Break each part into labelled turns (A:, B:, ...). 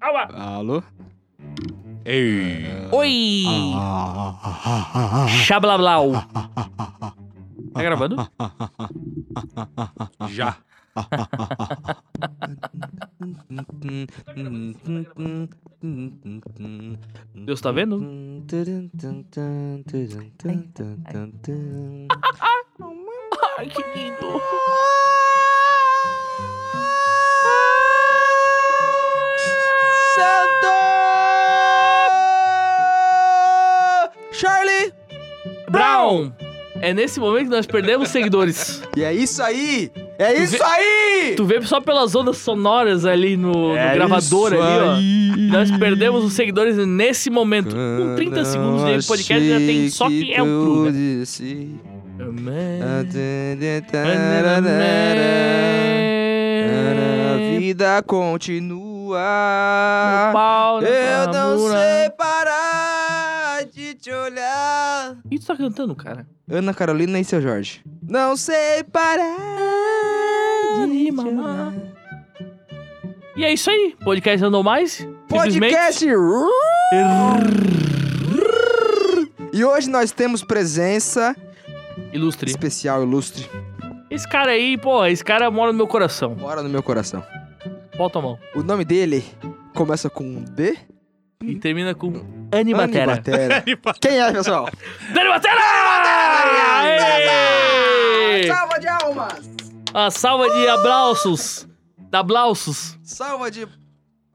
A: Aua!
B: Alô?
C: Ei.
B: ah,
A: Oi! Xablablau! Tá gravando?
B: Ah,
C: Já.
B: ah,
A: Deus tá vendo? Ai, que lindo!
B: Santo! Charlie!
A: Brown! É nesse momento que nós perdemos seguidores.
B: E é isso aí! É
A: Tu
B: isso
A: vê-
B: aí!
A: Tu vê só pelas ondas sonoras ali no, no
B: É
A: gravador ali, ó. Nós perdemos os seguidores nesse momento. Com 30 segundos de podcast já tem só quem é o Crew, né?
B: A vida
A: Meu
B: continua.
A: pau na
B: Eu não
A: tambura.
B: sei parar de te olhar.
A: E tu tá cantando, cara?
B: Ana Carolina e seu Jorge. Não sei parar de te olhar.
A: E é isso aí. Podcast andou mais. Simplesmente.
B: Podcast. E hoje nós temos presença
A: Ilustre.
B: especial ilustre.
A: Esse cara aí, pô, esse cara mora no meu coração.
B: Bora no meu coração.
A: Bota a mão.
B: O nome dele começa com um D.
A: E termina com Animatera.
B: Animatera. Quem é, pessoal?
A: Animatera! Aê!
B: Salva de almas!
A: A salva de abraços. Da abraços.
B: Salva de.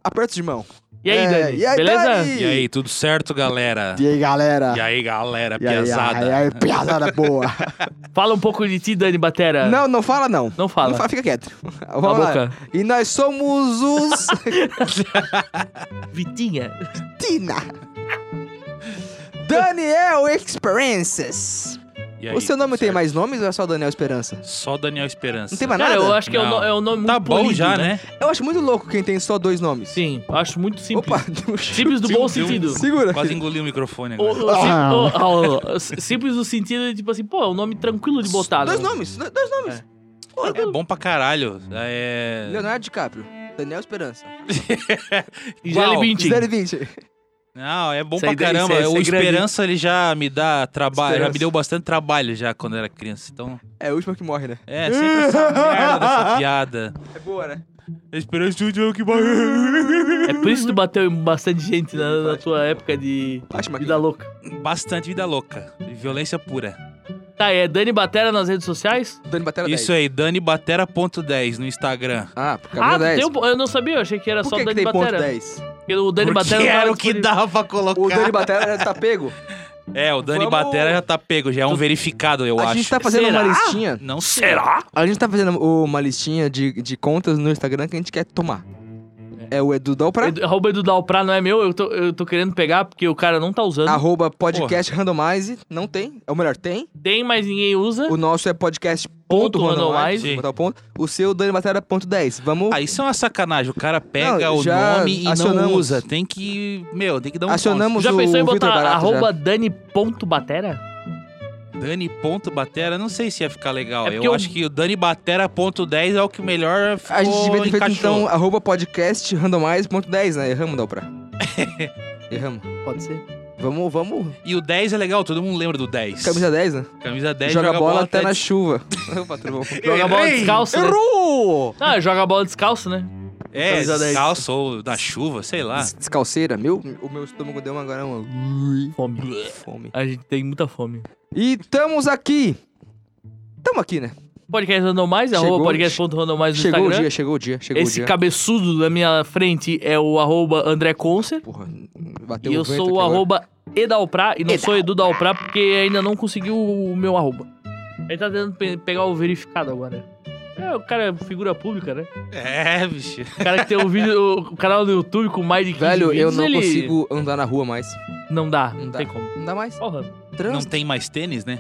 B: Aperto de mão.
A: E aí,
B: É,
A: Dani?
B: e aí,
A: beleza?
B: Dani?
C: E aí, tudo certo, galera?
B: E aí, galera?
C: E aí, galera,
B: E aí,
C: piazada.
B: E aí, piazada boa.
A: Fala um pouco de ti, Dani Batera.
B: Não, não fala não.
A: Não É. fala.
B: Não fala fica quieto.
A: Cala
B: Vamos
A: a
B: lá.
A: boca.
B: E nós somos os.
A: Vitinha.
B: Tina. Daniel Experiences.
C: E aí,
B: o seu nome
C: tudo
B: tem
C: certo?
B: mais nomes ou é só Daniel Esperança?
C: Só Daniel Esperança.
B: Não tem mais
A: Cara,
B: nada?
A: eu acho que é o, no-
C: Não.
A: é o nome
C: Tá
A: muito
C: bom
A: polido,
C: já, né?
B: Eu acho muito louco quem tem só dois nomes.
A: Sim, eu acho muito simples.
B: Opa, deu um chute.
A: Simples do bom
C: Deu um-
A: sentido.
B: Segura.
C: Quase engoli o microfone
A: O- o
B: né?
C: agora.
A: sim- o- o- o- simples no sentido de, tipo assim, pô, é um nome tranquilo de botar.
B: Dois
A: né?
B: nomes, do- dois nomes.
C: É bom pra caralho. É...
B: Leonardo DiCaprio, Daniel Esperança.
A: Gisele
C: Uau.
A: Bündchen.
B: 020.
C: Não, é bom
A: Isso
C: pra
A: aí deve-
C: caramba.
A: isso aí- isso
C: o
A: aí é grande.
C: Esperança, ele já me dá trabalho. Já
B: Esperança.
C: me deu bastante trabalho já quando era criança. Então,
B: É o último que morre, né?
C: é, sempre essa merda dessa piada.
B: É boa, né?
C: Esperança é o que morre.
A: É por isso que tu bateu em bastante gente na, na tua época de
B: Fátima.
A: vida louca.
C: Bastante vida louca. Violência pura.
A: Tá, e é Dani Batera nas redes sociais?
B: Dani Batera
C: Isso aí, danibatera.10 no Instagram.
B: Ah, porque
A: ah,
B: acabou 10.
A: tem um, po- eu não sabia, eu achei que era
B: Por
A: só
B: que, que
A: Dani
B: tem ponto
A: Batera.
B: 10?
A: Porque o Dani
C: Porque
A: Batera é um não tava
C: era o que
A: disponível.
C: dava pra colocar.
B: O Dani Batera já tá pego?
C: É, o Dani
B: Vamos-
C: Batera já tá pego, já é um verificado, eu
B: a
C: acho.
B: gente tá fazendo
A: Será?
B: uma listinha.
C: Não sei.
A: Será?
B: A gente tá fazendo uma listinha de, de contas no Instagram que a gente quer tomar. É o Edu Dalpra,
A: Edu- Arroba Edu Dalprá não é meu, eu tô, eu tô querendo pegar porque o cara não tá usando.
B: arroba podcast randomize. Não tem. Ou melhor, tem.
A: Tem, mas ninguém usa.
B: O nosso é podcast.
A: Ponto
B: ponto randomize,
C: randomize.
B: botar o ponto. O seu, Dani Batera, ponto 10. Vamos
C: Ah, isso é uma sacanagem. O cara pega
B: Não,
C: o
B: já
C: nome e não
B: acionamos.
C: usa. Tem que. Meu, tem que dar um
B: Acionamos
A: então Já
B: o
A: pensou em
B: Vitor
A: botar
B: Barato
A: arroba Dani.batera?
C: conto. Dani ponto Batera, não sei se ia ficar legal.
A: É porque
C: eu
A: o-
C: acho que o Dani Batera ponto 10 é o que melhor ficou,
B: A gente devia ter feito
C: encaixou.
B: então arroba podcast randomize.10, né? Erramos, Dalpra. Erramos.
A: Pode ser.
B: Vamos, vamos.
C: E o 10 é legal, todo mundo lembra do 10.
B: Camisa 10, né?
C: Camisa 10
B: joga, bola, até na
C: de-
B: chuva. Opa, tudo bom?
A: Joga a bola descalço, né?
B: Errou!
A: Não, joga a bola descalço, né?
C: É,
A: Camisa 10.
C: calça ou na chuva, sei
A: Ah.
C: lá.
B: Des- Descalceira, meu, o meu estômago deu uma, agora uma
A: Fome.
B: fome.
A: A gente tem muita fome.
B: E estamos aqui. Estamos aqui, né?
A: Podcast Randomais,
B: Chegou-
A: arroba podcast.randomais no
B: Chegou o
A: Instagram.
B: dia, chegou o dia, chegou o
A: Esse
B: dia.
A: cabeçudo da minha frente é o arroba André Concer.
B: Porra,
A: E
B: bateu
A: eu
B: vento
A: sou
B: um aqui
A: o
B: agora.
A: arroba Edalprá e não sou Edu Dalprá porque ainda não conseguiu o meu arroba. Ele tá tentando pe- pegar o verificado agora. É, o cara é figura pública, né?
C: É, bicho.
A: O cara que tem um vídeo, o canal do YouTube com mais de 15
B: Velho, eu
A: vídeos,
B: não
A: ele-
B: consigo andar na rua mais.
A: Não dá, não,
B: Não dá.
A: tem como.
B: Não dá mais.
A: Porra.
C: Não
B: Trânsito.
C: tem mais tênis, né?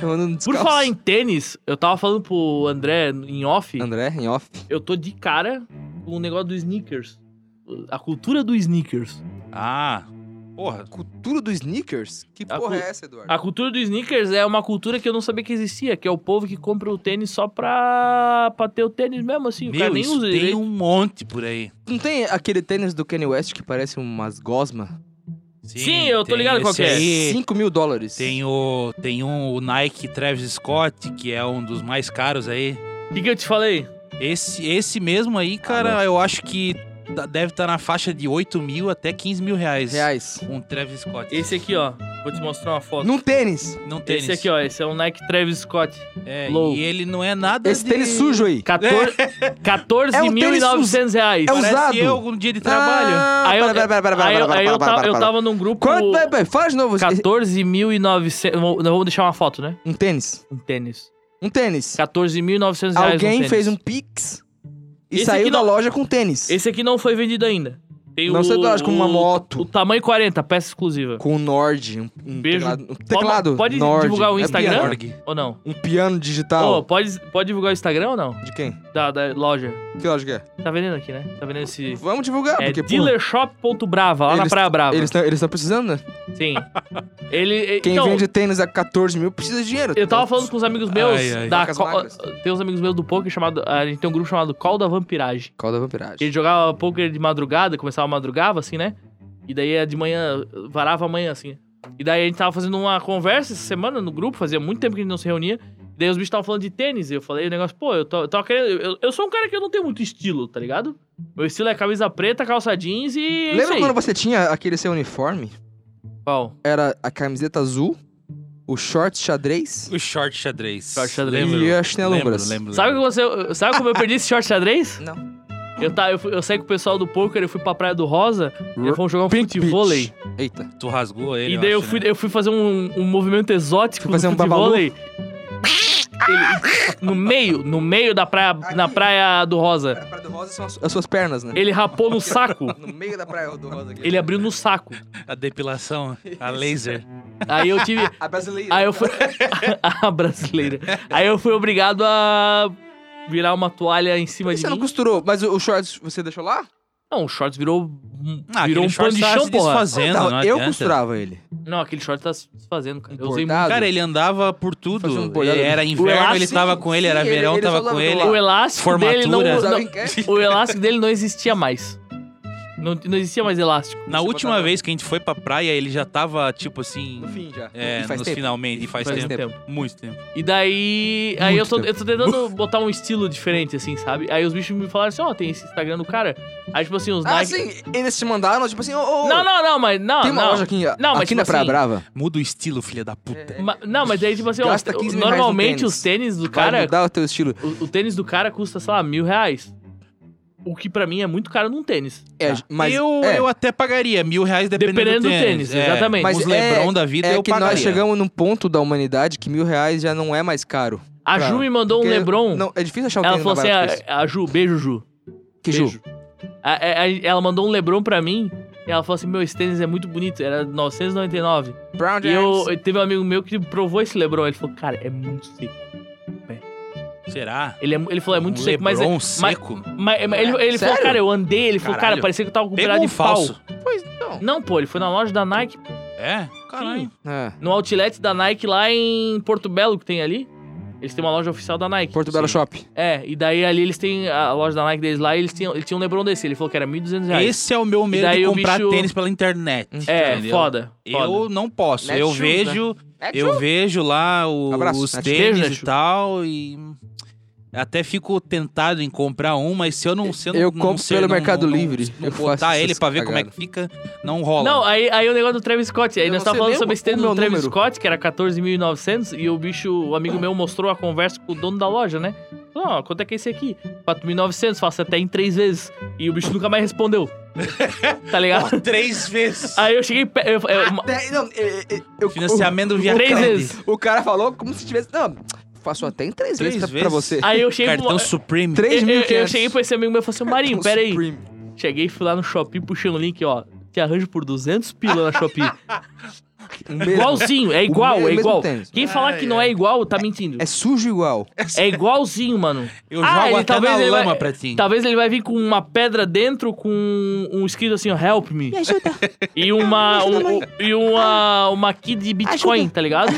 B: Eu ando
A: Por
B: descalço.
A: falar em tênis, eu tava falando pro André em off,
B: André, em off.
A: eu tô de cara com o negócio do sneakers. A cultura do sneakers.
C: Ah, Porra.
B: Cultura do sneakers? Que
A: A
B: porra
A: cu-
B: é essa, Eduardo?
A: A cultura do sneakers é uma cultura que eu não sabia que existia, que é o povo que compra o tênis só pra, pra ter o tênis mesmo, assim. o cara
C: Meu,
A: nem
C: isso
A: usa
C: tem
A: direito.
C: um monte por aí.
B: Não tem aquele tênis do Kanye West que parece umas gosma?
A: Sim, eu tô
C: tem
A: ligado qual
C: esse
A: que é.
C: aí.
B: 5 mil dólares.
C: Tem o, tem um, o Nike Travis Scott, que é um dos mais caros aí.
A: O que, que eu te falei?
C: Esse, esse mesmo aí, cara, eu acho que tá- deve estar na faixa de 8 mil até 15 mil reais.
B: reais.
C: Um Travis Scott.
A: Esse aqui, ó. Vou te mostrar uma foto.
B: Num tênis.
C: Não tem
A: Esse aqui, ó. Esse é um Nike Travis Scott.
C: É,
A: Low.
C: e ele não é nada
B: Esse
C: de...
B: tênis sujo aí.
A: 14 14.900 reais.
B: um É
C: Parece
B: usado.
C: eu um dia de trabalho.
B: Ah,
A: Aí eu-
B: pera, pera, pera, pera,
A: Aí
B: pera,
A: eu-
B: pera,
A: aí eu
B: pera,
A: tava-
B: pera,
A: eu
B: pera.
A: tava num grupo.
B: Quanto? é Pera, pera, fala de novo.
A: 14.900. Vamos- Nós vamos deixar uma foto, né?
B: Um tênis.
A: Um tênis.
B: Um tênis.
A: 14.900 reais. um
B: Alguém
A: tênis.
B: fez um pix e
A: Esse
B: saiu
A: aqui
B: da
A: não-
B: loja com tênis.
A: Esse aqui não foi vendido ainda. Tem
B: Não
A: o,
B: sei, acho que uma
A: o-
B: moto.
A: O tamanho 40, peça exclusiva.
B: Com um Nord. Um, um
A: Beijo.
B: teclado. Um teclado
A: pode
B: Nord.
A: divulgar o
B: É
A: Instagram?
B: piano.
C: Org.
A: Ou não?
B: Um piano
A: Ô,
B: digital.
A: pode, pode divulgar o Instagram ou não?
B: De quem?
A: Da, da loja.
B: Que loja que é?
A: Tá vendendo aqui, né? Tá vendendo esse.
B: Vamos divulgar,
A: É
B: porque, pô,
A: dealershop.brava, lá na
B: Eles-
A: Praia Brava.
B: eles estão precisando, né?
A: Sim. Ele. ele-
B: Quem
A: então,
B: vende tênis a 14 mil precisa de dinheiro.
A: Eu tava falando com os amigos meus
C: Ai, ai.
A: da
B: Vacas
A: co-
B: magras.
A: Tem uns amigos meus do poker chamado. A gente tem um grupo chamado Call da Vampiragem.
B: Qual da
A: Que
B: vampiragem?
A: ele jogava poker de madrugada, começava madrugava, assim, né? E daí eh, de manhã, varava amanhã, assim. E daí a gente tava fazendo uma conversa essa semana no grupo, fazia muito tempo que a gente não se reunia. E daí os bichos estavam falando de tênis. E eu falei o negócio, pô, eu, tô, eu, tava querendo- eu, eu sou um cara que eu não tenho muito estilo, tá ligado? Meu estilo é camisa preta, calça jeans e. é isso
B: Lembra
A: aí.
B: quando você tinha aquele seu uniforme?
A: Qual?
B: Era a camiseta azul, o short xadrez
C: O short xadrez.
A: Short xadrez.
C: Lembro,
B: e a chinelumbras.
C: lembro, lembro.
A: Sabe, que você, sabe como eu perdi esse short xadrez?
B: Não.
A: Eu, tá, eu, fui- eu saí com o pessoal do poker, eu fui pra Praia do Rosa, e fomos jogar um
B: Pink
A: futevôlei.
B: Beach. Eita.
C: Tu rasgou ele,
A: E daí eu
C: acho,
A: fui,
C: né?
A: eu fui fazer um, um movimento exótico
B: Fui fazer
A: no
B: um babalu?
A: futevôlei. Ele- no meio, no meio da praia, na
B: Aqui.
A: Praia do Rosa.
B: É A praia do rosa são as, as suas pernas, né?
A: Ele rapou no saco,
B: No meio da praia do rosa aqui.
A: ele abriu no saco.
C: A depilação, a laser.
A: Aí eu tive...
B: A brasileira.
A: Aí Ah, eu fui... a brasileira. Aí eu fui obrigado a virar uma toalha em cima de
B: Você não
A: mim.
B: costurou, mas o, o shorts você deixou lá?
A: Não, o shorts virou...
C: Ah,
A: virou
C: aquele
A: um pano
C: short
A: de
C: tá
A: chão,
C: se
A: porra.
C: desfazendo,
B: Não,
C: não
B: eu
C: adianta.
B: costurava ele.
A: Não, aquele short tá se desfazendo, cara. Eu usei muito.
B: Importado.
C: Cara, ele andava por
B: Fazia um
C: tudo.
B: bordado. ah,
C: era inverno, ele
A: elástico,
C: tava com ele, era
B: sim,
C: verão,
B: ele-
C: tava
B: eles
C: com
B: usavam
C: ele.
B: do
A: O elástico
C: Formatura.
A: dele não,
B: Usava
A: né? não-
B: em quê?
A: O elástico dele não existia mais. Não, não existia mais elástico.
C: Na
B: Você
C: última
B: botava-
C: vez que a gente foi pra praia, ele já tava, tipo assim.
B: No fim já.
C: É,
B: e faz
C: nos
B: tempo.
C: finalmente, e faz,
A: Faz
C: tempo.
A: tempo.
C: Muito tempo.
A: E daí. Aí
B: Muito
A: eu tô,
B: tempo.
A: eu tô tentando botar um estilo diferente, assim, sabe? Aí os bichos me falaram assim: ó, tem esse Instagram do cara. Aí, tipo assim, os
B: Ah,
A: Nike.
B: sim, eles te mandaram, tipo assim, ô, ô, ô,
A: Não, não, não, mas. Não,
B: tem uma
A: não.
B: loja aqui,
A: Não, mas
B: aqui
A: tipo
B: na Praia
A: assim,
B: Brava.
C: Muda o estilo, filha da puta.
B: É,
A: Ma- não, mas daí, tipo assim, ó,
B: Gasta
A: os-
B: 15 mil reais no
A: normalmente
B: tênis.
A: os tênis do
B: Vai
A: cara.
B: mudar o teu estilo.
A: O, o tênis do cara custa, sei lá, mil reais. O que pra mim é muito caro num tênis.
B: É, mas
C: eu,
B: é,
C: eu até pagaria mil reais dependendo,
A: Dependendo do tênis,
C: é.
A: exatamente.
B: Mas
C: Os
B: é-
C: Lebron da vida,
B: é
C: eu
B: que
C: pagaria.
B: nós chegamos num ponto da humanidade que mil reais já não é mais caro.
A: A
B: Pra-
A: Ju me mandou um
B: Porque-
A: Lebron.
B: Não, é difícil achar o
A: ela
B: tênis na
A: falou assim:
B: barata desse.
A: a, a Ju, beijo, Ju.
B: Que
A: Beijo.
B: Ju?
A: A- a- a- ela mandou um Lebron pra mim. E ela falou assim: Meu, esse tênis é muito bonito. Era 999.
B: Brown
A: E eu, eu- teve um amigo meu que provou esse Lebron. Ele falou: Cara, é muito seco.
C: Será? Um
A: Ele, é mu- ele falou: É muito seco. Mas,
C: Lebron
A: mas- um
C: seco?
A: mas- mas ele, ele falou:
B: Sério?
A: Cara, eu andei. Ele falou: Cara,
C: Caralho.
A: parecia que eu tava com um
C: Pegou
A: pedaço
C: um
A: de
C: falso.
A: pau.
B: Pois então. não.
A: Não, pô, ele foi na loja da Nike.
C: É? Caralho.
B: É.
A: No outlet da Nike lá em Porto Belo, que tem ali. Eles têm uma loja oficial da Nike.
B: Porto Belo
C: Sim.
B: Shop.
A: É, e daí ali eles têm a loja da Nike deles lá. E eles tinham, eles tinham um Lebron desse. Ele falou que era 1.200 reais.
C: Esse é o meu medo
A: daí
C: de
A: o
C: comprar
A: bicho-
C: tênis pela internet.
A: É,
C: entendeu?
A: foda.
C: Eu
A: foda.
C: não posso.
B: Netshoes,
C: eu
B: né?
C: vejo,
A: É tipo,
C: eu vejo lá o-
B: Abraço,
C: os
B: Netshoes.
A: Beijo,
C: tênis
A: Netshoes.
C: e tal e até fico tentado em comprar um, mas se eu não se eu, não-
B: Eu
C: não
B: compro
C: sei,
B: pelo
C: não-
B: Mercado
C: não-
B: Livre.
C: não
B: Eu faço
C: botar
B: essas
C: ele pra ver como é que fica, não rola.
A: Não, aí, aí o negócio do Travis Scott. Aí
B: Eu
A: nós
B: não
A: tava
B: sei
A: falando
B: nem
A: sobre
B: o-
A: esse tênis
B: o
A: do
B: meu
A: Travis
B: número.
A: Scott, que era 14.900, e o bicho, o amigo meu, mostrou a conversa com o dono da loja, né? Falou, ó, quanto é que é esse aqui? 4.900, faço até em três vezes. E o bicho nunca mais respondeu. tá ligado?
C: Ó, três vezes.
A: Aí eu cheguei. pe- Eu,
B: Ah,
A: eu, uma-
B: Até- não, é, é, é, eu-
C: Financiamento via
A: Três
C: crédito.
A: vezes.
B: O, o cara falou como se tivesse. Não, faço até em três,
C: Três
B: vezes pra, pra
C: vezes?
B: você.
A: aí eu cheguei.
C: Cartão
A: pro-
C: Supreme.
A: eu,
B: Três mil
A: eu, eu cheguei pra esse amigo meu e falei assim: Marinho, pera aí.
B: Tipo Supreme.
A: um Cheguei, fui lá no Shopee, puxei um link, ó. Te arranjo por 200 pila na Shopee. Igualzinho, é igual,
B: mesmo
A: é igual.
B: tênis.
A: Quem falar
C: Ai,
A: que não é igual, tá mentindo.
B: É sujo igual.
A: É igualzinho, mano.
C: Eu
A: Ah,
C: jogo
A: ele
C: até
A: talvez
C: na
A: ele vai- tá,
C: lama pra ti.
A: Talvez ele vai vir com uma pedra dentro com um escrito assim, ó, help me.
B: Me ajuda.
A: E uma
B: ajuda,
A: um-
B: mãe.
A: e uma uma key de Bitcoin,
B: Ajuda.
A: tá ligado?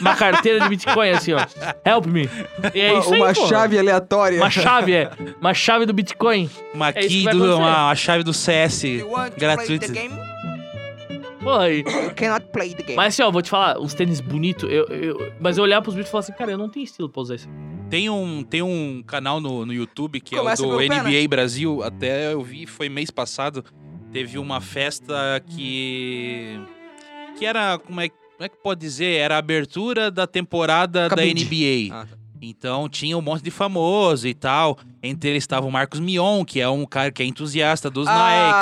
A: Uma carteira de Bitcoin assim, ó. Help me. E é isso aí,
B: uma
A: pô.
B: chave aleatória.
A: uma chave é, uma chave do Bitcoin.
C: Uma,
A: é isso que
C: key
A: vai
C: do-
A: acontecer.
C: uma, a chave do CS
B: You want to
C: gratuita.
B: play the game?
A: Pô, aí.
B: You cannot play the game.
A: Mas assim, ó, vou te falar, uns tênis bonitos, eu, eu- mas eu olhar pros bichos e falar assim, cara, eu não tenho estilo pra usar isso.
C: Tem um, tem um canal no, no YouTube que
B: Começa
C: é o do
B: pelo pé,
C: NBA Brasil, até eu vi, foi mês passado, teve uma festa que. que era. Como é, como é que pode dizer? Era a abertura da temporada
B: Cabide.
C: da NBA.
B: Ah, tá.
C: Então tinha um monte de famoso e tal. Entre eles estava o Marcos Mion, que é um cara que é entusiasta dos
B: Ah,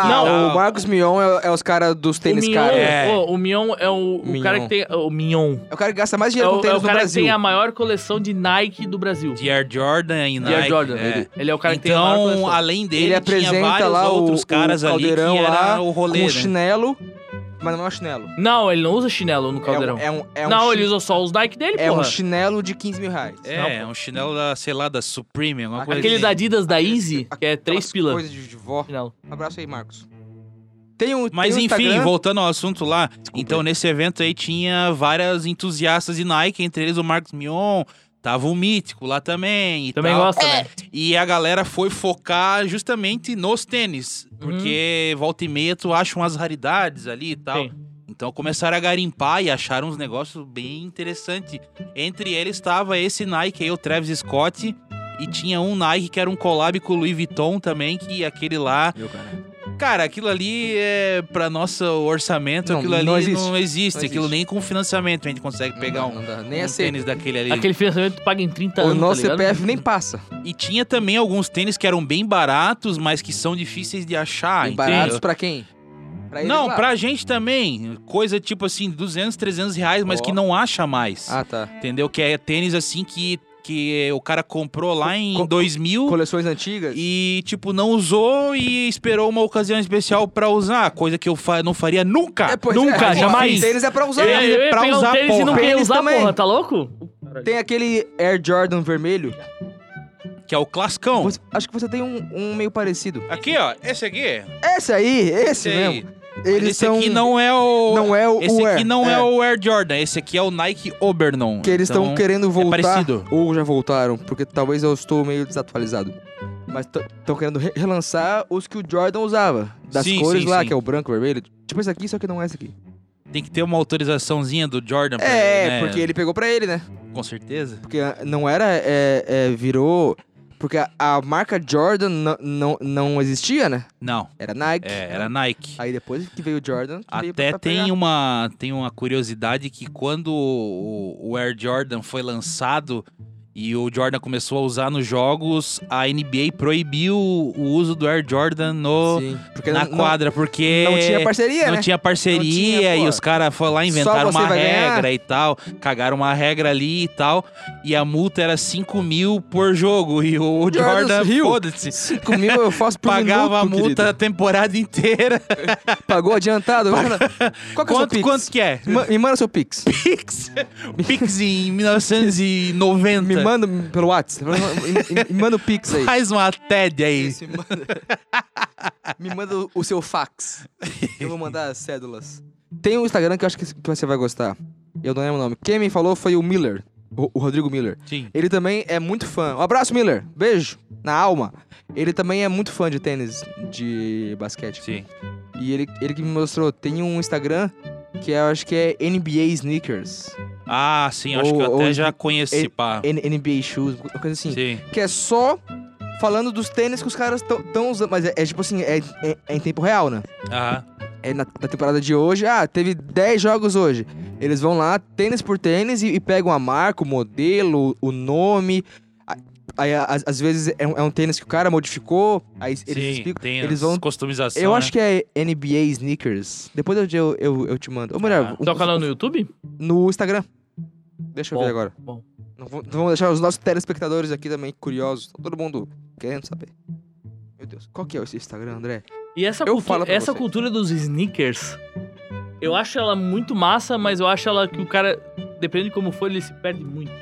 C: Nike. e
A: Não,
C: tal.
B: o Marcos Mion é, é os caras dos tênis
A: o Mion,
B: cara. É.
C: É.
A: ô, o Mion é o, o
B: Mion.
A: cara que tem... O Mion.
B: o cara que gasta
A: É
B: mais dinheiro com
A: o, é
B: tênis
A: o
B: no
A: cara que
B: Brasil.
A: tem a maior coleção de Nike do Brasil.
C: Dear Jordan e Nike.
A: Dear Jordan.
C: é.
A: Ele, ele é o cara que tem a maior
C: então,
A: coleção.
C: além dele,
B: Ele
C: tinha
B: apresenta
C: vários
B: lá o-
C: outros
B: o
C: caras ali que
B: caldeirão
C: era
B: lá
C: o rolê,
B: com
C: né?
B: chinelo, mas não é um chinelo.
A: Não, ele não usa chinelo no caldeirão.
B: É um, é um, é um
A: não,
B: chi-
A: ele usa só os Nike dele,
B: é um
A: porra.
B: chinelo de 15 mil reais.
A: Não,
C: É, um chinelo da, sei lá, da Supreme, alguma coisa
A: Aquele
C: assim.
A: da Adidas da Easy, que é três
B: Aquelas
A: pilas.
B: Coisa de, de vó. Um
A: Chinelo.
B: Abraço aí, Marcos. Tem um,
C: Mas
B: tem um
C: enfim,
B: Instagram-
C: voltando ao assunto lá,
B: Desculpa
C: então
B: aí.
C: nesse evento aí tinha várias entusiastas de Nike, entre eles o Marcos Mion, tava o Mítico lá também e
A: Também
C: tal.
A: gosta,
B: É.
A: né?
C: E a galera foi focar justamente nos tênis,
A: Uhum.
C: porque volta e meia tu acha umas raridades ali e tal.
A: Sim.
C: Então começaram a garimpar e acharam uns negócios bem interessantes. Entre eles estava esse Nike aí, o Travis Scott, e tinha um Nike que era um collab com o Louis Vuitton também, que aquele lá Cara, aquilo ali é pra nosso orçamento,
B: Não,
C: aquilo
B: não
C: ali
B: existe.
C: não existe.
B: Não
C: Aquilo
B: existe.
C: nem com financiamento a gente consegue
B: Não
C: pegar
B: dá,
C: um,
B: não dá, Nem
C: um
B: aceito.
C: tênis daquele ali.
A: Aquele financiamento tu paga em 30
B: O
A: anos,
B: nosso
A: tá ligado?
B: CPF nem passa.
C: E tinha também alguns tênis que eram bem baratos, mas que são difíceis de
A: Ah,
C: achar.
B: E
C: entendeu?
B: baratos pra quem? Pra ele,
C: não,
B: claro.
C: pra gente também. Coisa tipo assim, 200, 300 reais, mas
B: Ó.
C: que não acha mais.
B: Ah, tá.
C: Entendeu? Que é tênis assim que, que o cara comprou lá em
B: Co- co-
C: 2000.
B: Coleções antigas?
C: E, tipo, não usou e esperou uma ocasião especial pra usar, coisa que eu fa- não faria nunca.
B: É, pois é,
A: Ah, nunca,
B: pô,
A: jamais.
B: Tênis é pra usar.
A: Eu ia-
B: né?
A: eu ia
C: assim, pra
A: pegar um
C: usar,
A: tênis e não
C: porra.
A: queria
B: Tênis
A: usar,
B: também.
A: porra, tá louco?
B: Tem aquele Air Jordan vermelho.
C: Que é o classicão.
B: Você- acho que você tem um, um meio parecido.
C: Aqui, ó. Esse aqui.
B: Esse aí, esse,
C: Esse aí.
B: mesmo. Eles
C: esse
B: são...
C: aqui não é o.
B: não é o
C: esse
B: o
C: aqui
B: Air.
C: não é. o Air Jordan. Esse aqui é o Nike Obernon.
B: Que eles estão
C: Então,
B: querendo voltar.
C: parecido.
B: Ou já voltaram, porque talvez eu estou meio desatualizado. Mas estão querendo re- relançar os que o Jordan usava. Das
C: Sim,
B: cores
C: sim,
B: lá,
C: sim.
B: que é o branco, vermelho. Tipo esse aqui, só que não é esse aqui.
C: Tem que ter uma autorizaçãozinha do Jordan. pra-
B: É,
C: né?
B: porque ele pegou pra ele, né?
C: Com certeza.
B: Porque ah, não era. é, é, virou. Porque a, a marca Jordan n- não- não existia, né?
C: Não.
B: Era Nike. né?
C: É, era Nike.
B: Aí depois que veio o Jordan. que veio pra-
C: Até
B: pra
C: tem um
B: pegar.
C: uma, tem uma curiosidade que quando o, o Air Jordan foi lançado e o Jordan começou a usar nos jogos, a NBA proibiu o uso do Air Jordan no,
B: Sim, porque
C: na
B: não-
C: quadra, porque
B: Não, não tinha parceria,
C: não
B: né?
C: tinha parceria
B: Não tinha,
C: e
B: pô.
C: os caras foram lá inventaram
B: você
C: uma
B: vai ganhar.
C: regra e tal, cagaram uma regra ali e tal, e a multa era 5 mil por jogo, e o
B: Jordan
C: Jordan,
B: riu.
C: foda-se,
B: 5 mil eu faço por
C: pagava
B: minuto,
C: a multa a
B: querido.
C: temporada inteira.
B: Pagou adiantado. Manda- Qual que é o seu
C: Quanto,
B: Pix?
C: quanto que é?
B: Ma- Me manda seu Pix.
C: Pix. Pix em
B: Me
C: 1990.
B: manda pelo WhatsApp. Me- Me manda o Pix aí.
C: Faz uma TED aí.
B: Isso, me manda. Me manda o- o seu fax. Eu vou mandar as cédulas. Tem um Instagram que eu acho que que você vai gostar. Eu não lembro o nome. Quem me falou foi o Miller. O o Rodrigo Miller.
C: Sim.
B: Ele também é muito fã. Um abraço, Miller. Beijo. Na alma. Ele também é muito fã de tênis, de basquete.
C: Sim.
B: E ele, ele que me mostrou, tem um Instagram que eu acho que é NBA Sneakers.
C: Ah, sim, acho
B: Ou-
C: que eu até
B: ou-
C: já conheci,
B: ele-
C: pá.
B: N- NBA Shoes, uma coisa assim.
C: Sim.
B: Que é só falando dos tênis que os caras estão usando. Mas é, é tipo assim, é, é- é em tempo real, né?
C: Aham.
B: É na, na temporada de hoje. Ah, teve 10 jogos hoje. Eles vão lá, tênis por tênis, e, e pegam a marca, o modelo, o nome. A- Aí, a- às, às vezes, é um, é um tênis que o cara modificou. Aí eles
C: Sim,
B: explicam.
C: tem né?
B: eles
C: eles
B: vão-
C: vão... customização.
B: Eu acho que é NBA Sneakers. Depois eu, eu, eu, eu te mando. Ou melhor,
C: Ah.
B: o-
A: Tem um canal no YouTube?
B: no Instagram. Deixa eu
A: Bom,
B: ver agora.
A: bom.
B: Não vou- Vamos deixar os nossos telespectadores aqui também curiosos. Tá Todo mundo querendo saber. Meu Deus, qual que é esse Instagram, André?
A: E essa,
B: Eu
A: cultu-
B: falo pra
A: essa
B: vocês.
A: cultura dos sneakers Eu acho ela muito massa, mas eu acho ela que o cara, depende de como for, ele se perde muito.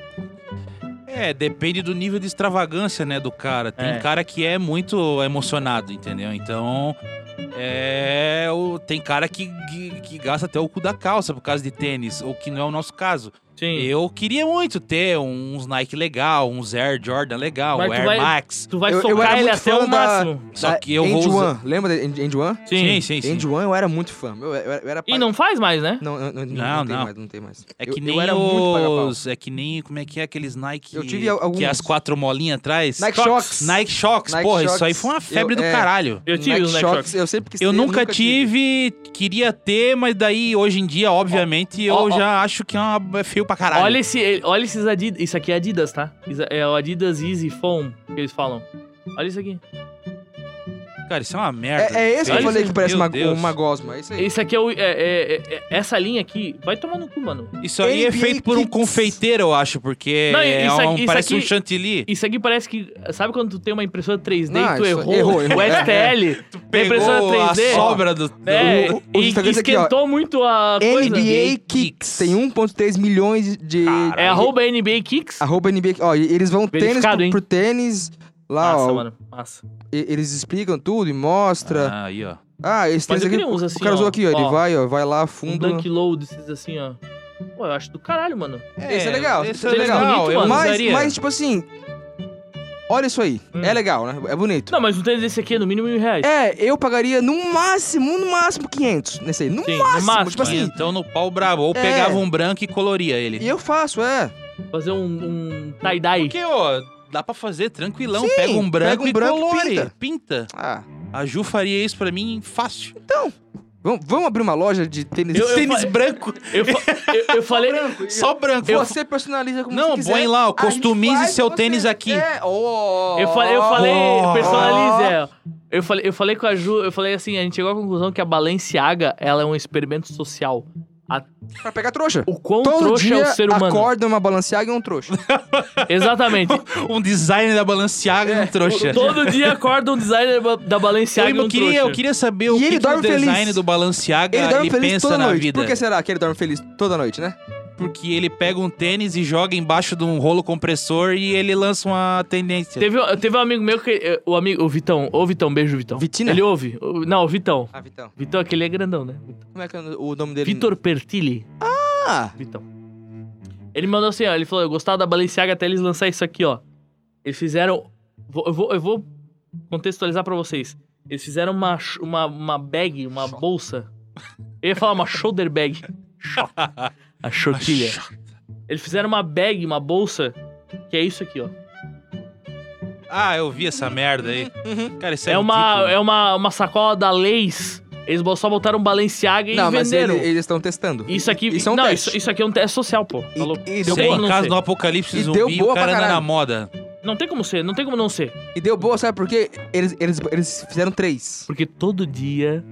C: É, depende do nível de extravagância, né, do cara. Tem
A: É.
C: cara que é muito emocionado, entendeu? Então, é, o- tem cara que, que, que gasta até o cu da calça por causa de tênis, o que não é o nosso caso.
A: Sim.
C: Eu queria muito ter uns Nike legal, uns Air Jordan legal,
A: Mas tu
C: Air
A: vai-
C: Max.
A: Tu vai
B: Eu- eu
A: socar
B: era
A: ele
B: muito
A: até
B: fã
A: o
B: da-
A: máximo.
C: Só
B: Da
C: que eu
B: End
C: vou usar...
B: One. Ah, Lembra da End End One?
C: Sim,
A: Sim.
C: sim, sim.
B: End One eu era muito fã. Eu, eu era- eu era
A: E não faz mais, né?
B: Não, não, não, não,
C: Não,
B: tem
C: não.
B: mais, não tem mais.
C: É
B: Eu-
C: que
B: eu,
C: nem
B: era muito paga-pau.
C: os... É que nem... Como é que é aqueles Nike...
B: Eu tive
C: Que
B: alguns.
C: é as quatro molinhas atrás.
B: Nike Shox.
C: Nike Shox.
B: Nike
C: Porra,
B: Shox.
C: isso aí foi uma febre
B: Eu-
C: do
B: é.
C: caralho.
A: Eu tive os Nike Shox.
B: Eu sempre quis
C: Eu
B: ter,
C: nunca, tive, queria ter, mas daí hoje em dia, obviamente,
A: ó,
C: eu
A: ó.
C: já acho que é, uma, é feio pra caralho.
A: Olha, esse, olha esses Adidas. Isso aqui é Adidas, tá? Isso É o Adidas Easy Foam que eles falam. Olha isso aqui.
C: Cara, isso é uma merda.
B: É, é esse que eu
A: Olha
B: falei
A: isso.
B: que parece
C: Meu
B: uma,
C: Deus.
B: uma gosma. É isso aí.
A: Esse aqui é o. é- é- é- é- essa linha aqui vai tomar no cu, mano.
C: Isso aí é
B: NBA
C: feito por um
B: Kids.
C: confeiteiro, eu acho, porque
A: Não,
C: é
A: isso
C: um-
A: aqui- isso
C: parece um
A: aqui-
C: chantilly.
A: Isso aqui parece que. Sabe quando tu tem uma impressora 3D
B: Não,
A: que tu
B: isso-
A: errou,
B: errou, errou. É, né?
A: o STL? tem impressora
C: Pegou a
A: 3D?
C: sobra do...
A: É,
B: O- o- o
A: e
B: Instagram tá aqui, ó.
A: esquentou muito a é coisa.
B: NBA Kicks.
C: Kicks.
B: Tem 1.3 milhões de...
C: Caralho.
A: É arroba NBA Kicks?
B: Arroba NBA. Ó, e eles vão tênis
A: Verificado,
B: por,
A: hein?
B: por tênis. Lá,
A: Massa,
B: ó,
A: mano. Massa.
B: e- eles explicam tudo e mostra.
C: Ah, aí, ó.
B: Ah,
A: Mas
B: esse tênis
A: eu
B: aqui,
A: queria uns assim.
B: o cara
A: ó,
B: usou aqui, ó, Ele
A: ó,
B: vai, ó, vai lá
A: Um
B: fundo.
A: dunk low desses assim, ó. Pô, eu acho do caralho, mano.
B: Esse é legal,
C: Esse é
A: esse é
C: legal.
A: bonito,
C: eu
A: mano.
B: mas,
C: usaria.
B: mas, tipo assim... Olha isso aí.
A: Hum.
B: É legal, né? É bonito.
A: Não, mas um tênis desse aqui é no mínimo mil reais.
B: É, eu pagaria no máximo, no máximo 500 nesse aí. No
A: Sim, no
B: máximo,
A: máximo,
B: Tipo assim,
C: Então no pau brabo. Ou
B: É.
C: pegava um branco e coloria ele.
B: e eu faço, é.
A: Fazer um, um tie-dye.
C: Porque, ó, dá pra fazer tranquilão.
B: Sim,
C: pega um branco
B: pega um
C: e
B: branco e
C: colore.
B: pinta.
C: pinta.
B: Ah,
C: A Ju faria isso pra mim fácil.
B: vamos, vamos abrir uma loja de tênis.
A: Eu- eu
C: Tênis
A: fa-
C: branco.
A: Eu, fa- eu- eu falei.
C: Só branco.
B: você personaliza como
C: Não,
B: você quiser.
C: põe lá, ó,
B: A gente
C: customize
B: faz
C: seu
B: você É.
C: tênis aqui.
B: quiser. Ó.
A: Eu falei, eu falei,
C: Oh.
A: personalize, é. Eu falei, eu falei com a Ju, eu falei assim, a gente chegou à conclusão que a Balenciaga, ela é um experimento social.
B: Pra pegar trouxa.
A: O quão
B: Todo
A: trouxa
B: dia
A: é o ser humano.
B: acorda uma balanceada e um trouxa.
A: Exatamente.
C: Um designer da Balenciaga é, um trouxa.
A: Todo dia acorda um designer ba- da Balenciaga
C: eu,
A: e um
C: queria,
A: trouxa.
C: eu queria saber
B: E
C: o
B: ele
C: que, que o
B: dorme feliz.
C: design do Balenciaga
B: Ele
C: ele,
B: dorme feliz
C: Ah, pensa
B: toda
C: na
B: noite.
C: vida.
B: Por que será que ele dorme feliz toda noite, né?
C: Porque ele pega um tênis e joga embaixo de um rolo compressor e ele lança uma tendência.
A: Teve, um- teve um amigo meu que. eh, O amigo. O Vitão. Ô, Vitão, beijo, Vitão.
B: Vitina?
A: Ele ouve. O- Não, o Vitão.
B: Ah, Vitão.
A: Vitão, aquele é grandão, né?
B: Como é que é o nome dele?
A: Vitor Pertilli.
B: Ah,
A: Vitão. Ele mandou assim, ó. Ele falou, eu gostava da Balenciaga até eles lançar isso aqui, ó. Eles fizeram... vou- eu, vou, eu vou contextualizar pra vocês. Eles fizeram uma, sh- uma, uma bag, uma bolsa. Eu ia falar uma shoulder bag. Shot. A shotilha. Eles fizeram uma bag, uma bolsa, que é isso aqui, ó.
C: Ah, eu vi essa merda aí. Cara, isso é,
A: É, uma,
C: ridículo.
A: é uma, uma sacola da Leis. Eles bo- só botaram Balenciaga e
B: não, mas ele-
A: venderam.
B: eles estão testando.
A: Isso aqui...
B: Isso é um
A: não,
B: teste.
A: Isso, isso aqui é um teste social, pô. Tá
B: E-
A: louco? Não
B: e deu
C: Isso aí,
A: tem como
B: boa.
C: em
A: não
C: caso
A: ser.
C: do apocalipse
B: E deu
C: zumbi, o
B: boa
C: cara
B: pra
C: anda na
B: caralho.
C: moda.
A: Não tem como ser, não tem como não ser.
B: E deu boa, sabe por quê? Eles, eles, eles fizeram três.
A: Porque todo dia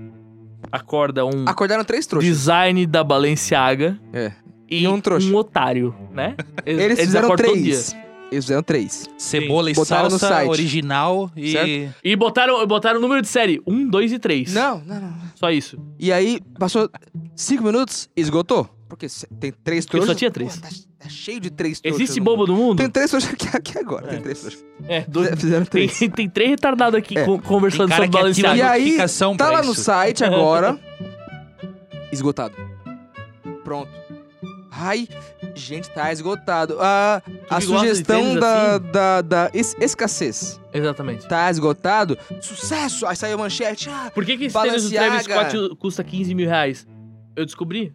A: acorda um
B: Acordaram três trouxas.
A: design da Balenciaga
B: É.
A: e,
B: E um trouxa.
A: otário, né? Eles,
B: Eles fizeram
A: acordam todo
B: três. Eles fizeram três.
C: Cebola e
B: Botaram no
C: salsa
B: site.
C: original e...
B: Certo?
A: dia. E botaram, botaram o número de série: um, dois e três.
B: Não, não, não.
A: Só isso.
B: E aí, passou cinco minutos, esgotou. Porque se- tem três
A: Porque só
B: trouxas.
A: tinha três.
B: Pô, tá, tá cheio de três trouxas.
A: Existe
B: no
A: bobo no mundo?
B: Tem três trouxas aqui, aqui agora. Tem três trouxas.
A: É, dois.
B: Fizeram
A: Tem,
B: três.
A: tem três retardados aqui
B: É.
A: con-
C: Tem
A: conversando
C: cara
A: sobre
C: que ativa
A: Balenciaga.
B: E aí,
C: notificação
B: Tá
C: pra
B: lá no
C: isso.
B: site agora. Esgotado. Pronto. Ai, gente, tá esgotado. A, a
A: que gosta de
B: sugestão
A: tênis
B: da,
A: assim?
B: da, da es- escassez.
A: Exatamente.
B: Tá esgotado? Sucesso! Aí saiu a manchete. Ah,
A: Por que, que esse tênis do Travis
B: Balenciaga.
A: Scott custa 15 mil reais? Eu descobri.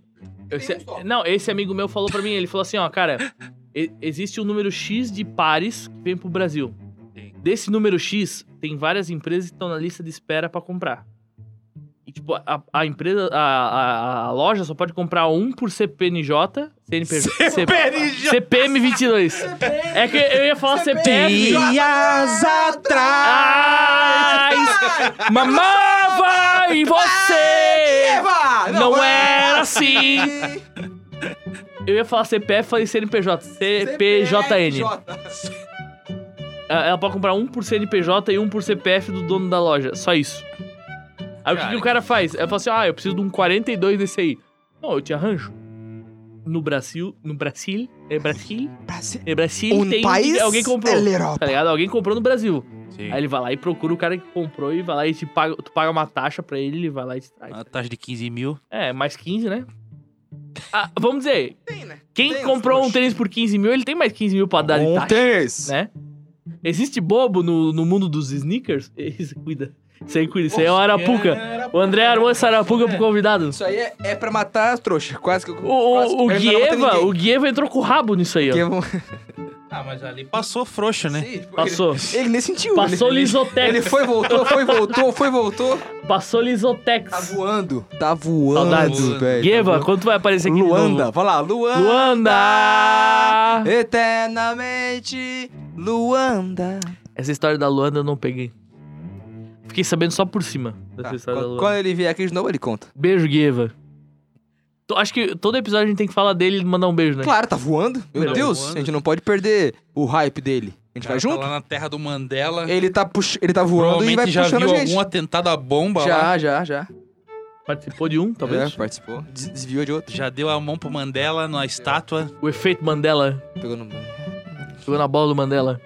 A: Esse-
B: um só.
A: não, esse amigo meu falou pra mim, ele falou assim, ó, cara, e- existe um número X de pares que vem pro Brasil.
C: Sim.
A: Desse número X, tem várias empresas que estão na lista de espera pra comprar. E, tipo, a, a empresa, a, a- a loja só pode comprar um por CPNJ, CNPJ,
C: CPNJ.
A: CPM22. é que eu ia falar CPF.
C: Dias atrás.
A: Mas mamava em você!
B: Eva!
A: Não era assim! Eu ia falar CPF, falei CNPJ. CPJN. Ah, Ela pode comprar um por CNPJ e um por CPF do dono da loja. Só isso. Aí o que,
C: Cara,
A: que o cara faz? Ela fala assim: ah, eu preciso de um 42 desse aí. Não, eu te arranjo. No Brasil. No Brasil. É Brasil?
B: Brasil.
A: É Brasil
B: Um
A: tem.
B: país
A: alguém comprou.
B: é
A: Tá
B: Europa.
A: ligado? Alguém comprou no Brasil.
C: Sim.
A: Aí ele vai lá e procura o cara que comprou e vai lá e te paga, tu paga uma taxa pra ele, ele vai lá e te traz.
C: Uma taxa de 15 mil.
A: É, mais 15, né? Ah, vamos dizer,
B: Tem, né?
A: quem
B: Tem uns
A: comprou um
B: trouxa.
A: tênis por 15 mil, ele tem mais 15 mil pra dar
B: Um
A: de taxa,
B: Montes.
A: né? Existe bobo no, no mundo dos sneakers? Isso, cuida. Isso aí, cuida. Isso aí é o Arapuca. O André armou essa Arapuca pro convidado.
B: Isso aí é, é pra matar as trouxas. Quase que eu...
A: O, o, o
B: quase que eu não mato
A: Guieva,
B: ninguém.
A: o Guieva entrou com o rabo nisso aí, ó.
B: Guieva-
C: Ah, mas ali passou frouxo, né?
B: Sim, tipo,
A: Passou.
B: Ele, ele nem sentiu. né?
A: Passou
B: ele,
A: Lisotex.
B: Ele foi, voltou, foi, voltou, foi, voltou.
A: Passou
B: Tá
A: Lisotex.
B: voando. Tá voando,
A: Saudades.
B: velho.
A: Guieva,
B: Tá voando.
A: quando tu vai aparecer aqui de novo?
B: Luanda. Vai lá, Luanda.
A: Luanda!
B: Eternamente, Luanda.
A: Essa história da Luanda eu não peguei. Fiquei sabendo só por cima dessa
B: Tá,
A: história da
B: quando,
A: Luanda.
B: quando ele vier aqui de novo, ele conta.
A: Beijo, Gueva. Tô- Acho que todo episódio a gente tem que falar dele e mandar um beijo, né?
B: Claro, tá voando. Meu
A: Tá
B: Deus,
C: voando.
B: a gente não pode perder o hype dele. A gente vai
C: Tá
B: junto?
C: lá na terra do Mandela.
B: Ele tá, pux... ele tá voando e vai
C: Provavelmente já
B: puxando
C: viu
B: a gente.
C: algum atentado à bomba
B: já,
C: lá.
B: já, já.
A: Participou de um, talvez.
B: É, participou. Des- Desviou de outro.
C: Já deu a mão pro Mandela na estátua.
A: O efeito Mandela.
B: Pegou no...
A: Jogou na bola do Mandela.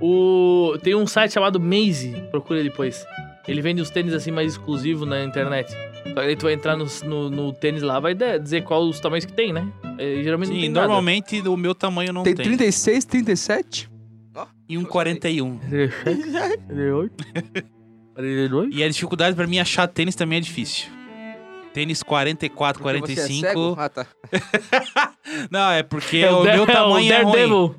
A: O... Tem um site chamado Maze. Procura depois. Ele vende os tênis assim mais exclusivo na internet. Só que aí tu vai entrar no, no- no tênis lá, vai de- dizer qual os tamanhos que tem, né? É, geralmente não
C: Sim,
A: tem
C: normalmente o meu tamanho não
B: Tem
C: tem.
B: 36, 37?
C: E um 41.
A: nada. é 38. 42.
C: E a dificuldade pra mim achar tênis também é difícil. Tênis 44,
B: Porque você é
C: 45.
B: cego? ah, tá.
C: não, é porque
A: É
C: o,
A: Dare-
C: meu tamanho é ruim.
A: Daredevil.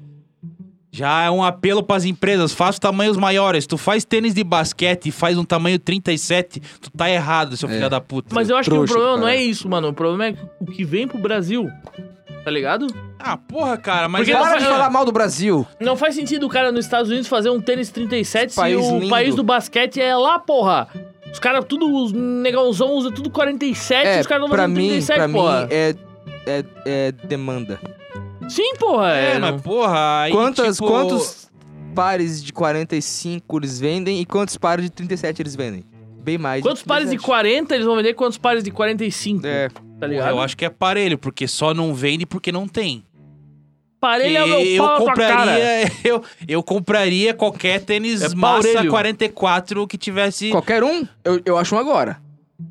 C: Já é um apelo pras empresas, faz tamanhos maiores. Tu faz tênis de basquete e faz um tamanho 37, tu tá errado, seu
B: É.
C: filho da puta.
A: Mas eu acho que o
B: Trouxa do
A: problema não é
B: caralho.
A: isso, mano. O problema é o que vem pro Brasil. Tá ligado?
C: Ah, porra, cara, mas
A: Porque
C: assim eu-
A: não
B: Para
A: faz-
B: de falar mal do Brasil.
A: Não faz sentido o cara nos Estados Unidos fazer um tênis 37 se
B: País
A: o
B: lindo.
A: país do basquete é lá, porra. Os caras, tudo, os negãozão usa tudo 47,
B: É,
A: os caras não
B: pra
A: fazem
B: mim,
A: 37,
B: pra
A: porra.
B: mim é, é, é demanda.
A: Sim, porra.
C: É,
A: É,
C: mas porra, aí
B: Quantas,
C: tipo,
B: Quantos pares de 45 eles vendem e quantos pares de 37 eles vendem? Bem mais.
A: Quantos pares de 40 eles vão vender? Quantos pares de 45?
B: É,
A: Tá
C: Porra,
A: ligado?
C: eu acho que é aparelho, porque só não vende porque não tem.
A: Parelho é o meu
C: eu
A: pau na tua cara.
C: compraria, eu, eu compraria qualquer tênis
A: É
C: massa
A: paurelho.
C: 44 que tivesse.
B: qualquer um, eu, eu acho um agora.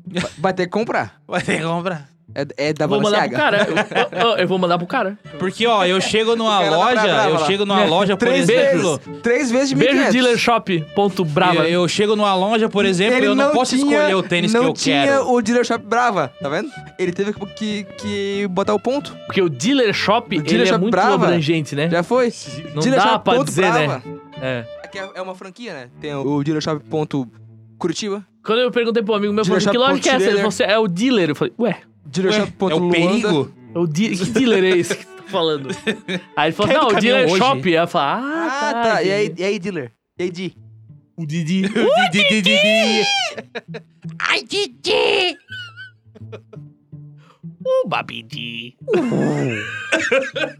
B: Vai- Vai ter que comprar.
C: Vai ter que comprar.
B: É, é da
A: Eu vou mandar pro
B: Balenciaga.
A: cara. Eu, eu- eu vou mandar pro cara.
C: Porque, ó, eu chego numa
B: O cara tá
C: loja,
B: brava
C: eu
B: lá.
C: chego numa loja, por
B: Três
C: exemplo.
B: vezes. Três vezes de
A: Beijo
B: 1.500.
A: dealershop.brava.
C: Eu, eu chego numa loja, por exemplo,
B: Ele
C: eu não, posso
B: tinha-
C: escolher o tênis que eu
B: Não tinha
C: quero.
B: o dealer shop brava, tá vendo? Ele teve que, que botar o ponto.
A: Porque o dealer shop,
B: O dealer
A: ele é
B: shop
A: muito
B: brava.
A: abrangente, né?
B: Já foi?
A: Não dá pra dizer, né? É.
B: É que é é uma franquia, né? Tem o o dealer shop ponto Curitiba,
A: Quando eu perguntei pro amigo meu, falou assim,
B: Dealer
A: que loja
B: shop
A: que é essa? Ele
B: dealer.
A: falou assim, é o dealer. Eu falei, ué,
B: dealer shop ponto
C: é o
B: Luanda.
C: perigo?
A: é o de... que dealer é esse que tu tá falando? Aí ele falou,
C: Caiu
A: não,
C: do
A: o dealer
C: caminhão
A: shop.
C: hoje.
A: Aí eu falei, ah,
B: Ah,
A: tá.
B: tá. E aí,
A: entendi."
B: e aí dealer? E aí, Di?
A: O Didi.
C: Di, di, di, di, di.
A: Ai, Didi! O Babidi.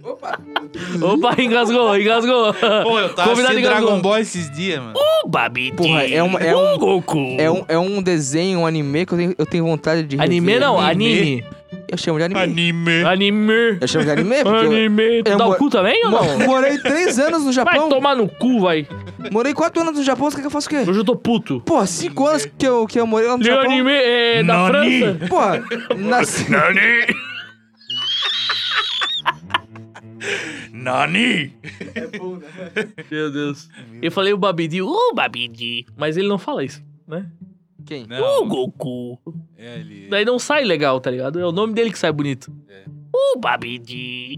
B: Opa.
A: Opa, engasgou, engasgou.
C: Pô, eu tava
A: Convidado
C: assistindo
A: engasgou.
C: Dragon Ball esses dias, mano.
A: O Babidi.
B: Porra, é uma- é um-
A: O Goku.
B: É um, é um desenho, um anime que eu tenho, eu tenho vontade de
A: Anime
B: rever.
A: não,
C: Anime.
A: anime.
B: Eu chamo de anime.
C: Anime.
A: Anime.
B: Eu chamo de anime É, porque eu-
A: Anime. Tu
B: eu
A: dá o
B: moro-
A: cu também ou não?
B: Mo- Morei três anos no
A: Vai
B: Japão.
A: tomar no cu, vai.
B: Morei quatro anos no Japão, você quer que eu faça o quê?
A: Hoje eu tô puto.
B: Porra, cinco anos que eu, que eu morei lá no
A: Meu
B: Japão.
A: anime é da
C: Nani.
A: França.
B: Porra, nasci...
C: Nani! Nani!
A: Meu Deus. Eu falei o Babidi, o Babidi. Mas ele não fala isso, né?
B: Quem?
A: O Goku.
C: é ali.
A: Daí não sai legal, tá ligado? É o nome dele que sai bonito.
C: É.
A: O Babidi.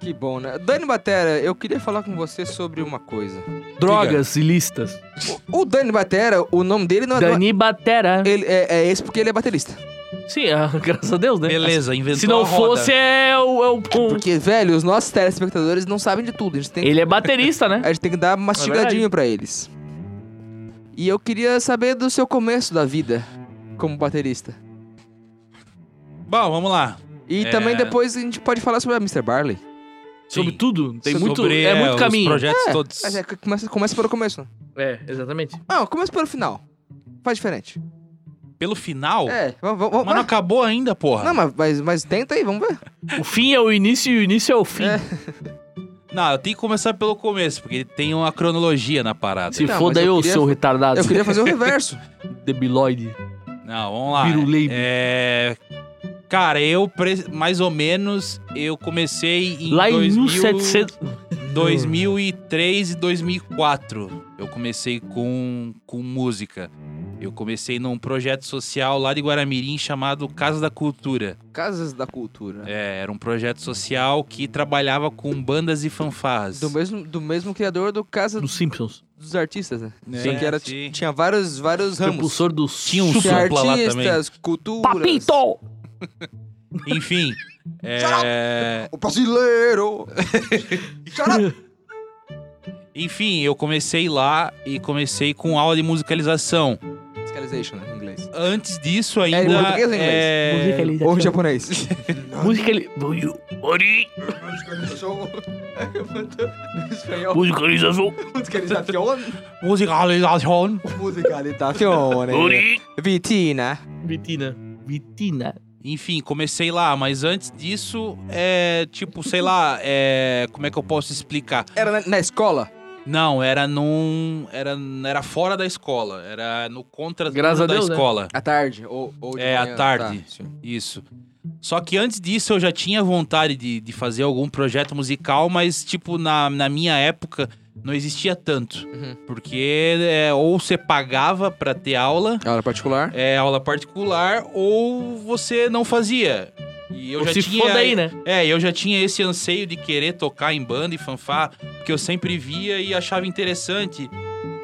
B: Que bom, né? Dani Batera, eu queria falar com você sobre uma coisa.
A: Drogas ilícitas.
B: O Dani Batera, o nome dele não é...
A: Dani Batera.
B: Ele é, é esse porque ele é baterista.
A: Sim, ah, graças a Deus, né?
C: Beleza, inventou
A: Se não
C: a roda.
A: fosse, é o. é o-
B: Porque, velho, os nossos telespectadores não sabem de tudo. A gente tem que,
A: Ele é baterista, né?
B: a gente tem que dar
C: É
B: mastigadinho pra eles. E eu queria saber do seu começo da vida como baterista.
C: Bom, vamos lá.
B: E
C: É.
B: também depois a gente pode falar sobre a Mr. Barley.
A: Sobre
C: Sim.
A: tudo. Tem muito,
C: Sobre,
A: é muito
C: os
A: caminho.
C: projetos
B: É,
C: todos.
B: Mas é, começa, começa pelo começo.
A: É, exatamente.
B: Não, começa pelo final. faz diferente.
C: Pelo final?
B: É, vamos, vamos,
C: Mas não
B: vamos.
C: acabou ainda, porra.
B: Não, mas, mas, mas tenta aí, vamos ver.
A: O fim é o início e o início é o fim.
B: É.
C: Não, eu tenho que começar pelo começo, porque tem uma cronologia na parada.
A: Se
B: Não, mas
A: foda
B: eu
A: eu,
B: queria-
A: sou retardado.
B: Eu queria fazer o reverso.
A: Debiloide.
C: Não, vamos lá.
A: Piruleibe.
C: É... Cara, eu, pre- mais ou menos, eu comecei em
A: Lá em
C: 2000,
A: 1700...
C: 2003 e 2004. Eu comecei com, com música. Eu comecei num projeto social lá de Guaramirim chamado Casa da Cultura.
B: Casas da Cultura.
C: É, era um projeto social que trabalhava com bandas e fanfarras.
B: Do mesmo, do mesmo criador do Casa
A: Dos Simpsons.
B: dos Artistas, né?
C: É,
B: Só que era,
C: sim.
B: tinha vários, vários ramos.
A: Propulsor dos
C: Tinha um
B: Tinha
A: super-
C: supla lá
B: artistas, culturas.
A: Papito!
C: Enfim. é,
B: O brasileiro! Chora-
C: Enfim, eu comecei lá e comecei com aula de musicalização.
B: Musicalization, né? Em inglês.
C: Antes disso
B: em
C: ainda.
B: português ou em inglês?
C: é,
B: Ou em japonês.
A: Musicalização.
B: Espanhol.
A: Musicalização.
B: Musicalização.
C: Musicalização.
B: Musicalização, né? Vitina.
A: É. Vitina. Vitina.
C: Enfim, comecei lá, mas antes disso, é. Tipo, sei lá, é. Como é que eu posso explicar?
B: Era na, na escola?
C: Não, era num. Era, era fora da escola. Era no contra
A: Graças a
C: da
A: Deus, né?
C: escola.
B: À tarde? Ou, ou de
C: É, à
B: manhã?
C: tarde.
B: Tá, sim.
C: Isso. Só que antes disso eu já tinha vontade de, de fazer algum projeto musical, mas, tipo, na, na minha época não existia tanto.
B: Uhum.
C: Porque é, ou você pagava pra ter aula,
B: Aula particular?
C: é, aula particular, ou você não fazia. E eu
A: Ou
C: já
A: se
C: tinha.
A: foda aí, né?
C: É, eu já tinha esse anseio de querer tocar em banda e fanfar, porque eu sempre via e achava interessante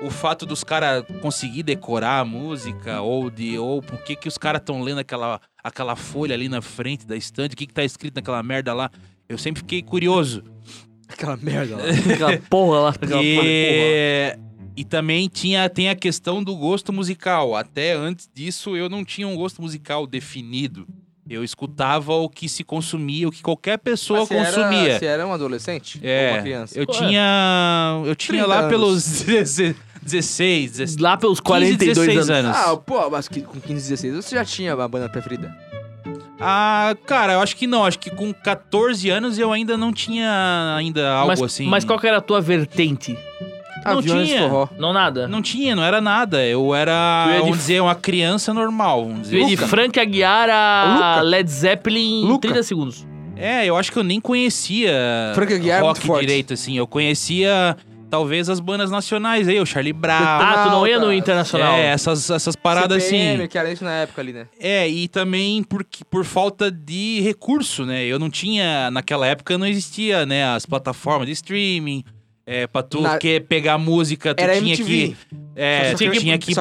C: o fato dos caras conseguir decorar a música ou de ou por que que os caras estão lendo aquela aquela folha ali na frente da estante, o que que tá escrito naquela merda lá. Eu sempre fiquei curioso.
B: Aquela merda lá.
A: Aquela porra lá. Aquela porra.
C: E, e também tinha, tem a questão do gosto musical. Até antes disso, eu não tinha um gosto musical definido. Eu escutava o que se consumia, o que qualquer pessoa
B: Mas você era-
C: consumia.
B: Você era um adolescente?
C: É,
B: Ou uma criança?
C: Eu
A: Pô, é.
C: tinha. Eu tinha
B: 30
C: lá
B: anos.
C: pelos 16, 16
A: Lá pelos
C: 42
A: 42 anos.
C: anos.
B: Ah, pô, mas que- com 15, 16 você já tinha a banda preferida?
C: Ah, cara, eu acho que não. Acho que com 14 anos eu ainda não tinha ainda algo
A: mas,
C: assim.
A: mas qual que era a tua vertente?
C: Não
B: Aviões
C: tinha.
B: Forró.
A: Não nada.
C: Não tinha, não era nada. Eu era,
A: Tu
B: é
A: ia de-
C: vamos dizer, uma criança normal. Vamos
A: Tu ia
C: dizer.
A: de
C: assim.
A: Frank Aguiar a
B: Luca.
A: Led Zeppelin em
B: Luca.
A: 30 segundos.
C: É, eu acho que eu nem conhecia
B: Frank Aguiar é muito
C: Ah, rock
B: forte.
C: direito, assim. Eu conhecia talvez as bandas nacionais aí, o Charlie Brown.
A: Ah, tu não ia no
B: Altas.
A: Internacional.
C: É, essas, essas paradas assim.
B: CPM, que era isso na época ali, né?
C: É, e também porque, por falta de recurso, né? Eu não tinha, naquela época não existia, né? As plataformas de streaming. É, pra tu
B: Na-
C: que pegar música, tu
B: Era
C: tinha
B: MTV.
C: que. É,
B: Só que-
C: tu tinha
B: só
C: que
B: que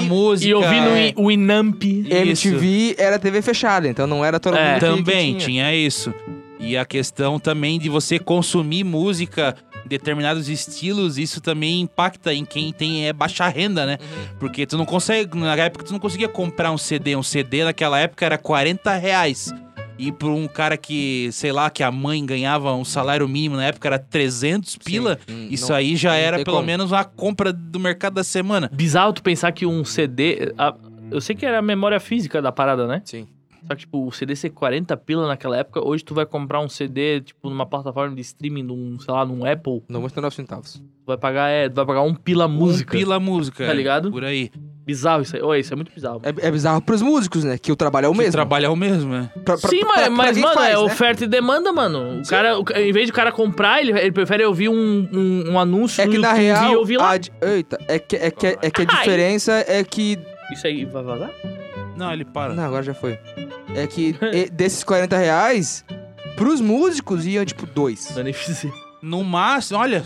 B: MTV
C: a música.
A: E ouvindo
C: é,
A: o Inamp.
C: isso.
B: MTV era TV fechada, então não era todo
A: É,
B: mundo que- que
C: Também
B: tinha.
C: tinha isso. E a questão também de você consumir música, determinados estilos, isso também impacta em quem tem é, baixa renda, né?
B: Uhum.
C: Porque tu não consegue, na época tu não conseguia comprar um CD. Um CD naquela época era 40 reais. E pra um cara que, sei lá, que a mãe ganhava um salário mínimo na época era 300 pila,
B: Sim,
C: isso
B: não-
C: aí já
B: não
C: era
B: tem
C: pelo
B: como.
C: menos uma compra do mercado da semana.
A: Bizarro tu pensar que um CD. a- eu sei que era a memória física da parada, né?
B: Sim.
A: Só que, tipo, o CD ser 40 pila naquela época, hoje tu vai comprar um CD, tipo, numa plataforma de streaming, num, sei lá, num Apple,
B: Não, 99 centavos.
A: tu vai pagar, é, tu vai pagar um pila música.
C: Um pila música.
A: Tá ligado?
C: Por aí.
A: Bizarro isso aí. Olha, isso é muito bizarro.
B: É, é bizarro pros músicos, né? Que o trabalho é o
C: Que
B: mesmo.
C: Trabalhar o mesmo, né?
B: Pra- pra-
A: Sim,
B: pra-
A: mas,
B: pra
A: mas,
B: quem
A: mano,
B: faz,
A: é
B: né?
A: oferta e demanda, mano. O cara, o ca- em vez de o cara comprar, ele, ele prefere ouvir um, um, um anúncio
B: É que
A: no
B: na
A: YouTube e
B: real.
A: ouvir lá.
B: a di- Eita, é que, é, que, é que a
A: Ai.
B: diferença é que.
A: Isso aí vai vazar?
C: Não, ele para.
B: Não, agora já foi. É que e- desses 40 reais, pros músicos iam tipo dois.
A: Beneficia.
C: No máximo, olha.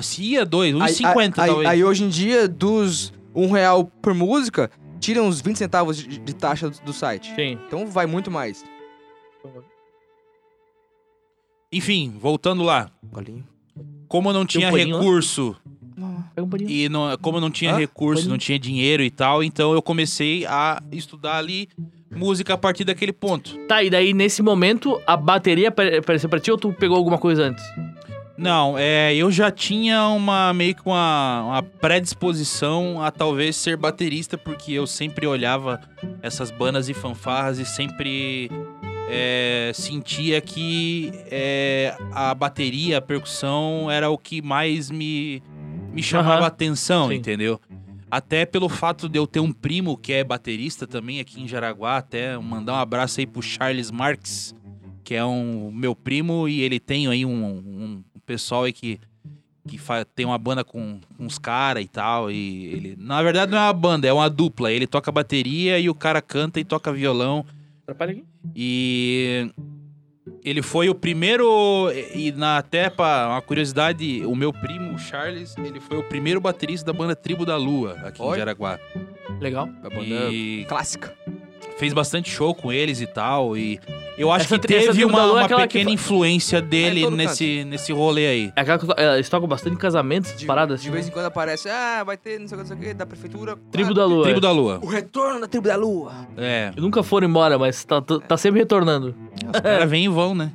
C: Se ia dois,
B: Aí-
C: 1,50
B: aí-
C: talvez.
B: Aí hoje em dia, dos um real por música, tira uns 20 centavos de, de taxa do, do site.
A: Sim.
B: Então vai muito mais.
C: Enfim, voltando lá.
B: Golinho.
C: Como eu não
A: Tem um
C: tinha
A: coelhinho lá?
C: recurso
A: Pega um paninho.
C: E não, como eu não tinha
B: Hã?
C: recurso,
A: Pode-
C: não tinha dinheiro e tal, então eu comecei a estudar ali música a partir daquele ponto.
A: Tá, e daí nesse momento a bateria apare- apareceu pra ti ou tu pegou alguma coisa antes?
C: Não, é, eu já tinha uma meio que uma, uma predisposição a talvez ser baterista, porque eu sempre olhava essas bandas e fanfarras e sempre é, sentia que é, a bateria, a percussão era o que mais me, me chamava
A: Aham.
C: atenção,
A: Sim.
C: entendeu? Até pelo fato de eu ter um primo que é baterista também aqui em Jaraguá, até mandar um abraço aí pro Charles Marques, que é um meu primo, e ele tem aí um, um pessoal aí que, que fa- tem uma banda com, com uns caras e tal. E ele. Na verdade, não é uma banda, é uma dupla. Ele toca bateria e o cara canta e toca violão.
A: Atrapalha aqui.
C: E ele foi o primeiro e na até pra uma curiosidade, o meu primo o Charles, ele foi o primeiro baterista da banda Tribo da Lua aqui
B: Olha.
C: em Jaraguá.
A: Legal.
B: A banda
C: E
B: clássica.
C: fez bastante show com eles e tal e eu acho
A: Essa
C: que
A: tri- essa
C: teve
A: Tribo
C: uma,
A: da Lua é
C: uma
A: aquela que
C: pequena
A: fa-
C: influência
B: É, em
C: dele
B: todo
C: nesse nesse rolê aí.
A: É aquela que eu to- é, eles tocam bastante em casamentos, essas
B: De,
A: paradas. assim, né?
B: de vez em quando aparece, ah, vai ter não sei o que, não sei o que, da prefeitura.
A: Tribo
B: Ah,
A: da Lua.
C: Tribo
A: é.
C: da Lua.
B: O retorno da tribo da lua.
C: É.
A: Que Nunca foram embora, mas tá, tá- tá sempre retornando.
C: Os caras vêm e vão, né?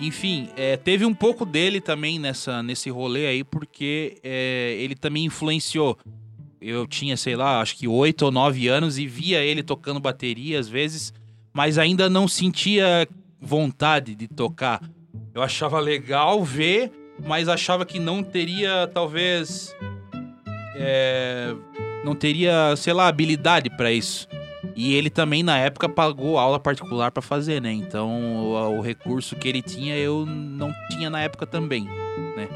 C: Enfim, é, teve um pouco dele também nessa, nesse rolê aí, porque é, ele também influenciou. Eu tinha, sei lá, acho que oito ou nove anos e via ele tocando bateria às vezes, mas ainda não sentia vontade de tocar. Eu achava legal ver, mas achava que não teria, talvez. é, não teria, sei lá, habilidade pra isso. E ele também, na época, pagou aula particular pra fazer, né? Então, o, o recurso que ele tinha, eu não tinha na época também, né?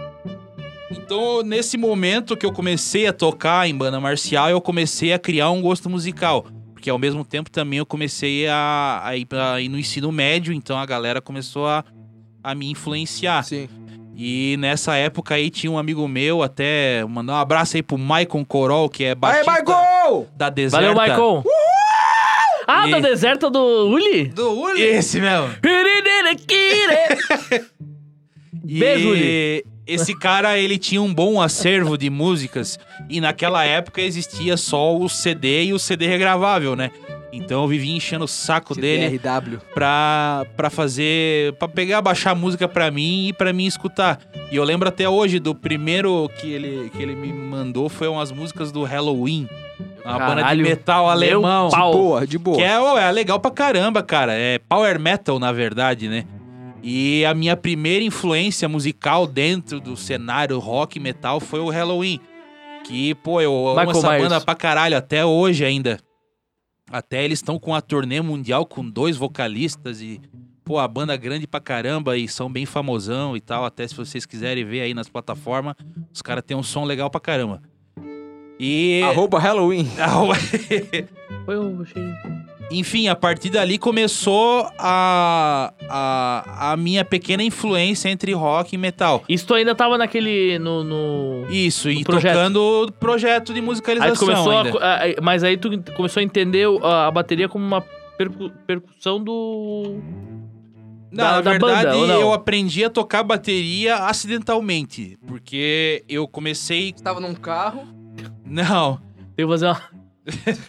C: Então, nesse momento que eu comecei a tocar em banda marcial, eu comecei a criar um gosto musical. Porque, ao mesmo tempo, também eu comecei a, a, ir, pra- a ir no ensino médio. Então, a galera começou a, a me influenciar.
B: Ah, Sim.
C: E nessa época aí, tinha um amigo meu, até... Mandar um abraço aí pro Maicon Corol, que é
B: Aí,
C: batista
B: Michael!
C: da Deserta.
A: Valeu, Maicon! Ah,
C: E-
A: da deserta do Uli?
B: Do Uli!
C: Esse mesmo. E
A: Beijo, Uli.
C: Esse cara, ele tinha um bom acervo de músicas. E naquela época existia só o CD e o CD regravável, né? Então eu vivia enchendo o saco dele
B: RW.
C: pra, pra fazer. pra pegar, baixar a música pra mim e pra mim escutar. E eu lembro até hoje do primeiro que ele, que ele me mandou foi umas músicas do Halloween. Uma banda de
A: Caralho.
C: metal alemão.
A: pau.
B: Boa, de boa.
C: Que é, ó, é legal pra caramba, cara. É power metal, na verdade, né? E a minha primeira influência musical dentro do cenário rock e metal foi o Halloween. Que, pô, eu amo
A: Michael
C: essa
A: Myers.
C: banda pra caralho, até hoje ainda. Até eles estão com a turnê mundial com dois vocalistas e, pô, a banda grande pra caramba e são bem famosão e tal. Até se vocês quiserem ver aí nas plataformas, os caras têm um som legal pra caramba. E.
B: Arroba Halloween.
C: Arroba-
A: Foi eu, achei.
C: enfim, a partir dali começou a, a, a minha pequena influência entre rock e metal.
A: Isso tu ainda tava naquele. no. no...
C: Isso, e
A: projeto.
C: tocando projeto
A: Aí
C: de
A: tu
C: musicalização
A: começou a-
C: ainda.
A: a- a- Mas aí tu começou a entender o- a, a bateria como uma percu- percussão do.
C: Não,
A: da-
C: na
A: da banda,
C: verdade,
A: ou não?
C: eu aprendi a tocar bateria acidentalmente, porque eu comecei...
B: Você tava num carro,
C: Não,
A: Tem que fazer uma.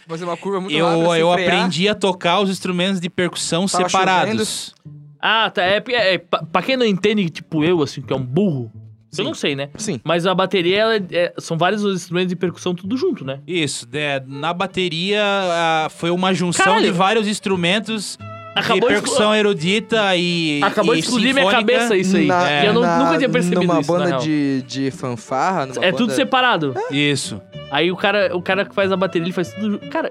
B: fazer uma curva muito rápida,
C: eu,
B: sem
C: eu
B: frear.
C: aprendi a tocar os instrumentos de percussão
B: Tava
C: separados.
A: Ah, tá. É, é, é, pra, pra quem não entende, tipo eu, assim, que é um burro.
B: Sim.
A: Eu não sei, né?
B: Sim.
A: Mas a bateria, ela é- são vários os instrumentos de percussão tudo junto, né?
C: Isso, né, na bateria ah, foi uma junção
A: Caralho.
C: de vários instrumentos
A: Acabou
C: e
A: de-
C: percussão erudita e.
A: Acabou
C: e
A: de explodir minha
C: sinfônica.
A: cabeça isso aí.
B: Na-
C: É.
A: E eu não-
B: É na-
A: nunca tinha percebido
B: numa
A: isso, na
B: Banda
A: real.
B: de, de fanfarra, numa
A: é
B: banda...
A: tudo separado.
C: Isso.
A: Aí o cara, o cara que faz a bateria, ele faz tudo. ju- Cara,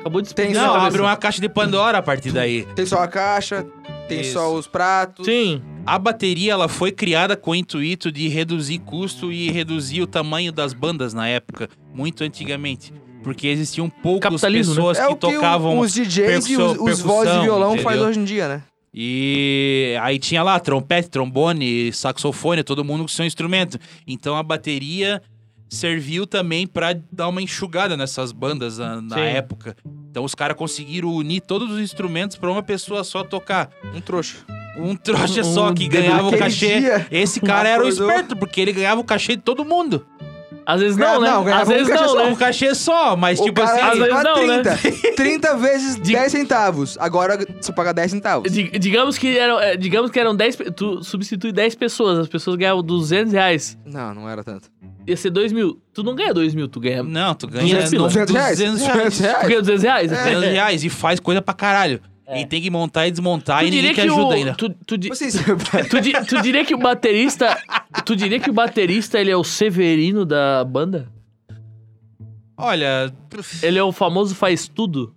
A: acabou de explodir.
B: Tem um
A: minha
C: Não,
A: cabeça.
C: abre uma caixa de Pandora a partir daí.
B: Tem só a caixa, tem
C: Isso.
B: só os pratos.
A: Sim.
C: A bateria ela foi criada com o intuito de reduzir custo e reduzir o tamanho das bandas na época, muito antigamente. Porque existiam poucas
A: Capitalismo, né?
C: pessoas
B: É
C: que
B: o que
C: tocavam.
B: o- os DJs e os,
C: percussão-
B: os vozes e
C: percussão,
B: violão faz
C: entendeu?
B: hoje em dia, né?
C: E aí tinha lá trompete, trombone, saxofone, todo mundo com seu instrumento. Então a bateria serviu também pra dar uma enxugada nessas bandas na, na
A: Sim.
C: época. Então os caras conseguiram unir todos os instrumentos pra uma pessoa só tocar.
B: Um trouxa.
C: Um trouxa
A: Um
C: só que
A: dedo
C: ganhava o
B: Naquele
C: cachê.
B: dia,
C: Esse cara era o
B: acordou.
C: esperto, porque ele ganhava o cachê de todo mundo.
A: Às vezes
B: Ganhava-
A: não, né?
B: não,
A: Às
B: ganhava um
A: vezes
B: cachê
A: não,
B: só,
A: né?
C: Um cachê só, mas
B: O
C: tipo
B: cara
A: às
C: assim.
A: vezes
B: pagava
A: não, né?
B: 30. 30 vezes
A: De-
B: 10 centavos. Agora você paga 10 centavos.
A: Di- Digamos que eram, é, digamos que eram 10. pe- Tu substitui 10 pessoas, as pessoas ganhavam 200 reais.
B: Não, não era tanto.
A: Ia ser 2 mil. Tu não ganha 2 mil, tu ganha.
C: Não, tu ganha
A: 200 pila.
B: 200 reais?
C: 200
B: 200 reais.
A: Tu ganha 200 reais.
B: É.
C: 200 reais e faz coisa pra caralho. E tem que montar e desmontar
A: É. Tu
C: e ninguém
A: diria
C: que
A: que
C: ajuda
A: o.
C: ainda.
A: Tu, tu, di-
B: Tipo assim,
A: tu di- tu diria que o baterista. Tu diria que o baterista ele é o Severino da banda?
C: Olha,
A: Ele é o famoso faz tudo?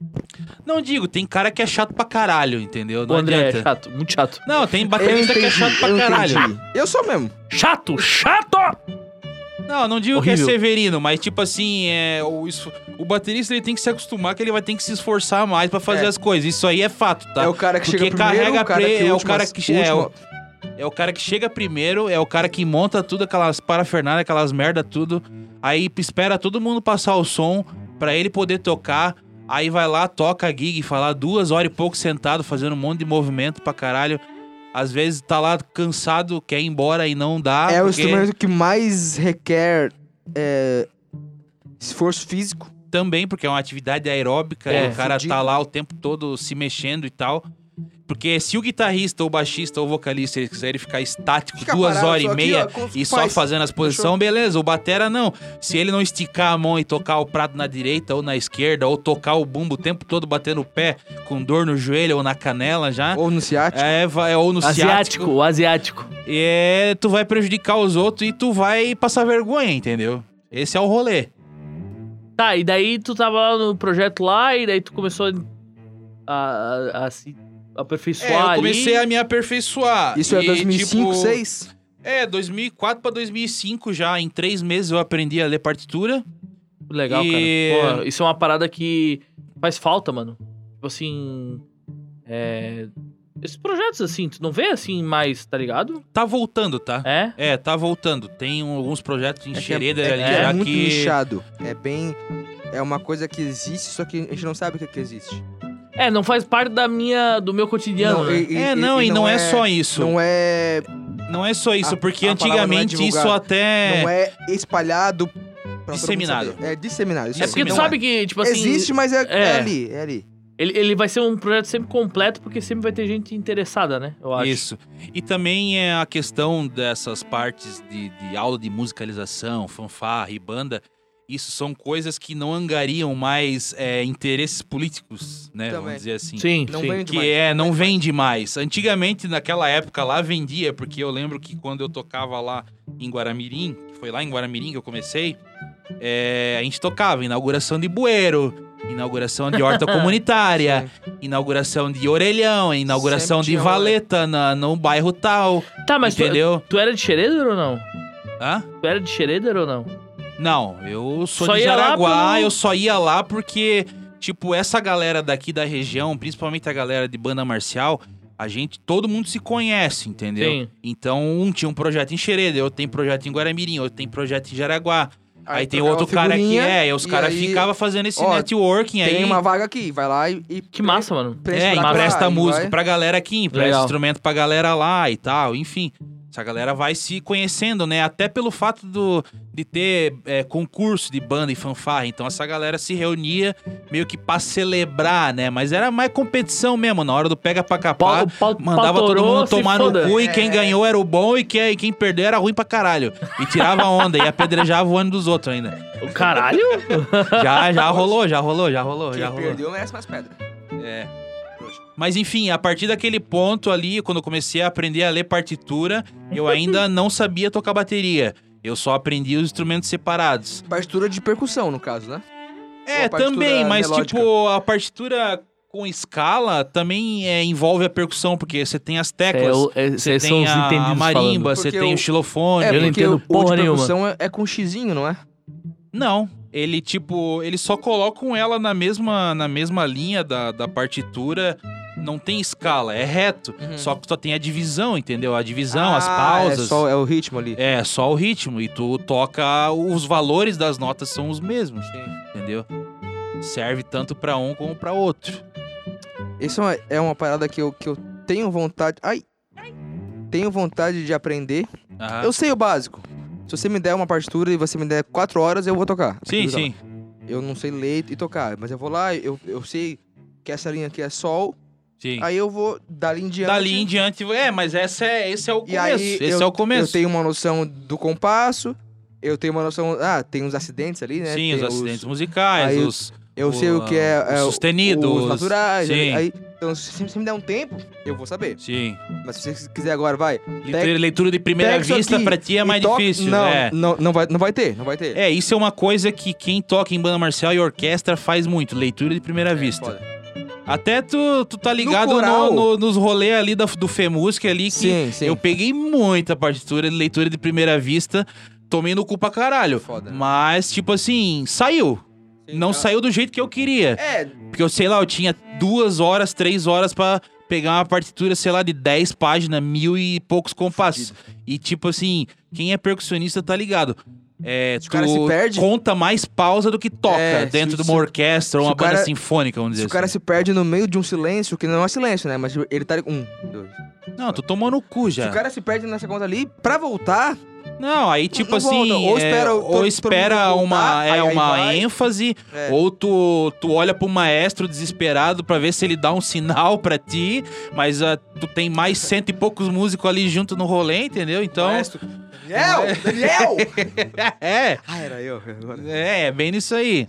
C: não digo, tem cara que é chato pra caralho, entendeu? Não
A: o André é
C: adianta.
A: chato, muito chato.
C: Não, tem
B: eu
C: baterista
B: entendi,
C: que é chato pra
B: eu
C: caralho.
B: entendi. Eu sou mesmo.
A: Chato, chato!
C: Não, não digo
A: Horrível.
C: que é severino, mas tipo assim, é, o, esfo- o baterista ele tem que se acostumar que ele vai ter que se esforçar mais pra fazer
B: É.
C: as coisas. Isso aí é fato, tá?
B: É o cara que
C: Porque
B: chega primeiro,
C: carrega
B: o cara
C: pre-
B: que
C: é o
B: última-
C: cara que- é,
B: última-
C: É o cara que chega primeiro, é o cara que monta tudo, aquelas parafernália, aquelas merda, tudo. Aí espera todo mundo passar o som pra ele poder tocar. Aí vai lá, toca a gig, falar duas horas e pouco sentado, fazendo um monte de movimento pra caralho. Às vezes tá lá cansado, quer ir embora e não dá.
B: é o
C: Ah, porque
B: instrumento que mais requer é, esforço físico.
C: Também, porque é uma atividade aeróbica
A: É,
C: e o cara
B: fudido.
C: tá lá o tempo todo se mexendo e tal. Porque se o guitarrista, ou baixista, ou vocalista, eles quiserem ficar estático
B: Fica
C: duas
B: parado
C: horas
B: só
C: e
B: aqui,
C: meia,
B: ó, como
C: e só
B: faz.
C: fazendo as posições, beleza. O Batera não. Se ele não esticar a mão e tocar o prato na direita ou na esquerda, ou tocar o bumbo o tempo todo batendo o pé, com dor no joelho ou na canela já.
B: Ou no ciático.
C: É, vai, ou no
A: Asiático,
C: ciático.
A: o asiático.
C: É, tu vai prejudicar os outros e tu vai passar vergonha, entendeu? Esse é o rolê.
A: Tá, e daí tu tava lá no projeto lá, e daí tu começou a, a, a se
C: É,
A: aperfeiçoar
C: eu comecei
A: ali.
C: a me aperfeiçoar.
B: Isso é
C: E,
B: 2005,
C: tipo,
B: 2006?
C: É, 2004 pra 2005 já. Em três meses eu aprendi a ler partitura.
A: Legal,
C: E-
A: cara. Pô, isso é uma parada que faz falta, mano. Tipo assim. É. Esses projetos assim, tu não vê assim mais, tá ligado?
C: Tá voltando, tá?
A: É?
C: É, tá voltando. Tem um- alguns projetos em
B: É que
C: Xereda
B: é,
C: ali
A: é
C: já
B: muito
C: que.
B: nichado. É bem... É uma coisa que existe, só que a gente não sabe o que, que existe.
A: É, não faz parte da minha, do meu cotidiano. né?
B: e- e-
C: É, não, e não, é, só isso. Não,
B: Não é,
C: é só isso,
B: A-
C: porque
B: a palavra não é
C: antigamente isso
B: divulgada.
C: até.
B: não é espalhado... pra todo mundo
C: Disseminado.
B: saber. É disseminado. isso
A: É
B: aí.
A: porque tu
B: Não
A: sabe que, tipo assim.
B: Existe, mas é, é
A: é.
B: ali, é ali.
A: Ele, ele vai ser um projeto sempre completo, porque sempre vai ter gente interessada, né? Eu acho.
C: é Isso. E também é a questão dessas partes de, de aula de musicalização, fanfarra e banda. Isso são coisas que não angariam mais é, interesses políticos, né?
B: Também.
C: Vamos dizer assim.
A: Sim,
B: Não
A: sim.
B: vem
C: Que é, não vende mais. Antigamente, naquela época lá, vendia, porque eu lembro que quando eu tocava lá em Guaramirim, que foi lá em Guaramirim que eu comecei, é, a gente tocava inauguração de bueiro, inauguração de horta comunitária, inauguração de orelhão, inauguração
B: Sempre
C: de
B: tinha um, né?
C: valeta na, no bairro tal,
A: Tá, mas tu,
C: entendeu?
A: tu era de Xereder ou não?
C: Hã?
A: Tu era de Xereder ou não?
C: Não, eu sou
A: Só
C: de
A: ia lá
C: Jaraguá,
A: pelo-
C: eu só ia lá porque, tipo, essa galera daqui da região, principalmente a galera de banda marcial, a gente, todo mundo se conhece, entendeu?
A: Sim.
C: Então, um tinha um projeto em Xereda, eu tenho projeto em Guaramirim, eu tenho projeto em Jaraguá. Aí, tem
B: trocava
C: outro cara que
B: figurinha,
C: é, e os
B: e
C: caras
B: aí
C: ficavam fazendo esse
B: ó,
C: networking aí.
B: Tem uma vaga aqui, vai lá e... e
A: Que massa, mano.
C: É,
A: pra
C: empresta
B: caralho,
C: música
B: vai.
C: pra galera aqui, empresta
A: Legal.
C: instrumento pra galera lá e tal, enfim. Essa galera vai se conhecendo, né? Até pelo fato do, de ter é, concurso de banda e fanfarra. Então essa galera se reunia meio que pra celebrar, né? Mas era mais competição mesmo, na hora do pega pra capar.
A: Paulo, Paulo,
C: Mandava todo
A: Patorou,
C: mundo
A: se
C: tomar no
A: foda.
C: cu e quem
B: É.
C: ganhou era o bom e quem, quem perdeu era ruim pra caralho. E tirava onda e apedrejava o ânimo dos outros ainda.
A: Caralho!
C: Já, já rolou, já rolou, já rolou, já
B: Quem
C: rolou.
B: perdeu merece mais pedra.
C: É. Mas enfim, a partir daquele ponto ali, quando eu comecei a aprender a ler partitura, eu ainda não sabia tocar bateria. Eu só aprendi os instrumentos separados.
B: Partitura de percussão, no caso, né?
C: É,
B: a partitura
C: também, mas
B: melódica.
C: tipo, a partitura com escala também é, envolve a percussão, porque você tem as
A: É,
C: teclas.
A: eu- é,
C: Você
A: Vocês são
C: tem
A: os
C: a
A: entendidos falando.
C: marimba, você
B: Porque É,
C: tem
B: o-
C: o xilofone.
A: eu não
B: porque
A: entendo
B: o-
A: porra
B: o de
A: nenhuma.
B: percussão é, é com xizinho, não é?
C: Não, ele tipo, eles só colocam ela na mesma, na mesma linha da, da partitura. Não tem escala, é reto.
B: Uhum.
C: Só que só tem a divisão, entendeu? A divisão, as
B: Ah,
C: pausas.
B: É, só, é o ritmo ali.
C: É, só o ritmo. E tu toca. Os valores das notas são os mesmos, entendeu? Serve tanto pra um como pra outro.
B: Isso é uma, é uma parada que eu, que eu tenho vontade. Ai! Tenho vontade de aprender.
C: Aham.
B: Eu sei o básico. Se você me der uma partitura e você me der quatro horas, eu vou tocar.
C: Sim,
B: Aquilo tá lá.
C: sim.
B: Eu não sei ler e tocar, mas eu vou lá, eu, eu sei que essa linha aqui é sol,
C: Sim.
B: aí eu vou dali em diante.
C: Dali em diante, é, mas essa é, esse é o
B: E
C: começo.
B: aí
C: esse
B: eu-
C: é o começo.
B: Eu tenho uma noção do compasso, eu tenho uma noção. Ah, tem uns acidentes ali, né?
C: Sim,
B: Tem
C: os acidentes musicais,
B: aí
C: os
B: Eu
C: o-
B: sei o que é. é, o-
C: sustenidos.
B: Os naturais.
C: Sim.
B: Aí, então, se se você me der um tempo, eu vou saber.
C: Sim.
B: Mas se você quiser agora, vai.
C: Leitura, leitura de primeira
B: pega isso
C: vista
B: aqui
C: pra ti é
B: e
C: mais
B: toca-
C: difícil,
B: não, né?
C: é.
B: Não, não, vai, não vai ter, não vai ter.
C: É, isso é uma coisa que quem toca em banda marcial e orquestra faz muito, leitura de primeira vista.
B: É, foda.
C: Até tu, tu tá ligado no
B: coral-
C: no- nos rolês ali da, do FEMUSC ali que
B: Sim, sim.
C: eu peguei muita partitura de leitura de primeira vista, tomei no cu pra caralho.
B: Foda.
C: Mas, tipo assim, saiu.
B: Sim,
C: não
B: tá.
C: saiu do jeito que eu queria.
B: É,
C: Porque eu sei lá, eu tinha duas horas, três horas pra pegar uma partitura, sei lá, de 10 páginas, mil e poucos compassos. E tipo assim, quem é percussionista tá ligado. É,
B: o cara se
C: tu
B: perde-
C: conta mais pausa do que toca
B: É, se-
C: dentro de
B: se-
C: uma orquestra ou
B: se
C: uma
B: o
C: banda
B: cara-
C: sinfônica, vamos
B: se
C: dizer
B: o cara
C: assim.
B: se perde no meio de um silêncio, que não é silêncio, né? Mas ele tá. Um, dois.
C: assim. Não, tu tomou no cu
B: Se
C: já.
B: o cara se perde nessa conta ali, pra voltar,
C: Não, aí tipo
B: não
C: assim,
B: volta. Ou
C: é,
B: espera o-
C: ou
B: todo- todo
C: espera
B: mundo
C: uma,
B: voltar,
C: é,
B: aí- aí
C: uma
B: vai.
C: ênfase,
B: É.
C: ou tu, tu olha pro maestro desesperado pra ver se ele dá um sinal pra ti, mas ah, tu tem mais cento e poucos músicos ali junto no rolê, entendeu? Então,
B: Maestro. Daniel! Daniel!
C: é,
B: ah, era eu agora.
C: é, é bem nisso aí.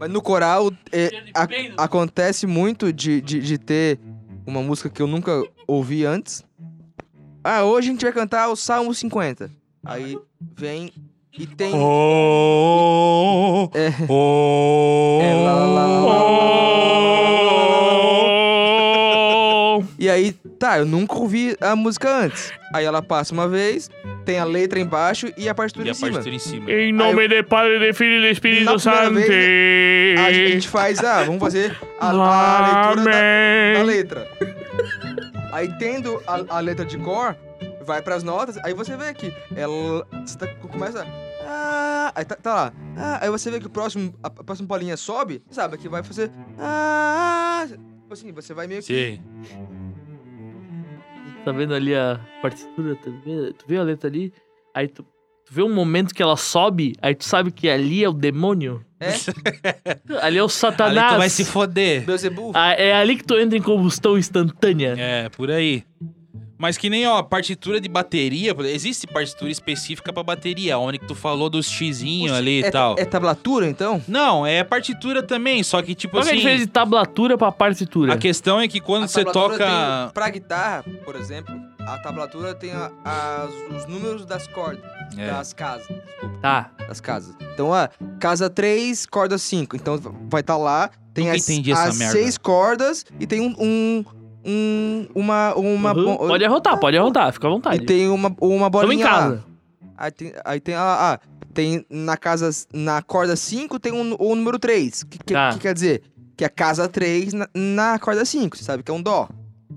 B: Mas no coral é,
A: Cheiro de
B: a-
A: peido.
B: acontece muito de, de, de ter uma música que eu nunca ouvi antes. Ah, hoje a gente vai cantar o Salmo 50. Aí vem e tem.
C: Oh,
B: É.
C: oh,
B: É, lá, lá, lá, lá, E aí, tá, eu nunca ouvi a música antes. Aí ela passa uma vez, tem a letra embaixo e a partitura
C: E
B: em
C: a
B: cima.
C: partitura em cima.
A: Em nome de Pai, de Filho e do
B: Na
A: Espírito
B: primeira
A: Santo.
B: vez, né? A gente faz, ah, vamos fazer a, a leitura da, da
A: Amém.
B: letra. Aí tendo a, a letra de cor, vai pras notas, aí você vê que ela você tá- começa ah, aí tá, tá lá. Ah, aí você vê que o próximo a, a próxima bolinha sobe, sabe que vai fazer ah, tipo assim, você vai meio que
C: Sim.
A: Tá vendo ali a partitura? Tá vendo? Tu vê a letra ali? Aí tu, tu vê um momento que ela sobe, aí tu sabe que ali é o demônio.
B: é
A: Ali é o
C: Ali
A: Satanás.
C: tu vai se foder.
B: Beelzebub.
A: Ah, é ali que tu entra em combustão instantânea.
C: É, por aí. Mas que nem, ó, partitura de bateria. por- Existe partitura específica pra bateria, onde que tu falou dos xizinho ali
B: é,
C: e tal.
B: É tablatura então?
C: Não, é partitura também, só que tipo
A: Qual que é a
C: assim.
A: diferença de tablatura pra partitura?
C: A questão é que quando
B: A
C: você
B: tablatura
C: toca.
B: tem- pra guitarra, por exemplo, a tablatura tem a- as- os números das cordas,
C: É.
B: das casas, desculpa.
A: Tá.
B: das casas. Então, ah, casa 3, corda 5. Então vai estar lá, tem
C: Nunca
B: as,
C: entendi essa
B: as
C: merda.
B: seis cordas e tem um. um, um- uma. uma
A: Uhum.
B: bo-
A: Pode arrotar, pode arrotar, fica à
B: E
A: vontade.
B: tem uma, uma
A: Tamo em
B: bolinha. lá.
A: casa.
B: Aí tem. Aí tem ah, ah, tem na casa. Na corda 5 tem um, o número 3. O que, que,
A: Tá.
B: que quer dizer? Que é casa 3 na, na corda 5. Você sabe que é um dó.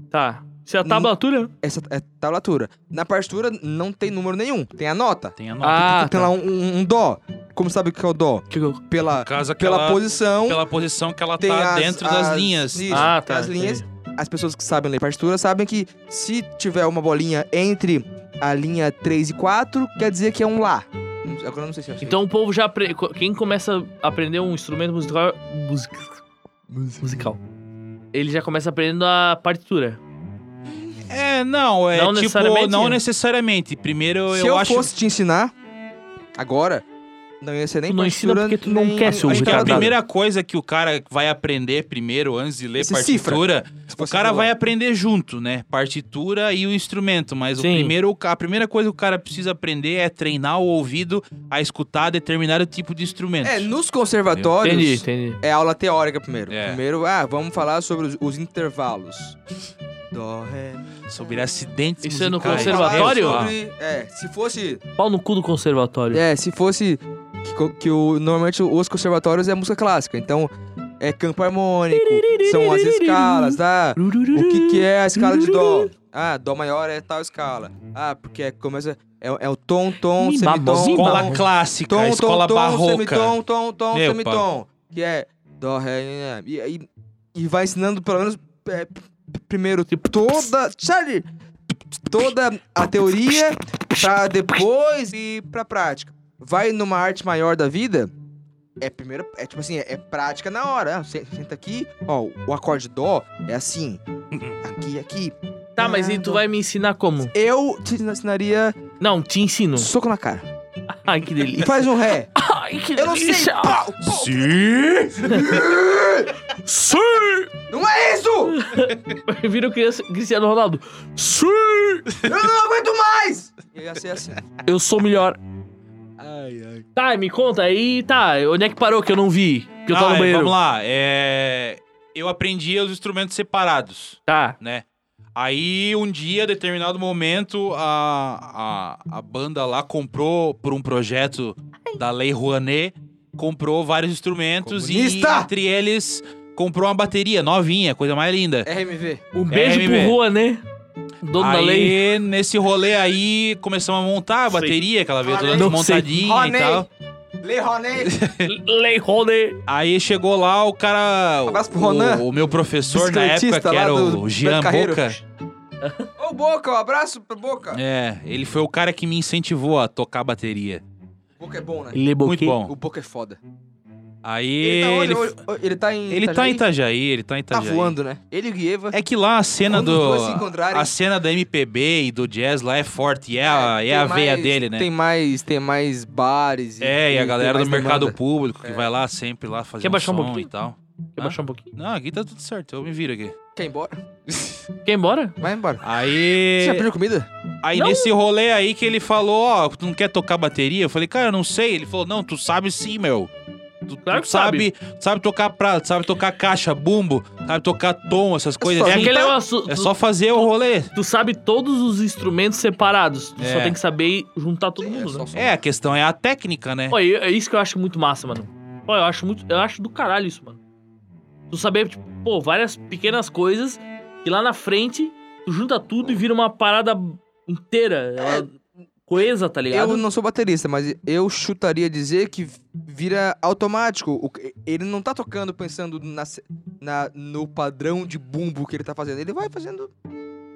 A: Tá. Se
B: Hum.
A: a tablatura.
B: Essa é tablatura. Na partitura não tem número nenhum. Tem a nota.
C: Tem a nota.
A: Ah,
B: tem
A: tá.
B: lá um, um- um dó. Como sabe o que é o dó? Pela,
C: Caso
B: pela
C: aquela-
B: posição.
C: Pela posição que ela
B: tem
C: tá
B: as-
C: dentro das
B: as-
C: linhas.
B: isso,
A: Ah,
B: tem
A: tá,
B: As linhas, as pessoas que sabem ler partitura sabem que se tiver uma bolinha entre a linha 3 e 4, quer dizer que é um lá. Não sei- Agora eu não sei se é assim.
A: Então o povo já. apre- co- Quem começa a aprender um instrumento musical. music- Musical. Ele já começa aprendendo a partitura.
C: É, não, é
A: Não
C: tipo.
A: necessariamente.
C: Não necessariamente. Primeiro
B: se
C: eu,
B: eu,
C: acho.
B: fosse te ensinar agora, não ia ser nem
A: Tu não ensina
B: partitura,
A: porque tu não
B: nem-
A: quer ser um
B: nem
C: Acho que a
A: retardado.
C: primeira coisa que o cara vai aprender primeiro, antes de ler
B: Esse
C: partitura,
B: Se
C: O
B: fosse É,
C: cara
B: violão.
C: vai aprender junto, né? Partitura e o instrumento, mas o
A: Sim.
C: primeiro, a primeira coisa que o cara precisa aprender é treinar o ouvido a escutar determinado tipo de instrumento.
B: É, nos conservatórios
A: Entendi, entendi.
B: é aula teórica primeiro.
C: É.
B: Primeiro, ah, vamos falar sobre os, os intervalos. Dó, ré.
C: Sobre acidentes
A: Isso é no
C: musicais.
A: conservatório?
B: Falar sobre- é, se fosse
A: Pau no cu do conservatório.
B: É, se fosse que, co- que o, normalmente os conservatórios é música clássica, então é campo harmônico, são as escalas, tá? O que, que é a escala de dó? Ah, dó maior é tal escala. Ah, porque é- começa é, é o tom, tom,
A: Mi,
B: semitom,
A: babos, mi,
B: tom,
C: Ah, Escola
A: Não.
C: clássica,
B: tom,
C: escola
B: tom, tom,
C: barroca.
B: semitom, tom, tom,
C: Meu
B: semitom, que é dó, ré, né, né, e, e, e vai ensinando pelo menos é, p- primeiro toda, sabe? toda a teoria pra depois ir pra prática. Vai numa arte maior da vida, é primeiro, é tipo assim, é, é prática na hora. Ah, sen- Senta aqui, ó, o acorde dó é assim, aqui, aqui.
A: Tá, mas e tu vai me ensinar como?
B: Eu te ensinaria
A: Não, te ensino.
B: soco na cara.
A: Ai, que delícia.
B: Faz um ré.
A: Ai, que
B: Eu não sei.
A: delícia.
B: Pau, pau.
C: Sim!
A: Sim!
B: Não é isso!
A: Vira o criança- Cristiano Ronaldo. Sim!
B: Eu não aguento mais! Eu ia ser assim.
A: Eu sou melhor.
B: Ai, ai.
A: Tá, me conta aí, tá. Onde é que parou que eu não vi? Que eu tava
C: Ah,
A: no
C: é,
A: banheiro.
C: Vamos lá. é, Eu aprendi os instrumentos separados.
A: Tá.
C: né? Aí um dia, determinado momento, a, a, a banda lá comprou por um projeto da Lei Rouanet, comprou vários instrumentos
B: Comunista!
C: e entre eles comprou uma bateria novinha, coisa mais linda.
B: RMV.
A: Um beijo
C: MB.
A: pro Juan, né? Dono da
C: aí,
A: lei.
C: nesse rolê aí, começamos a montar a
A: Sei.
C: bateria, aquela veio toda
B: Não
A: sei.
C: desmontadinha e tal.
B: Lei Roney.
A: Lei Rone.
C: Aí chegou lá o cara.
B: Um Abraço pro
C: o-
B: Ronan.
C: O, meu professor na
B: Bicicletista
C: época, que
B: lá
C: era
B: do
C: o
B: Beto
C: Jean
B: Carreiro.
C: Boca.
B: Ô, Boca, um abraço pro Boca.
C: É, ele foi o cara que me incentivou a tocar bateria.
B: Boca é bom, né?
A: Ele
C: Muito bom.
B: O Boca é foda.
C: Aí
B: Ele tá, onde?
C: ele,
B: Hoje- hoje- ele tá em.
C: ele tá
B: Itajaí?
C: em Itajaí, ele tá em
B: Tá
C: Itajaí.
B: voando, né? Ele e o Guieva.
C: É que lá a cena
B: Quando os
C: do
B: dois se encontrarem-
C: a cena da MPB e do jazz lá é forte, e é, a, é
B: tem
C: a veia
B: mais-
C: dele, né?
B: Tem mais, tem mais bares.
C: É, e a
B: tem
C: galera do
B: mais
C: mercado
B: demanda.
C: público que
B: É.
C: vai lá sempre lá fazer
A: Quer
C: um
A: baixar um
C: som
A: pouquinho?
C: e tal.
A: Quer
C: Hã?
A: baixar um pouquinho?
C: Não, aqui tá tudo certo, eu me viro aqui.
B: Quer ir embora?
A: Quer ir embora?
B: Vai embora. Você
C: Aí,
B: já pediu comida?
C: aí
A: Não.
C: nesse rolê aí que ele falou, ó, tu não quer tocar bateria? Eu falei, cara, eu não sei. Ele falou, não, tu sabe sim, meu. Tu, tu
A: Claro que
C: sabe, tu sabe tocar prato, sabe tocar caixa, bumbo, sabe tocar tom, essas coisas.
B: só-
A: É
C: assim.
A: aquele
B: tá.
A: negócio.
C: É
A: tu-
C: só fazer o rolê.
A: Tu sabe todos os instrumentos separados. Tu só
C: É.
A: tem que saber juntar todo
B: É,
A: mundo,
B: só-
A: né?
B: só-
C: É, a questão é a técnica, né?
A: Pô, e- é isso que eu acho muito massa, mano. Pô, eu acho muito. Eu acho do caralho isso, mano. Tu saber, tipo, pô, várias pequenas coisas que lá na frente tu junta tudo e vira uma parada inteira. ela- coesa, tá ligado?
B: Eu não sou baterista, mas eu chutaria dizer que vira automático. O- Ele não tá tocando pensando na, se- na- no padrão de bumbo que ele tá fazendo. Ele vai fazendo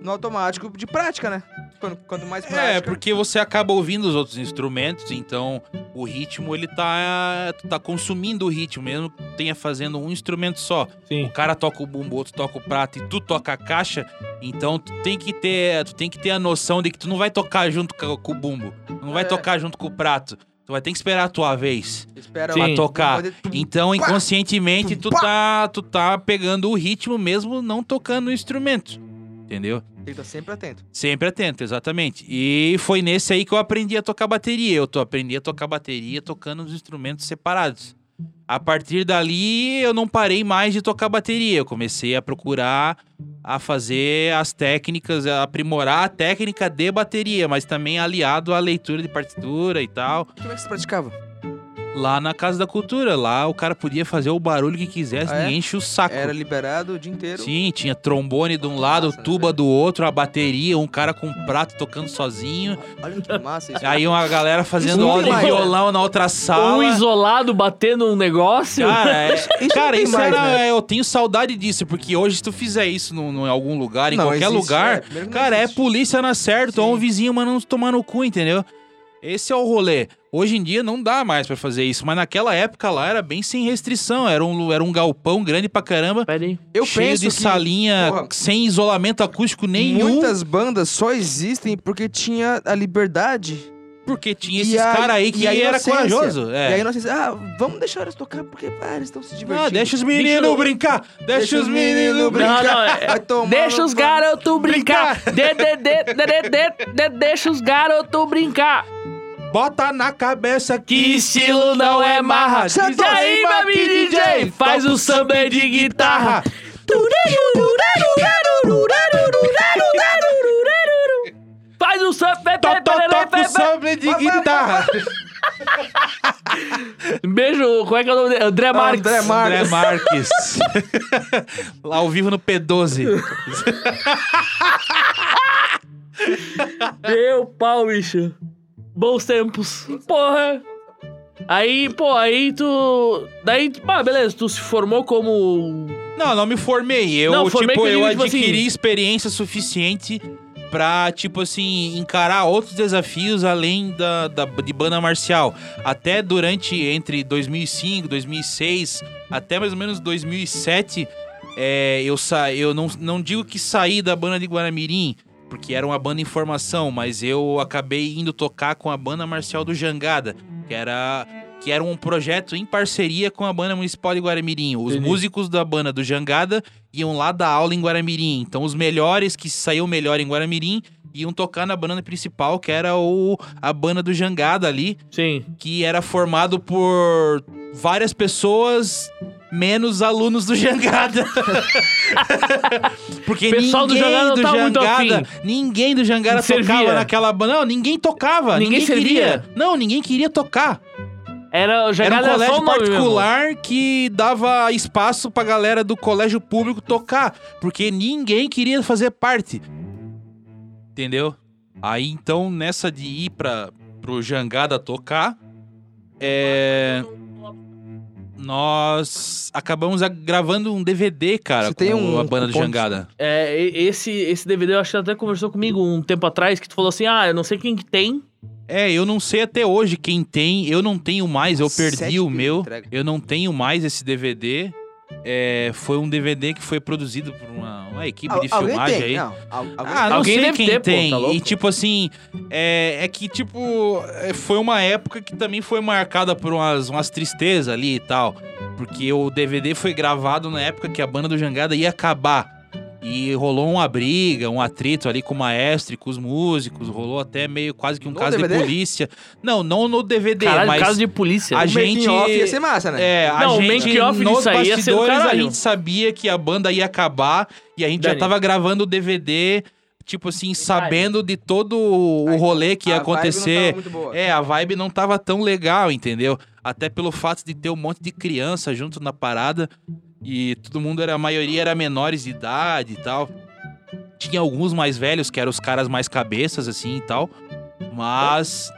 B: no automático de prática, né? Quando- Quanto mais prática.
C: É, porque você acaba ouvindo os outros instrumentos, então o ritmo ele tá, tu tá consumindo o ritmo, mesmo que tu tenha fazendo um instrumento só.
A: Sim.
C: O cara toca o bumbo, outro toca o prato e tu toca a caixa, então tu tem que ter, tu tem que ter a noção de que tu não vai tocar junto co- com o bumbo, não vai
B: É.
C: tocar junto com o prato. Tu vai ter que esperar a tua vez
B: Espera
A: Sim.
B: lá.
C: pra tocar.
B: Fazer-
C: Então,
B: Pá!
C: inconscientemente, tu
B: Pá!
C: tá, tu tá pegando o ritmo mesmo não tocando o instrumento. Entendeu?
B: Tem que tá sempre atento.
C: Sempre atento, exatamente. E foi nesse aí que eu aprendi a tocar bateria. Eu to- aprendi a tocar bateria tocando os instrumentos separados. A partir dali, eu não parei mais de tocar bateria. Eu comecei a procurar, a fazer as técnicas, a aprimorar a técnica de bateria, mas também aliado à leitura de partitura e tal.
B: Como é que você praticava?
C: Lá na Casa da Cultura, lá o cara podia fazer o barulho que quisesse,
B: Ah, é?
C: ninguém enche o saco.
B: Era liberado o dia inteiro.
C: Sim, tinha trombone de um lado,
B: Massa, né,
C: tuba
B: velho?
C: do outro, a bateria, um cara com um prato tocando sozinho.
B: Olha que massa isso.
C: Aí uma galera fazendo
A: Isso
C: aula de
A: demais, né?
C: violão na outra
A: Um
C: sala.
A: isolado batendo um negócio.
C: Cara, é-
B: não
C: cara,
B: tem
C: isso
B: mais,
C: era.
B: né?
C: é, Eu tenho saudade disso, porque hoje, se tu fizer isso num- num- em algum lugar, em
B: Não,
C: qualquer
B: existe,
C: lugar,
B: é, primeiro que não
C: cara, é
B: existe.
C: polícia na certa, ou um
B: Sim.
C: vizinho mandando tu tomar no cu, entendeu? Esse é o rolê. Hoje em dia não dá mais pra fazer isso, mas naquela época lá era bem sem restrição. Era um, lu- era um galpão grande pra caramba.
A: Pera aí.
B: Eu
C: cheio
B: penso
C: de
B: que
C: salinha,
B: porra,
C: sem isolamento acústico nenhum.
B: muitas bandas só existem porque tinha a liberdade.
C: Porque tinha
B: E
C: esses
B: a-
C: caras aí que
B: e a
C: era
B: inocência.
C: corajoso. É.
B: E aí nós pensamos, ah, vamos deixar eles tocar porque ah, eles estão se divertindo.
C: Ah, deixa os meninos
A: Deixa-
C: brincar! Deixa, os meninos brincar!
A: Não, não, é-
B: Vai tomar
A: Deixa
B: no
A: os
B: cu.
A: garotos brincar. Dê, dê, dê, dê, dê, dê, dê, deixa os garotos brincar.
C: Bota na cabeça
A: Que estilo não é marra.
B: Senta
A: Diz aí,
B: aí,
A: meu menino DJ, faz o samba de guitarra. Faz o samba.
C: Toca toca o sobre tá de guitarra!
A: Beijo, como é que é o nome dele? André Marques.
B: André Marques.
C: André Marques. Lá ao vivo no P12.
A: Meu pau, bicho. Bons tempos. Porra. Aí, pô, aí tu. Daí, pá, beleza, tu se formou como.
C: Não, não me formei. Eu,
A: Não, formei
C: tipo,
A: que eu
C: eu
A: digo, tipo
C: adquiri
A: assim-
C: experiência suficiente pra, tipo assim, encarar outros desafios além da, da, de banda marcial. Até durante, entre 2005, 2006, até mais ou menos 2007, é, eu, sa eu não, não digo que saí da banda de Guaramirim, porque era uma banda em formação, mas eu acabei indo tocar com a banda marcial do Jangada, que era que era um projeto em parceria com a banda municipal de Guaramirim. Os
A: Entendi.
C: músicos da banda do Jangada iam lá dar aula em Guaramirim. Então os melhores que saiu melhor em Guaramirim iam tocar na banda principal, que era o, a banda do Jangada ali,
A: Sim.
C: que era formado por várias pessoas menos alunos do Jangada. Porque
A: Pessoal do
C: ninguém
A: Jangada não
C: do
A: tava muito
C: Jangada,
A: afim.
C: ninguém do Jangada
A: Servia.
C: tocava naquela banda. Não, ninguém tocava,
A: Ninguém
C: ninguém,
A: servia.
C: queria. Não, ninguém queria tocar.
A: Era, já
C: Era um
A: só
C: colégio
A: o nome mesmo.
C: particular que dava espaço pra galera do colégio público tocar, porque ninguém queria fazer parte. Entendeu? Aí então, nessa de ir pra, pro Jangada tocar, é, nós acabamos a- gravando um DVD, cara,
B: Você tem
C: com
B: um
C: a banda do
B: cupom de-
C: Jangada.
A: É, e- esse, esse DVD eu acho que até conversou comigo um tempo atrás, que tu falou assim, ah, eu não sei quem que tem.
C: É, eu não sei até hoje quem tem, eu não tenho mais, eu perdi
B: Sete
C: o
B: quilos de
C: meu.
B: entrega.
C: Eu não tenho mais esse DVD. É, foi um DVD que foi produzido por uma, uma equipe
B: Al-
C: de
B: alguém
C: filmagem
B: tem, Um
C: aí.
B: Não, al- alguém
C: Ah, não
A: Alguém
C: sei
A: deve
C: quem
A: ter, pô,
C: tem.
A: tá louco?
C: e tipo assim, é, é que tipo, é, foi uma época que também foi marcada por umas, umas tristezas ali e tal. Porque o DVD foi gravado na época que a banda do Jangada ia acabar. E rolou uma briga, um atrito ali com o maestro e com os músicos. Rolou até meio quase que um
B: No
C: caso
B: DVD?
C: de polícia. Não, não no DVD,
A: Caralho,
C: mas.
A: caso de polícia.
C: a
B: o making
C: gente-
B: off ia ser massa, né?
C: É, a
A: Não, o
C: gente,
A: make-off
C: nos
A: disso aí ia ser do
C: bastidores, a
A: caralho.
C: gente sabia que a banda ia acabar e a gente
A: Dani.
C: já tava gravando o DVD, tipo assim, sabendo de todo o
B: Aí,
C: rolê que ia
B: A vibe não tava
C: acontecer.
B: muito boa.
C: É, a vibe não tava tão legal, entendeu? Até pelo fato de ter um monte de criança junto na parada e todo mundo era, a maioria era menores de idade e tal. Tinha alguns mais velhos, que eram os caras mais cabeças, assim e tal. Mas.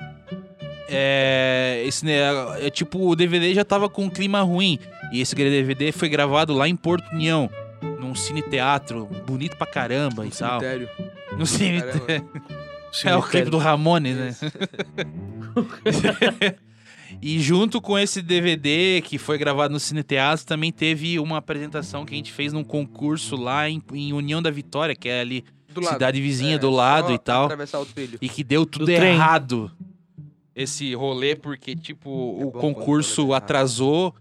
C: É, esse, né, é, tipo, o DVD já tava com um clima ruim. E esse DVD foi gravado lá em Porto União, num cine teatro, bonito pra caramba e
B: Um
C: tal.
B: Cemitério.
C: No cine
B: Caramba.
C: é o clipe do Ramones, né? e junto com esse DVD que foi gravado no Cine Teatro, também teve uma apresentação que a gente fez num concurso lá em, em União da Vitória, que é ali
B: Do lado.
C: cidade vizinha
B: É,
C: do lado
B: só
C: e tal.
B: Atravessar o trilho.
C: E que deu tudo
A: Do trem.
C: errado esse rolê, porque, tipo,
B: É
C: o
B: bom quando tudo
C: concurso
B: dá errado.
C: atrasou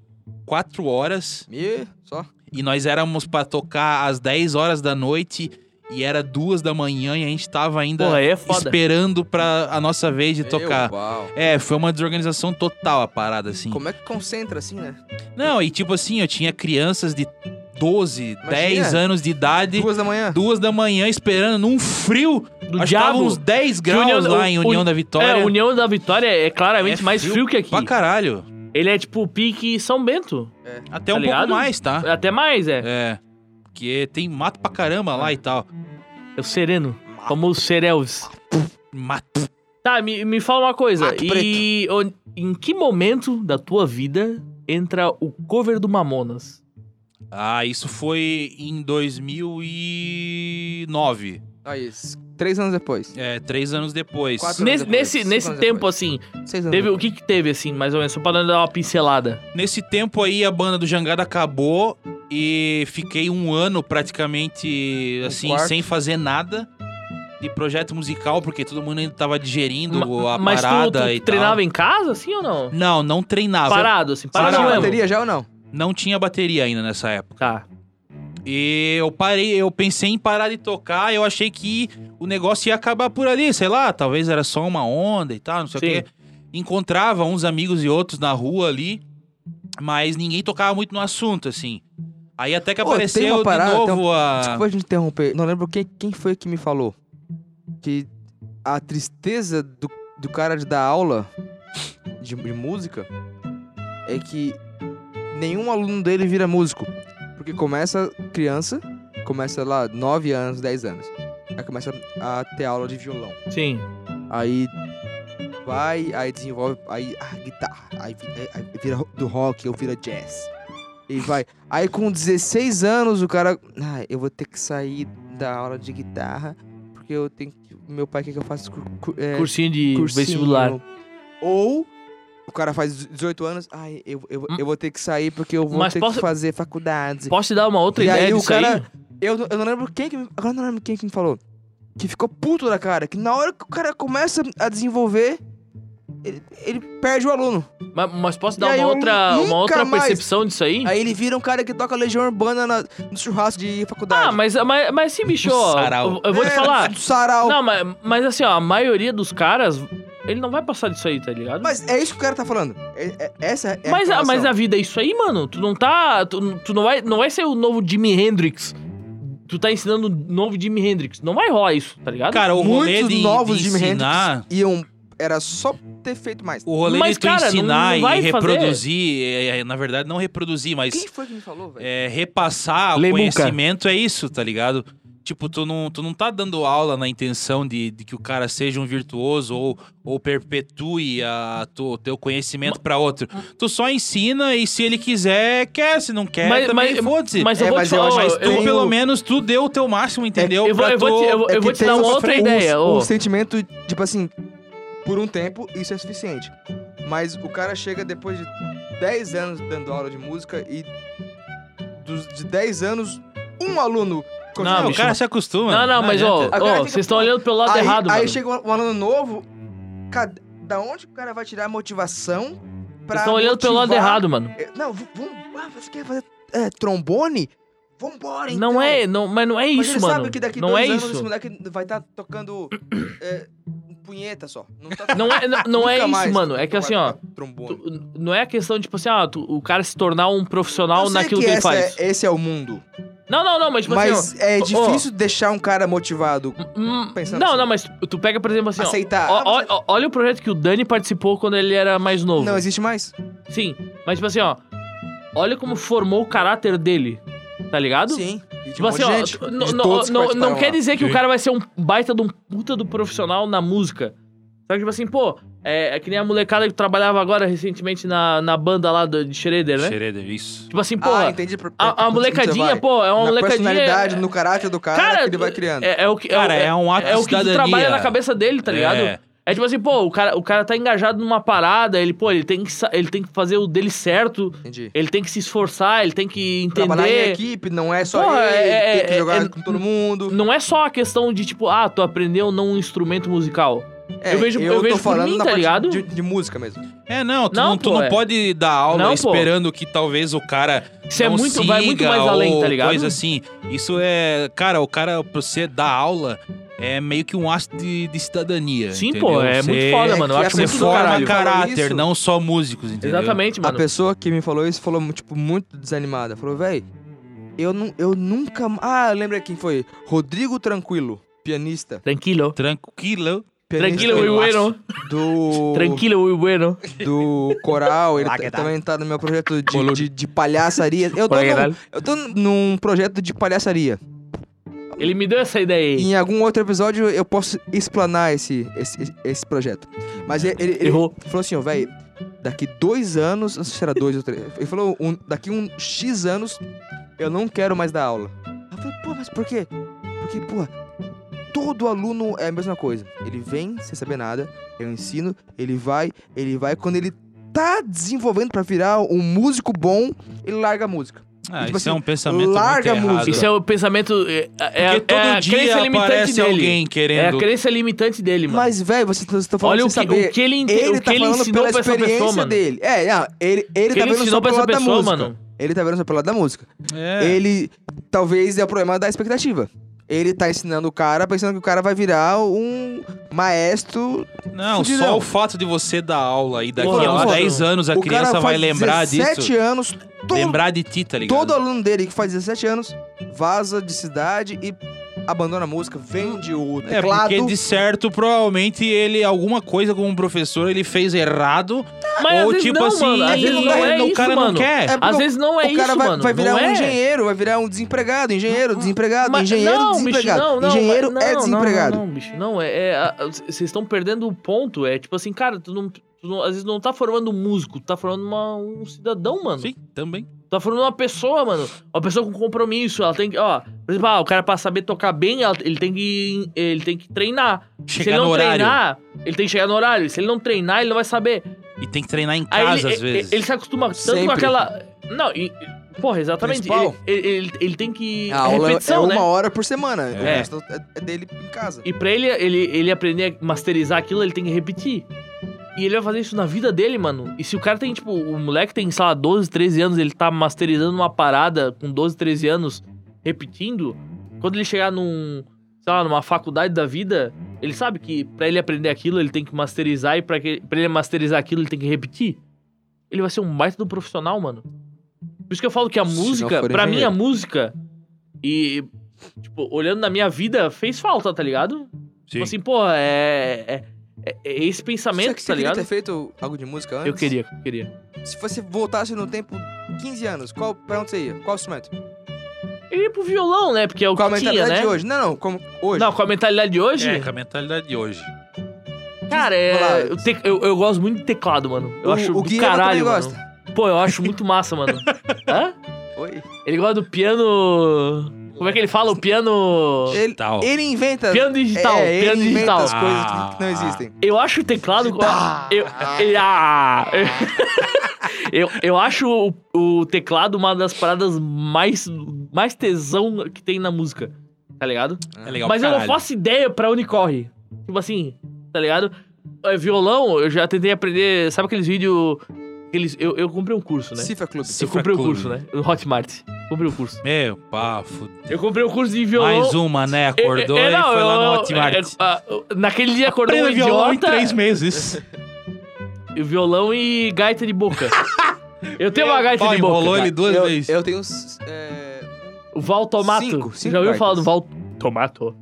C: quatro horas.
B: Me... Só.
C: E nós éramos pra tocar às 10 horas da noite e era duas da manhã e a gente tava ainda
A: Porra, aí é foda.
C: esperando pra a nossa vez de tocar.
B: Meu pau.
C: É, foi uma desorganização total a parada, assim.
B: Como é que concentra assim, né?
C: Não, e tipo assim, eu tinha crianças de 12, 10 anos de idade,
B: Duas da manhã.
C: duas da manhã esperando num frio.
A: Do
C: acho que tava
A: diabo.
C: uns 10 graus
A: União- o-
C: lá em
A: o-
C: União da Vitória.
A: É, União da Vitória é claramente
C: É
A: mais
C: frio
A: frio que aqui.
C: Pra caralho.
A: Ele é tipo o pique São Bento.
C: Até
A: Tá
C: um
A: ligado?
C: pouco mais, tá?
A: Até mais, é.
C: É. Porque tem mato pra caramba lá e tal.
A: É o Sereno. Como os Serelves.
C: Mato.
A: Tá, me, me fala uma coisa.
B: Mato
A: e on- em que momento da tua vida entra o cover do Mamonas?
C: Ah, isso foi em 2009.
B: Aí, s- três anos depois.
C: É, três anos depois.
B: Quatro
A: Nesse,
B: depois,
A: nesse,
B: cinco
A: nesse
B: anos
A: tempo,
B: depois.
A: assim,
B: Seis anos
A: teve, o
B: depois.
A: que que teve, assim, mais ou menos? Só pra dar uma pincelada.
C: Nesse tempo aí, a banda do Jangada acabou e fiquei um ano praticamente,
B: Um
C: assim,
B: quarto.
C: sem fazer nada de projeto musical, porque todo mundo ainda tava digerindo
A: Ma-
C: a
A: Mas tu-
C: parada
A: tu,
C: e Ah,
A: treinava em casa, assim, ou não?
C: tal. Não, não treinava.
A: Parado, assim,
B: Você
A: parado
B: tinha
A: mesmo.
B: bateria já ou não?
C: Não tinha bateria ainda nessa época.
A: Tá.
C: E eu parei, eu pensei em parar de tocar, eu achei que o negócio ia acabar por ali, sei lá, talvez era só uma onda e tal, não sei
A: Sim.
C: o quê. Encontrava uns amigos e outros na rua ali, mas ninguém tocava muito no assunto, assim. Aí até que
B: Ô, tem uma
C: apareceu
B: parada,
C: de
B: tem um-
C: novo a.
B: Desculpa a gente interromper. Não lembro quem, quem foi que me falou. Que a tristeza do, do cara de dar aula de, de música é que nenhum aluno dele vira músico. Porque começa criança, começa lá 9 anos, 10 anos. Aí começa a ter aula de violão.
A: Sim.
B: Aí vai, aí desenvolve, aí ah, guitarra, aí, vi- é, aí- aí vira ro- do rock ou vira jazz. E vai. Aí com 16 anos o cara, ah, eu vou ter que sair da aula de guitarra porque porque eu tenho que- meu pai quer que eu faça cur, cur, é,
A: Cursinho de
B: cursinho.
A: vestibular.
B: Ou o cara faz 18 anos, ai, eu, eu,
A: Hum.
B: eu vou ter que sair porque eu vou
A: Mas
B: ter
A: posso-
B: que fazer faculdade.
A: Posso te dar uma outra
B: E
A: ideia
B: aí o
A: disso aí?
B: cara- Eu, não- eu não lembro quem que me, agora eu não lembro quem que me falou. Que ficou puto da cara, que na hora que o cara começa a desenvolver, ele, ele perde o aluno.
A: Mas, mas posso
B: E
A: dar
B: aí
A: uma
B: eu
A: outra,
B: nunca
A: uma outra
B: mais-
A: percepção disso aí?
B: Aí ele vira um cara que toca Legião Urbana na- no churrasco de faculdade.
A: Ah, mas, mas, mas sim, bicho,
C: Um
A: ó,
C: sarau.
A: eu, eu vou te
B: É,
A: falar.
B: do sarau.
A: Não, mas, mas assim, ó, a maioria dos caras, ele não vai passar disso aí, tá ligado?
B: Mas é isso que o cara tá falando. É- é- essa é
A: Mas, a,
B: a
A: mas
B: informação.
A: a vida é isso aí, mano. Tu não tá. Tu, tu não, vai, não vai ser o novo Jimi Hendrix. Tu tá ensinando o novo Jimi Hendrix. Não vai rolar isso, tá ligado?
C: Cara, o rolê
B: Muitos
C: de,
B: novos
C: de
B: Jimi
C: ensinar...
B: Hendrix iam... Era só ter feito mais.
C: O rolê
A: Mas,
C: de tu
A: cara, não-
C: ensinar
A: não vai
C: e
A: fazer.
C: reproduzir, é, é, na verdade, não reproduzir, mas
B: Quem foi que me falou, velho?
C: é, repassar o
A: Lemuca.
C: conhecimento é isso, tá ligado? Tipo, tu não, tu não tá dando aula na intenção de, de que o cara seja um virtuoso ou, ou perpetue a tu, teu conhecimento pra outro. Tu só ensina e se ele quiser, quer. Se não quer,
A: Mas-
C: também
A: mas-
C: foda-se.
A: mas eu
B: É,
A: vou
B: mas
A: te
B: eu
A: falar.
B: acho
A: ó,
B: que
A: eu-
C: tu,
B: tem
C: pelo
B: o-
C: menos, tu deu o teu máximo, entendeu?
A: eu vou-
C: Pra
A: eu vou
C: tu-
A: te- eu vou-
B: É que
A: te
B: tem
A: dar uma
B: um-
A: outra
B: um-
A: ideia,
B: Um,
A: ô.
B: sentimento, tipo assim, por um tempo isso é suficiente. Mas o cara chega depois de 10 anos dando aula de música e dos, de 10 anos, um aluno continua.
C: Não, o
A: bicho,
C: cara
A: mas-
C: se acostuma.
A: Não, não, mas, ó,
C: adianta.
A: ó,
B: A galera
A: vocês
B: fica-
A: estão olhando pelo lado
B: aí,
A: errado,
B: aí
A: mano.
B: chega um, um aluno novo, cara, da onde que o cara vai tirar a motivação pra
A: Vocês estão olhando pelo lado
B: motivar-
A: errado, mano.
B: É, Não, v- vamos, ah, você quer fazer é, trombone? Vambora, então.
A: Não é, não, mas não é
B: Mas
A: isso,
B: ele
A: mano.
B: sabe que daqui
A: não
B: dois
A: é
B: anos esse
A: isso.
B: moleque vai estar tocando é, punheta só. Não, tá
A: Não é, não, não é
B: Nunca
A: isso,
B: mais
A: mano. É que
B: vai
A: assim, ó.
B: tocar Trombone.
A: tu- não é a questão, tipo assim, ah, tu- o cara se tornar um profissional
B: Eu sei
A: naquilo que,
B: que
A: ele
B: essa
A: faz.
B: É, esse é o mundo.
A: Não, não, não, mas tipo assim,
B: mas é
A: ó,
B: difícil deixar um cara motivado,
A: ó. hum,
B: pensando
A: não,
B: assim.
A: não, mas tu, tu pega, por exemplo, assim, ó.
B: aceitar.
A: Ó,
B: Ah, mas
A: ó- ó- olha o projeto que o Dani participou quando ele era mais novo.
B: Não existe mais.
A: Sim, mas tipo assim, ó. Olha como formou o caráter dele, tá ligado?
B: Sim. E de
A: Tipo
B: um
A: assim,
B: monte
A: ó,
B: de gente,
A: tu-
B: de
A: não, não,
B: todos que
A: não,
B: participaram
A: não quer
B: lá.
A: dizer que o
C: Sim.
A: cara vai ser um baita de um puta do profissional na música. Só que, tipo assim, pô, é, é que nem a molecada que trabalhava agora recentemente na, na banda lá do- de Schroeder, né?
C: Schroeder, isso.
A: Tipo assim, pô,
B: Ah, entendi. por- por- por-
A: a, a
B: por- você
A: molecadinha,
B: vai.
A: pô, é uma
B: na
A: molecadinha. é
B: personalidade, no caráter do cara,
A: Cara,
B: que ele vai criando.
A: É, é o que, é o-
C: Cara, é,
A: é,
C: um ato
A: é o
C: de
A: que tu
C: cidadania.
A: trabalha na cabeça dele, tá ligado?
C: É.
A: É tipo assim, pô, o cara, o cara tá engajado numa parada, ele, pô, ele tem que, sa- ele tem que fazer o dele certo,
B: Entendi.
A: ele tem que se esforçar, ele tem que
B: Trabalhar em
A: entender.
B: equipe, não é só
A: Porra,
B: ele,
A: é-
B: tem que
A: é-
B: jogar
A: é-
B: com todo mundo.
A: Não é só a questão de, tipo, ah, tu aprendeu não um instrumento musical. eu vejo- eu
B: É, tô
A: vejo por
B: falando
A: mim,
B: na
A: tá
B: parte
A: ligado?
B: De, de música mesmo.
C: É, não, tu
A: Não,
C: não, tu
A: pô,
C: não
A: é.
C: pode dar aula
A: Não, pô.
C: esperando que talvez o cara
A: Isso é
C: não
A: muito, vai muito
C: siga
A: mais além,
C: ou
A: tá ligado?
C: Coisa assim. Isso é, cara, o cara pra você dar aula é meio que um ato de, de cidadania,
A: Sim,
C: entendeu?
A: pô, é
C: Você-
A: muito foda,
B: é
A: mano. Eu acho
B: que essa
C: Você
A: muito do
B: forma,
C: forma
A: caralho.
B: cara,
C: caráter,
B: Isso.
C: não só músicos, entendeu?
A: Exatamente,
B: A
A: mano.
B: pessoa que me falou isso falou, tipo, muito desanimada. Falou, véi, eu, nu- eu nunca... Ah, lembra quem foi? Rodrigo Tranquilo, pianista.
A: Tranquilo.
C: Tranquilo.
B: pianista
A: Tranquilo, muy bueno.
B: Do...
A: Tranquilo, muy bueno.
B: Do coral, ele
C: Lá
B: tá-
C: que dá.
B: também tá no meu projeto de, de, de palhaçaria. Eu tô,
A: Olha que
B: num,
A: tal.
B: eu tô num projeto de palhaçaria.
A: Ele me deu essa ideia aí.
B: Em algum outro episódio eu posso explanar esse, esse, esse projeto. Mas ele, ele- ele
A: Errou.
B: falou assim, ó, velho, daqui dois anos, não sei se era dois ou três, ele falou, um, daqui um X anos eu não quero mais dar aula. Eu falei, pô, mas por quê? Porque, pô, todo aluno é a mesma coisa. Ele vem sem saber nada, eu ensino, ele vai, ele vai, quando ele tá desenvolvendo pra virar um músico bom, ele larga a música.
C: Ah,
B: Tipo
C: isso é
B: assim,
C: um pensamento
B: larga
C: muito
B: a
C: errado.
B: música.
A: Isso é o pensamento. É, é,
C: Porque todo
A: é a crença
C: dia
A: limitante
C: aparece
A: dele.
C: alguém
A: É a
C: querendo...
A: crença limitante dele, mano.
B: Mas, velho, vocês estão falando
A: Olha o
B: sem
A: que,
B: saber.
A: o que ele, inte-
B: Ele
A: o que
B: tá
A: ele
B: falando
A: ensinou
B: pela
A: pra essa
B: experiência
A: pessoa, mano.
B: dele. É, não, ele,
A: O
B: ele tá
A: que ele
B: vendo só
A: ensinou pra
B: pelo
A: essa
B: lado da
A: pessoa,
B: música.
A: mano.
B: Ele tá vendo só pelo lado da música.
C: É.
B: Ele, talvez, é o problema da expectativa. Ele tá ensinando o cara, pensando que o cara vai virar um maestro.
C: Não,
B: Fudidão.
C: só o fato de você dar aula e daqui
A: Porra,
C: a uns
A: mano.
C: 10 anos a
B: o
C: criança
B: cara
C: vai
B: faz
C: lembrar
B: 17
C: disso.
B: anos, todo,
C: Lembrar de ti, tá ligado?
B: todo aluno dele que faz 17 anos vaza de cidade e abandona a música, vende o
C: É,
B: teclado.
C: porque de certo, provavelmente ele, alguma coisa com o professor, ele fez errado.
A: Mas às
C: ou
A: vezes
C: tipo
A: não,
C: assim,
A: mano. Às
C: ele
A: vezes
C: não
A: não
C: é-
A: é
C: o
A: isso,
C: cara não
A: mano.
C: quer.
B: É porque
A: Às vezes não é
B: o cara
A: isso,
B: vai,
A: mano.
B: vai virar
A: Não
B: um
A: é. Ah,
B: engenheiro, vai virar um desempregado, engenheiro, desempregado,
A: Mas-
B: engenheiro,
A: não, bicho,
B: desempregado.
A: não, não,
B: engenheiro
A: mas-
B: é
A: não,
B: desempregado.
A: Não, não, bicho, não. é- é, a- a- Vocês estão perdendo o ponto. É tipo assim, cara, tu não, Tu não- às vezes não tá formando um músico, tu tá formando uma- um cidadão, mano.
C: Sim, também.
A: Tu tá formando uma pessoa, mano. Uma pessoa com compromisso. Ela tem que, ó, por exemplo, ah, o cara pra saber tocar bem, ela- ele tem que. Ele tem que treinar. Se
C: Chegar
A: ele
C: no
A: não
C: horário.
A: treinar, ele tem que chegar no horário. Se ele não treinar, ele não vai saber.
C: E tem que treinar em
A: Aí
C: casa,
A: ele, é,
C: às vezes.
A: ele se acostuma tanto com
B: Sempre.
A: aquela. Não, e, e- porra, exatamente. Ele,
B: Principal.
A: ele, ele- ele tem que.
B: A aula é
A: repetição,
B: uma
A: né?
B: hora por semana. O
A: É.
B: resto é é dele em casa.
A: E pra ele, ele, ele aprender a masterizar aquilo, ele tem que repetir. E ele vai fazer isso na vida dele, mano. E se o cara tem, tipo, o moleque tem, sei lá, 12, 13 anos, ele tá masterizando uma parada com 12, 13 anos, repetindo, quando ele chegar num, sei lá, numa faculdade da vida, ele sabe que pra ele aprender aquilo, ele tem que masterizar, e pra, que, pra ele masterizar aquilo, ele tem que repetir. Ele vai ser um baita do profissional, mano. Por isso que eu falo que a
B: Se não
A: música,
B: for
A: pra mim, a
B: engenheiro.
A: música, e, tipo, olhando na minha vida, fez falta, tá ligado?
C: Sim.
A: Tipo assim, pô, é, é, é- é esse pensamento,
B: você
A: tá
B: queria
A: ligado?
B: ter feito algo de música antes?
A: Eu queria, eu queria.
B: Se você voltasse no tempo 15 anos, qual, pra onde você ia? Qual instrumento?
A: Eu ia pro violão, né? Porque é o
B: qual a
A: que tinha,
B: mentalidade
A: né?
B: de hoje? Não, não, como hoje.
A: Não, com a mentalidade de hoje,
C: É, com a mentalidade de hoje.
A: cara, é,
B: Olá.
A: eu, te- eu, eu gosto muito de teclado, mano. Eu
B: o,
A: acho
B: o
A: do
B: Guilherme
A: caralho,
B: também
A: mano.
B: gosta.
A: Pô, eu acho muito massa, mano. Hã?
B: Oi.
A: Ele gosta do piano... Como é que ele fala? O piano...
B: Ele,
C: Tal.
B: ele inventa.
A: Piano digital,
B: é,
A: piano
B: ele inventa
A: digital.
B: as coisas
C: Ah,
B: que, que não existem.
A: Eu acho o teclado...
B: Digital.
A: Eu, eu, ah, eu, eu acho o, o teclado uma das paradas mais, mais tesão que tem na música, tá ligado?
C: É legal
A: Mas
C: pra
A: eu não
C: caralho.
A: faço ideia pra onde corre. Tipo assim, tá ligado? É, Violão, eu já tentei aprender. Sabe aqueles vídeos. Aqueles, eu, eu comprei um curso, né?
B: Cifra Club.
A: eu
C: Cifra
A: comprei um
C: Clube.
A: curso, né? No Hotmart. Comprei o curso.
C: Meu, pá, fudeu.
A: Eu comprei o curso de violão.
C: Mais uma, né?
A: Eu- eu-
C: Acordou
A: eu-
C: e foi lá
A: é, eu-
C: no Hotmart.
A: eu- ah, eu- naquele dia acordou um
C: Aprenda violão em
A: idiota,
C: três meses.
A: violão e gaita de boca. Eu tenho uma gaita
C: Pau,
A: de boca.
C: Enrolou ele duas
B: eu,
C: vezes.
B: eu tenho uns. É,
A: O Val Tomato.
B: Cinco,
A: Você
B: cinco
A: já ouviu
B: cartas.
A: falar do Val Tomato?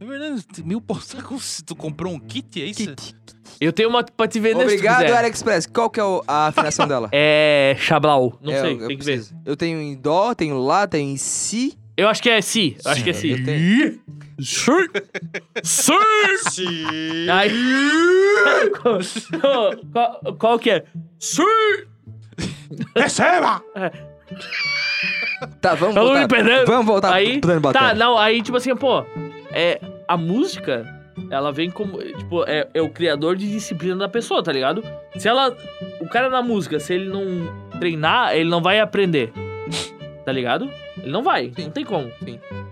C: Na É verdade, tem mil por... Será que você- tu comprou um kit, é isso?
B: kit.
A: Eu tenho uma pra te vender se tu
B: Obrigado,
A: quiser.
B: AliExpress. Qual que é o- a afinação dela?
A: É Xablau. Não
B: É,
A: sei,
B: eu, eu
A: tem que ver.
B: preciso. Eu tenho em dó, tenho lá, tenho em si.
A: Eu acho que é si. Eu acho que é si.
B: Eu tenho.
A: Sim! Sim! Ai. qual, qual- qual que é? Sim!
C: Receba!
B: Tá, vamos
A: Tá
B: voltar.
A: perdendo.
B: Vamos voltar
A: aí,
B: pro plano
A: Tá,
B: batalha.
A: não, aí tipo assim, pô, é, a música, ela vem como, tipo, é, é o criador de disciplina da pessoa, tá ligado? Se ela, o cara na música, se ele não treinar, ele não vai aprender, tá ligado? Ele não vai,
B: Sim.
A: não tem como.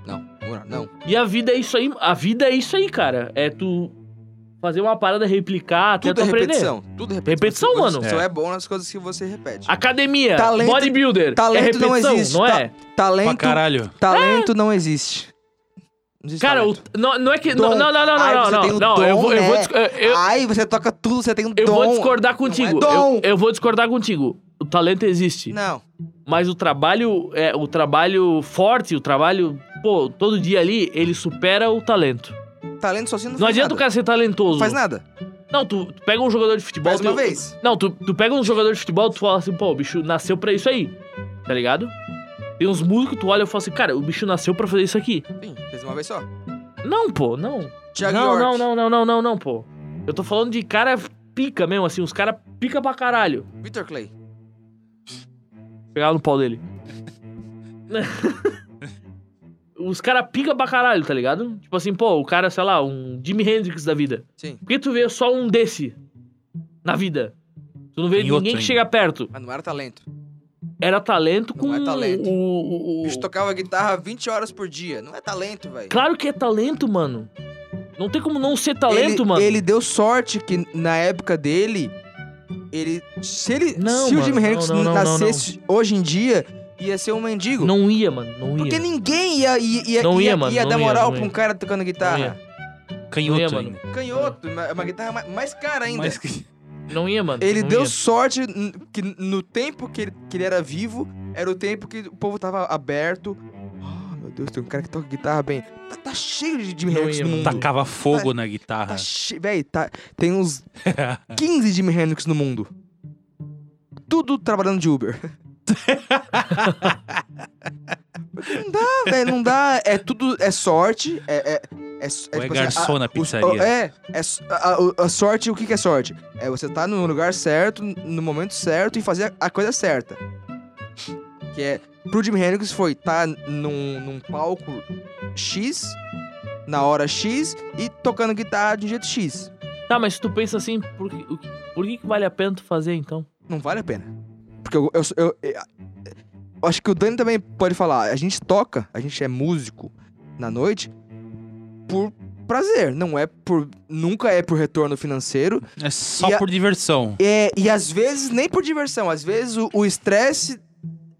B: Não, não, não.
A: E a vida é isso aí, a vida é isso aí, cara, é tu fazer uma parada, replicar, até
B: Tudo
A: tu
B: é
A: aprender.
B: repetição. Tudo é repetição.
A: Repetição,
B: Você-
A: mano.
B: Você só é bom nas coisas que você repete.
A: Academia,
B: Talento-
A: bodybuilder, é
B: talento não
A: repetição, não,
B: existe, tá-
A: é?
C: Pra
B: Talento,
C: caralho.
B: talento não existe. Não existe
A: Cara, o,
B: talento.
A: não, não é que...
B: Dom.
A: Não, não, não, não,
B: Ai,
A: não,
B: você tem
A: não,
B: o
A: não, eu
B: dom,
A: vou... Eu vou
B: né?
A: discu- eu- eu-
B: Ai, você toca tudo, você tem um
A: Eu
B: dom.
A: vou discordar
B: Não
A: contigo.
B: é dom.
A: eu, eu vou discordar contigo. O talento existe,
B: Não.
A: mas o trabalho é o trabalho forte, o trabalho, pô, todo dia ali, ele supera o talento.
B: Talento sozinho não,
A: Não
B: faz
A: adianta o
B: nada.
A: cara ser talentoso.
B: Não faz nada.
A: Não, tu, tu pega um jogador de futebol,
B: Mais uma
A: tu-
B: vez.
A: Não, tu, tu pega um jogador de futebol, tu fala assim, pô, o bicho nasceu pra isso aí. Tá ligado? Tem uns músicos, tu olha e fala assim, cara, o bicho nasceu pra fazer isso aqui.
B: Sim, fez uma vez só.
A: Não, pô, não.
B: Thiago
A: não,
B: York.
A: não, não, não, não, não, não, pô. Eu tô falando de cara pica mesmo, assim, os cara pica pra caralho.
B: Victor Clay.
A: Pegar no pau dele. Os caras pica pra caralho, tá ligado? Tipo assim, pô, o cara, sei lá, um Jimi Hendrix da vida.
B: Sim.
A: Por que tu vê só um desse na vida? Tu não vê
C: Tem outro
A: ninguém que
C: ainda.
A: chega perto.
B: Mas não era talento.
A: Era talento
B: Não
A: com
B: é talento.
A: O, o- o-
B: O bicho tá tocava guitarra 20 horas por dia. Não é talento, velho.
A: Claro que é talento, mano. Não tem como não ser talento,
B: ele,
A: mano.
B: Ele deu sorte que na época dele, ele. Se ele.
A: Não,
B: se
A: mano,
B: o Jimi Hendrix
A: não, não, não,
B: nascesse hoje em dia, ia ser um mendigo.
A: Não ia, mano. Não ia.
B: Porque ninguém ia, ia, ia,
A: Não ia,
B: ia,
A: mano,
B: ia
A: não
B: dar
A: ia,
B: moral
A: não
B: pra um
A: ia.
B: cara tocando guitarra.
C: Canhoto
A: Não ia, mano.
C: ainda.
B: Canhoto, é uma guitarra mais, mais cara ainda.
C: Mas que-
A: Não ia, mano.
B: Ele
A: não
B: deu
A: ia.
B: sorte n- que no tempo que ele, que ele era vivo, era o tempo que o povo tava aberto. Ah, meu Deus, tem um cara que toca guitarra bem. Tá, tá cheio de Jimi
A: Não
B: Hendrix
A: ia,
B: no
A: mano. Tá
B: mundo.
C: Tacava fogo na guitarra.
B: Tá cheio. Véi, tá, tem uns 15 Jimi Hendrix no mundo. Tudo trabalhando de Uber. Porque não dá, velho, não dá. É tudo, é sorte, é, é- É, s-
C: Ou é
B: tipo assim, a-
C: garçom na
B: o-
C: pizzaria?
B: é, é s- a, o- a sorte, o que, que é sorte? É você estar no lugar certo, no momento certo e fazer a, a coisa certa. Que é. Pro Jimi Hendrix foi estar num, num palco X, na hora X, e tocando guitarra de um jeito X.
A: Tá, mas se tu pensa assim, por, que- o que- por que, que vale a pena tu fazer então?
B: Não vale a pena. Porque eu, eu, eu- eu- eu acho que o Dani também pode falar. A gente toca, a gente é músico na noite por prazer. Não é por. Nunca é por retorno financeiro.
C: É só
B: E a-
C: por diversão.
B: É, e às vezes nem por diversão, às vezes o- o estresse.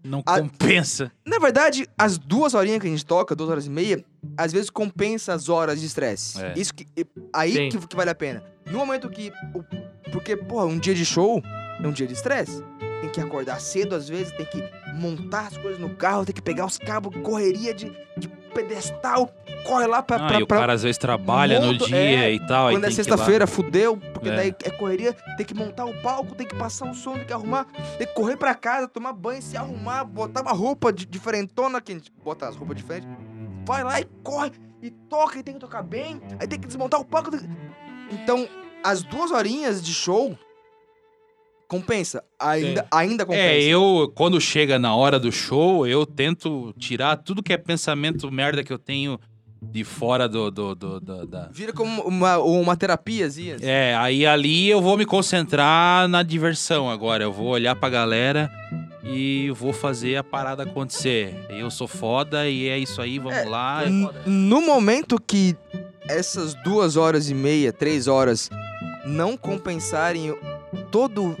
C: Não
B: a-
C: compensa.
B: Na verdade, as duas horinhas que a gente toca, duas horas e meia, às vezes compensa as horas de estresse.
C: É.
B: Isso que. e- Aí
A: Sim.
B: que, que vale a pena. No momento que. o- porque, porra, um dia de show é um dia de estresse. Tem que acordar cedo, às vezes, tem que montar as coisas no carro, tem que pegar os cabos, correria de, de pedestal, corre lá pra.
C: Ah,
B: pra-
C: e o
B: pra-
C: cara às vezes trabalha
B: Monta-
C: no dia
B: é,
C: e tal. aí
B: Quando é
C: tem que ir lá.
B: sexta-feira, fudeu, porque
C: É.
B: daí é correria, tem que montar o palco, tem que passar o som, tem que arrumar, tem que correr pra casa, tomar banho, se arrumar, botar uma roupa di- diferentona, que a gente bota as roupas diferentes, vai lá e corre, e toca, e tem que tocar bem, aí tem que desmontar o palco. tem que- Então, as duas horinhas de show compensa, ainda, ainda compensa.
C: É, eu, quando chega na hora do show, eu tento tirar tudo que é pensamento merda que eu tenho de fora do. do, do- do- da...
B: Vira como uma, uma terapia, Zias.
C: É, aí ali eu vou me concentrar na diversão agora. Eu vou olhar pra galera e vou fazer a parada acontecer. Eu sou foda e é isso aí, vamos
B: É,
C: lá.
B: N- No momento que essas duas horas e meia, três horas, não compensarem todo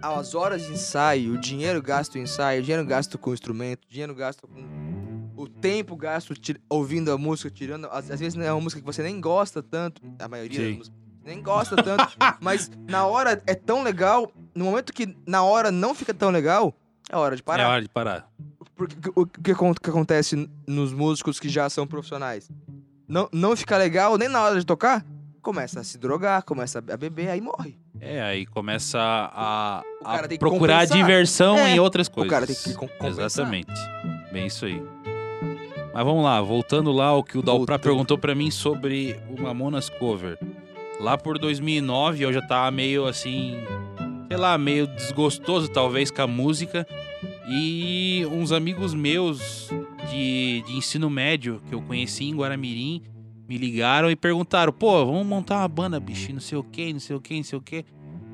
B: as horas de ensaio, o dinheiro gasto em ensaio, o dinheiro gasto com o instrumento, o dinheiro gasto com o tempo gasto ti- ouvindo a música, tirando. Às, às vezes não é uma música que você nem gosta tanto, a maioria
C: Sim.
B: das músicas nem gosta tanto, mas na hora é tão legal. No momento que na hora não fica tão legal, é hora de parar.
C: É hora de parar.
B: Porque o o que, acon- que acontece n- nos músicos que já são profissionais? Não, não fica legal nem na hora de tocar, começa a se drogar, começa a beber, aí morre.
C: É, aí começa a,
B: O
C: a
B: cara tem que
C: procurar
B: compensar.
C: diversão
B: É,
C: em outras coisas.
B: O cara tem que con- compensar.
C: Exatamente. Bem isso aí. Mas vamos lá, voltando lá ao que o Dalprá
B: Voltando.
C: perguntou pra mim sobre o Mamonas Cover. Lá por 2009 eu já tava meio assim, sei lá, meio desgostoso talvez com a música. E uns amigos meus de, de ensino médio que eu conheci em Guaramirim me ligaram e perguntaram: pô, vamos montar uma banda, bicho, não sei o que, não sei o que, não sei o que.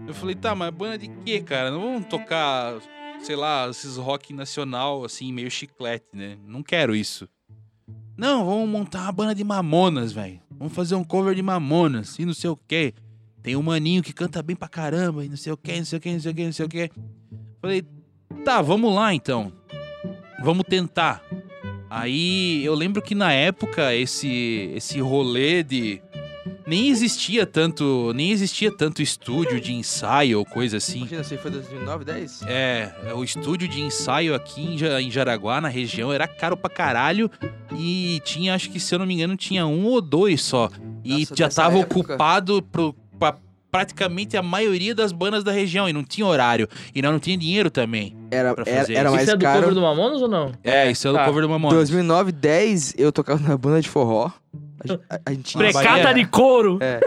C: Eu falei: tá, mas banda de quê, cara? Não vamos tocar sei lá, esses rock nacional, assim, meio chiclete, né? Não quero isso. Não, vamos montar uma banda de mamonas, velho. Vamos fazer um cover de mamonas e não sei o quê. Tem um maninho que canta bem pra caramba e não sei o quê, não sei o quê, não sei o quê, não sei o quê. Falei, tá, vamos lá então. Vamos tentar. Aí eu lembro que na época esse esse rolê de nem existia tanto, nem existia tanto estúdio de ensaio ou coisa assim.
B: Imagina, se foi 2009, 10?
C: É, o estúdio de ensaio aqui em Ja- em Jaraguá, na região, era caro pra caralho. E tinha, acho que se eu não me engano, tinha um ou dois só. E
B: Nossa,
C: já
B: nessa
C: tava
B: época-
C: ocupado pro, pra praticamente a maioria das bandas da região. E não tinha horário. E não, não tinha dinheiro também.
B: Era,
C: Pra
B: era,
C: fazer
B: era
C: isso.
B: mais
A: Isso é do
B: caro.
A: cover do Mamonas ou não?
C: É, isso é do
A: tá.
C: cover do Mamona.
B: 2009, 10, eu tocava na banda de forró. A gen- A, a gente tinha-
A: Precata de couro!
B: É.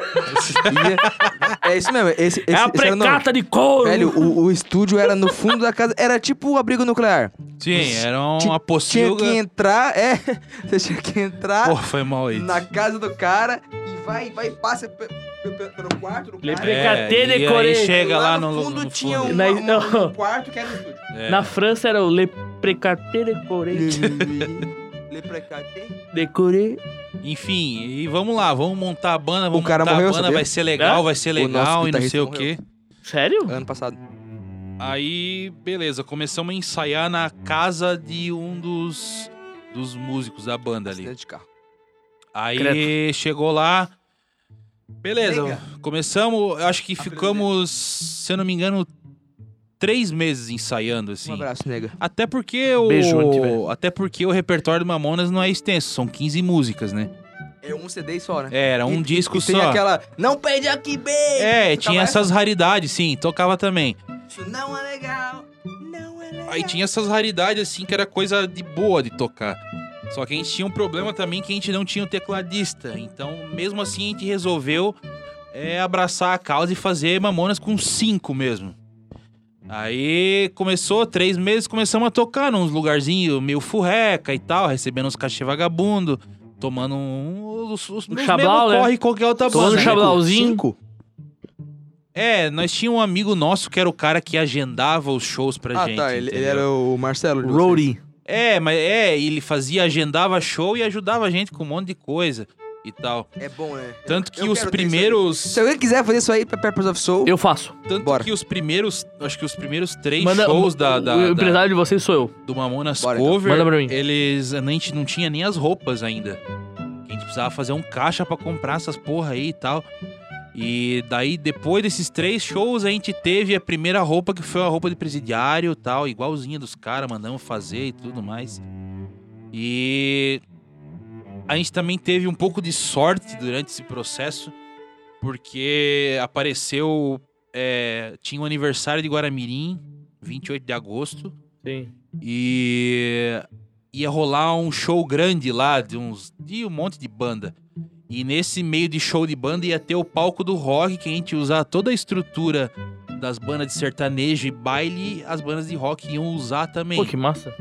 B: Ia- é isso mesmo. Esse, esse,
A: é a
B: esse era o nome.
A: precata de couro!
B: Velho, o, o estúdio era no fundo da casa. Era tipo o abrigo nuclear.
C: Sim, era
B: Tinha-
C: uma
B: Tinha que
C: pocilga.
B: entrar, é. Você tinha que entrar.
C: Pô, foi mal É, aí.
B: na casa do cara e vai, vai e passa pe- pe- pe- pelo quarto do
A: Le
B: cara.
C: É.
A: pre- Precatê
C: e aí
A: decorê.
C: chega lá, no,
B: fundo
C: no
B: tinha
C: fundo.
B: um,
A: Na-
B: uma- um-
A: não.
B: um quarto que era o estúdio.
C: É.
A: Na França era o Le Precate de Coré.
B: Le Precatê.
A: De Coré.
C: Enfim, e vamos lá, vamos montar a banda, vamos
B: cara
C: montar
B: morreu,
C: a banda,
B: sabia?
C: vai ser legal, vai ser
B: nosso
C: legal e não sei
B: guitarrista
C: o quê.
A: Sério?
B: Ano passado.
C: Aí, beleza, começamos a ensaiar na casa de um dos, dos músicos da banda ali.
B: Acidente de carro.
C: Aí
A: Credo.
C: chegou lá. Beleza,
B: Liga.
C: começamos, eu acho que ficamos, se eu não me engano, três meses ensaiando,
B: Um
C: assim.
B: abraço, nega.
C: Até porque o.
A: Beijo, onde tiver.
C: até porque o repertório do Mamonas não é extenso, são 15 músicas, né?
B: É um CD só, né?
C: É, Era um
B: E-
C: disco
B: e
C: só.
B: tem aquela. Tá Não perde aqui, bem!
C: É,
B: Tocava
C: tinha essas raridades, sim, tocava também.
B: Isso não é legal. Não é legal.
C: Aí tinha essas raridades, assim, que era coisa de boa de tocar. Só que a gente tinha um problema também que a gente não tinha o tecladista. Então, mesmo assim, a gente resolveu é, abraçar a causa e fazer Mamonas com cinco mesmo. Aí começou, três meses, começamos a tocar nos lugarzinhos meio furreca e tal, recebendo uns cachê vagabundo, tomando um, os, os,
A: Um
C: os
A: chablau,
C: mesmo
A: né?
C: corre que qualquer outra
A: Tomando
C: banda.
A: um chablauzinho.
D: Cinco?
C: É, nós tinha um amigo nosso que era o cara que agendava os shows pra
B: Ah,
C: gente.
B: tá. Ele, ele
C: entendeu?
B: era o Marcelo. de vocês.
D: Roadie.
C: É, mas é, ele fazia, agendava show e ajudava a gente com um monte de coisa e tal.
B: É bom, né?
C: Tanto que
B: Eu
C: os
B: quero ter isso aí.
C: primeiros.
B: Se alguém quiser fazer isso aí pra Peppers of Soul,
A: Eu faço.
C: Tanto
B: Bora.
C: que os primeiros. Acho que os primeiros três
A: Manda,
C: shows da,
A: o-
C: da- É.
A: o
C: da-
A: empresário de vocês sou eu.
C: do Mamonas
B: Bora, então.
C: Cover,
A: Manda pra mim.
C: eles. A gente não tinha nem as roupas ainda. A gente precisava fazer um caixa pra comprar essas porra aí e tal. E daí, depois desses três shows, a gente teve a primeira roupa, que foi a roupa de presidiário e tal, igualzinha dos caras, mandamos fazer e tudo mais. E a gente também teve um pouco de sorte durante esse processo, porque apareceu. é, tinha o aniversário de Guaramirim, 28 de agosto.
A: Sim.
C: E ia rolar um show grande lá de uns de um monte de banda. E nesse meio de show de banda ia ter o palco do rock que a gente ia usar toda a estrutura das bandas de sertanejo e baile, as bandas de rock iam usar também,
A: Pô, que massa.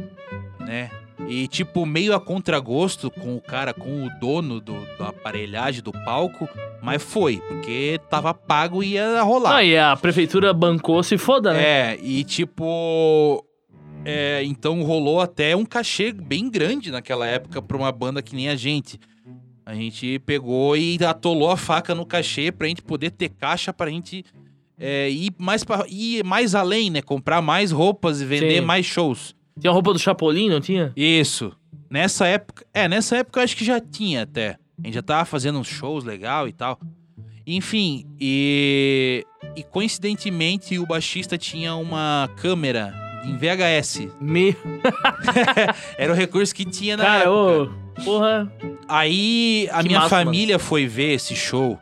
C: né? E tipo meio a contragosto com o cara, com o dono do, da aparelhagem do palco, mas foi, porque tava pago e ia rolar.
A: Ah, e a prefeitura bancou, se foda, né?
C: É, e tipo. é, então rolou até um cachê bem grande naquela época pra uma banda que nem a gente. A gente pegou e atolou a faca no cachê pra gente poder ter caixa pra gente é, ir, mais pra, ir mais além, né? Comprar mais roupas e vender
A: Sim.
C: mais shows.
A: Tinha a roupa do Chapolin, não tinha?
C: Isso. Nessa época. É, nessa época eu acho que já tinha até. A gente já tava fazendo uns shows legal e tal. Enfim, e. E coincidentemente o baixista tinha uma câmera em VHS.
A: Me...
C: Era o recurso que tinha na
A: Cara,
C: época.
A: ô. Porra.
C: Aí a
A: Que
C: minha
A: massa,
C: família foi ver esse show.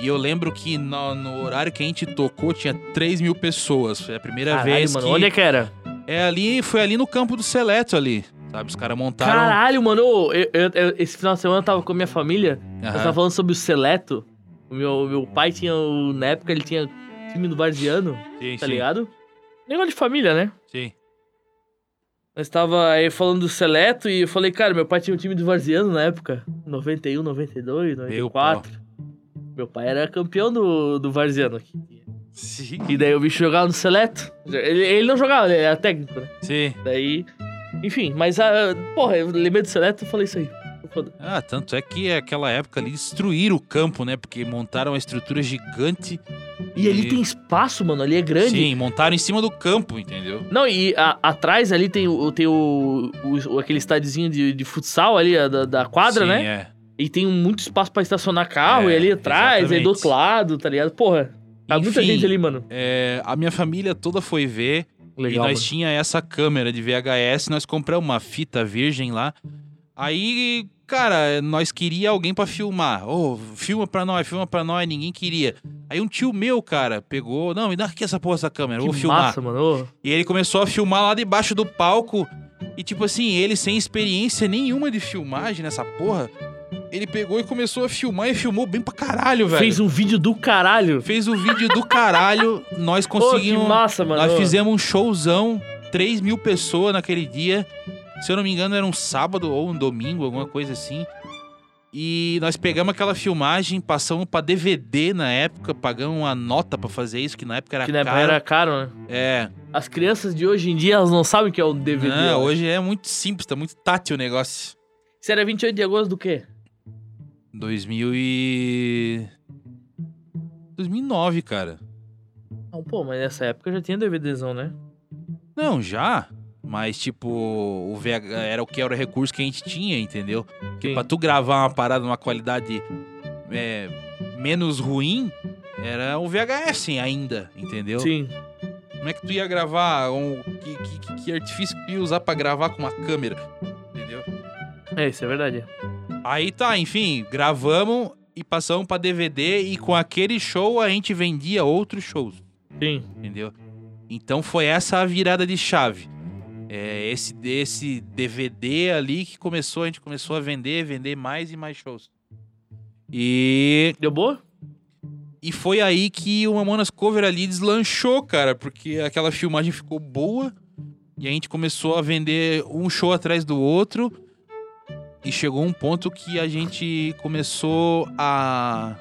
C: E eu lembro que no, no horário que a gente tocou tinha 3 mil pessoas. Foi a primeira
A: Caralho,
C: vez
A: mano.
C: que.
A: Onde é que era?
C: É ali, foi ali no campo do Seleto ali. Sabe, os caras montaram.
A: Caralho, mano. ô, eu- eu- eu- esse final de semana eu tava com a minha família.
C: Aham.
A: Nós tava falando sobre o Seleto. O meu, o meu pai tinha, o- na época, ele tinha time do Varziano,
C: Sim,
A: tá
C: sim,
A: ligado? Negócio de família, né?
C: sim.
A: Nós tava aí falando do Seleto e eu falei, cara, meu pai tinha um time do Varziano na época. 91, 92,
C: Meu
A: 94. Meu, pai era campeão do, do Varziano aqui.
C: Sim.
A: E daí o bicho jogava no Seleto. Ele, ele não jogava, ele era técnico, né?
C: Sim.
A: Daí. Enfim, mas a. Porra, eu lembrei do Seleto e falei isso aí. Foda.
C: Ah, tanto é que aquela época ali destruíram o campo, né? Porque montaram uma estrutura gigante.
A: E ali
C: E-
A: tem espaço, mano, ali é grande.
C: Sim, montaram em cima do campo, entendeu?
A: Não, e a- atrás ali tem, o, tem o, o- aquele estádiozinho de, de futsal ali, a da, da quadra,
C: Sim,
A: né?
C: É.
A: E tem muito espaço pra estacionar carro,
C: É,
A: e ali atrás, aí do
C: exatamente.
A: outro lado, tá ligado? Porra, tá muita
C: Enfim,
A: gente ali, mano.
C: É, a minha família toda foi ver
A: Legal,
C: e nós tinha essa câmera de VHS, nós compramos uma fita virgem lá. Aí, cara, nós queria alguém pra filmar. Ô, filma pra nós, filma pra nós, ninguém queria. Aí um tio meu, cara, pegou, não, me dá aqui essa porra essa câmera, eu
A: mano.
C: vou
A: Que
C: filmar.
A: massa, mano.
C: E ele começou a filmar lá debaixo do palco. E tipo assim, ele sem experiência nenhuma de filmagem nessa porra, ele pegou e começou a filmar e filmou bem pra caralho,
A: Ô,
C: velho.
A: fez um vídeo do caralho.
C: Fez o vídeo do caralho, nós
A: Pô, que
C: conseguimos.
A: massa, mano.
C: nós
A: Ô.
C: fizemos um showzão, 3 mil pessoas naquele dia. Se eu não me engano, era um sábado ou um domingo, alguma coisa assim. E nós pegamos aquela filmagem, passamos pra DVD na época, pagamos uma nota pra fazer isso, que na época era
A: Que na época
C: caro.
A: era caro, né?
C: É,
A: As crianças de hoje em dia, elas não sabem o que é o DVD.
C: não,
A: ó.
C: hoje é muito simples, tá muito tátil o negócio.
A: Isso era 28 de agosto do quê?
C: 2000 e... 2009, cara.
A: Não, pô, mas nessa época já tinha DVDzão, né?
C: Não, já. Mas, tipo, o VH era o que era o recurso que a gente tinha, entendeu? Porque
A: Sim.
C: pra tu gravar uma parada numa qualidade é, menos ruim, era o VHS ainda, entendeu?
A: Sim.
C: Como é que tu ia gravar? Um, que, que- que- que artifício que tu ia usar pra gravar com uma câmera? Entendeu?
A: É, isso é verdade.
C: Aí tá, enfim, gravamos e passamos pra DVD e com aquele show a gente vendia outros shows,
A: Sim.
C: entendeu? Então foi essa a virada de chave. É esse, esse DVD ali que começou, a gente começou a vender, vender mais e mais shows. E
A: Deu boa?
C: e foi aí que o Mamonas Cover ali deslanchou, cara, porque aquela filmagem ficou boa e a gente começou a vender um show atrás do outro. E chegou um ponto que a gente começou a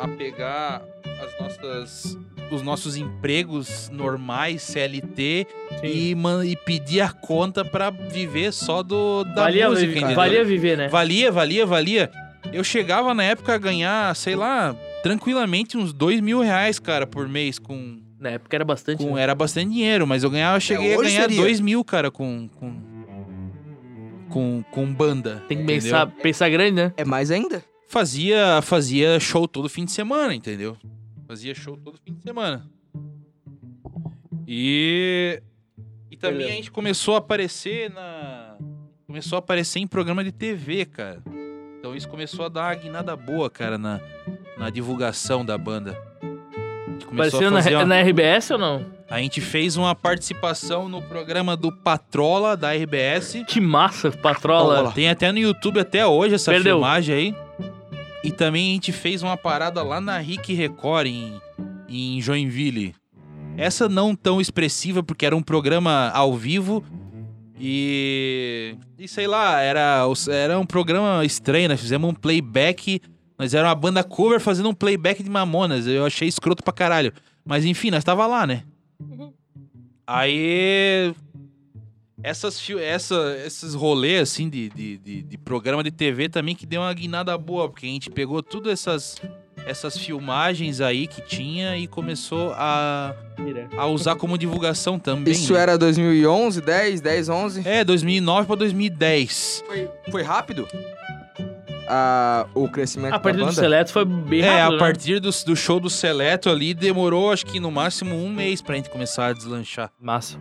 C: a pegar as nossas os nossos empregos normais, CLT e, man, e pedir a conta pra viver só do da
A: valia,
C: música,
A: viver,
C: entendeu?
A: valia viver, né?
C: Valia, valia, valia. Eu chegava na época a ganhar, sei lá, tranquilamente uns dois mil reais, cara, por mês. Com,
A: Na época era bastante.
C: com
A: né?
C: Era bastante dinheiro, mas eu
A: É,
C: ganhava, eu cheguei a
B: hoje
C: ganhar
B: seria.
C: dois mil, cara, com. com... Com, com banda.
A: Tem que
C: entendeu?
A: pensar, pensar grande, né?
B: É mais ainda?
C: Fazia, fazia show todo fim de semana, entendeu? Fazia show todo fim de semana. E. E também
A: Beleza.
C: a gente começou a aparecer na. Começou a aparecer em programa de TV, cara. Então isso começou a dar uma guinada boa, cara, na, na divulgação da banda. A gente começou
A: Parecendo
C: a fazer.
A: na, na
C: uma-
A: RBS ou não?
C: A gente fez uma participação no programa do Patrola da RBS.
A: Que massa,
B: Vamos
A: patrola.
B: lá.
C: Tem até no YouTube até hoje essa
A: Perdeu.
C: filmagem aí. E também a gente fez uma parada lá na Rick Record em, em Joinville. Essa não tão expressiva, porque era um programa ao vivo. E. E sei lá, era, os- era um programa estranho. Nós fizemos um playback. Nós era uma banda cover fazendo um playback de Mamonas. Eu achei escroto pra caralho. Mas enfim, nós tava lá, né? Aí. Essas, fi- essa, esses rolês, assim, de, de, de, de programa de TV também que deu uma guinada boa, porque a gente pegou todas essas, essas filmagens aí que tinha e começou a, a usar como divulgação também.
B: Isso
C: né?
B: era 2011, 10, 10, 11?
C: É, 2009 pra 2010.
B: Foi, foi rápido? Ah, o crescimento
A: A partir
B: da
A: do
B: banda?
A: Seleto foi bem
C: é,
A: rápido,
C: a
A: né?
C: partir do, do show do Seleto ali, demorou acho que no máximo um mês pra gente começar a deslanchar.
A: Massa.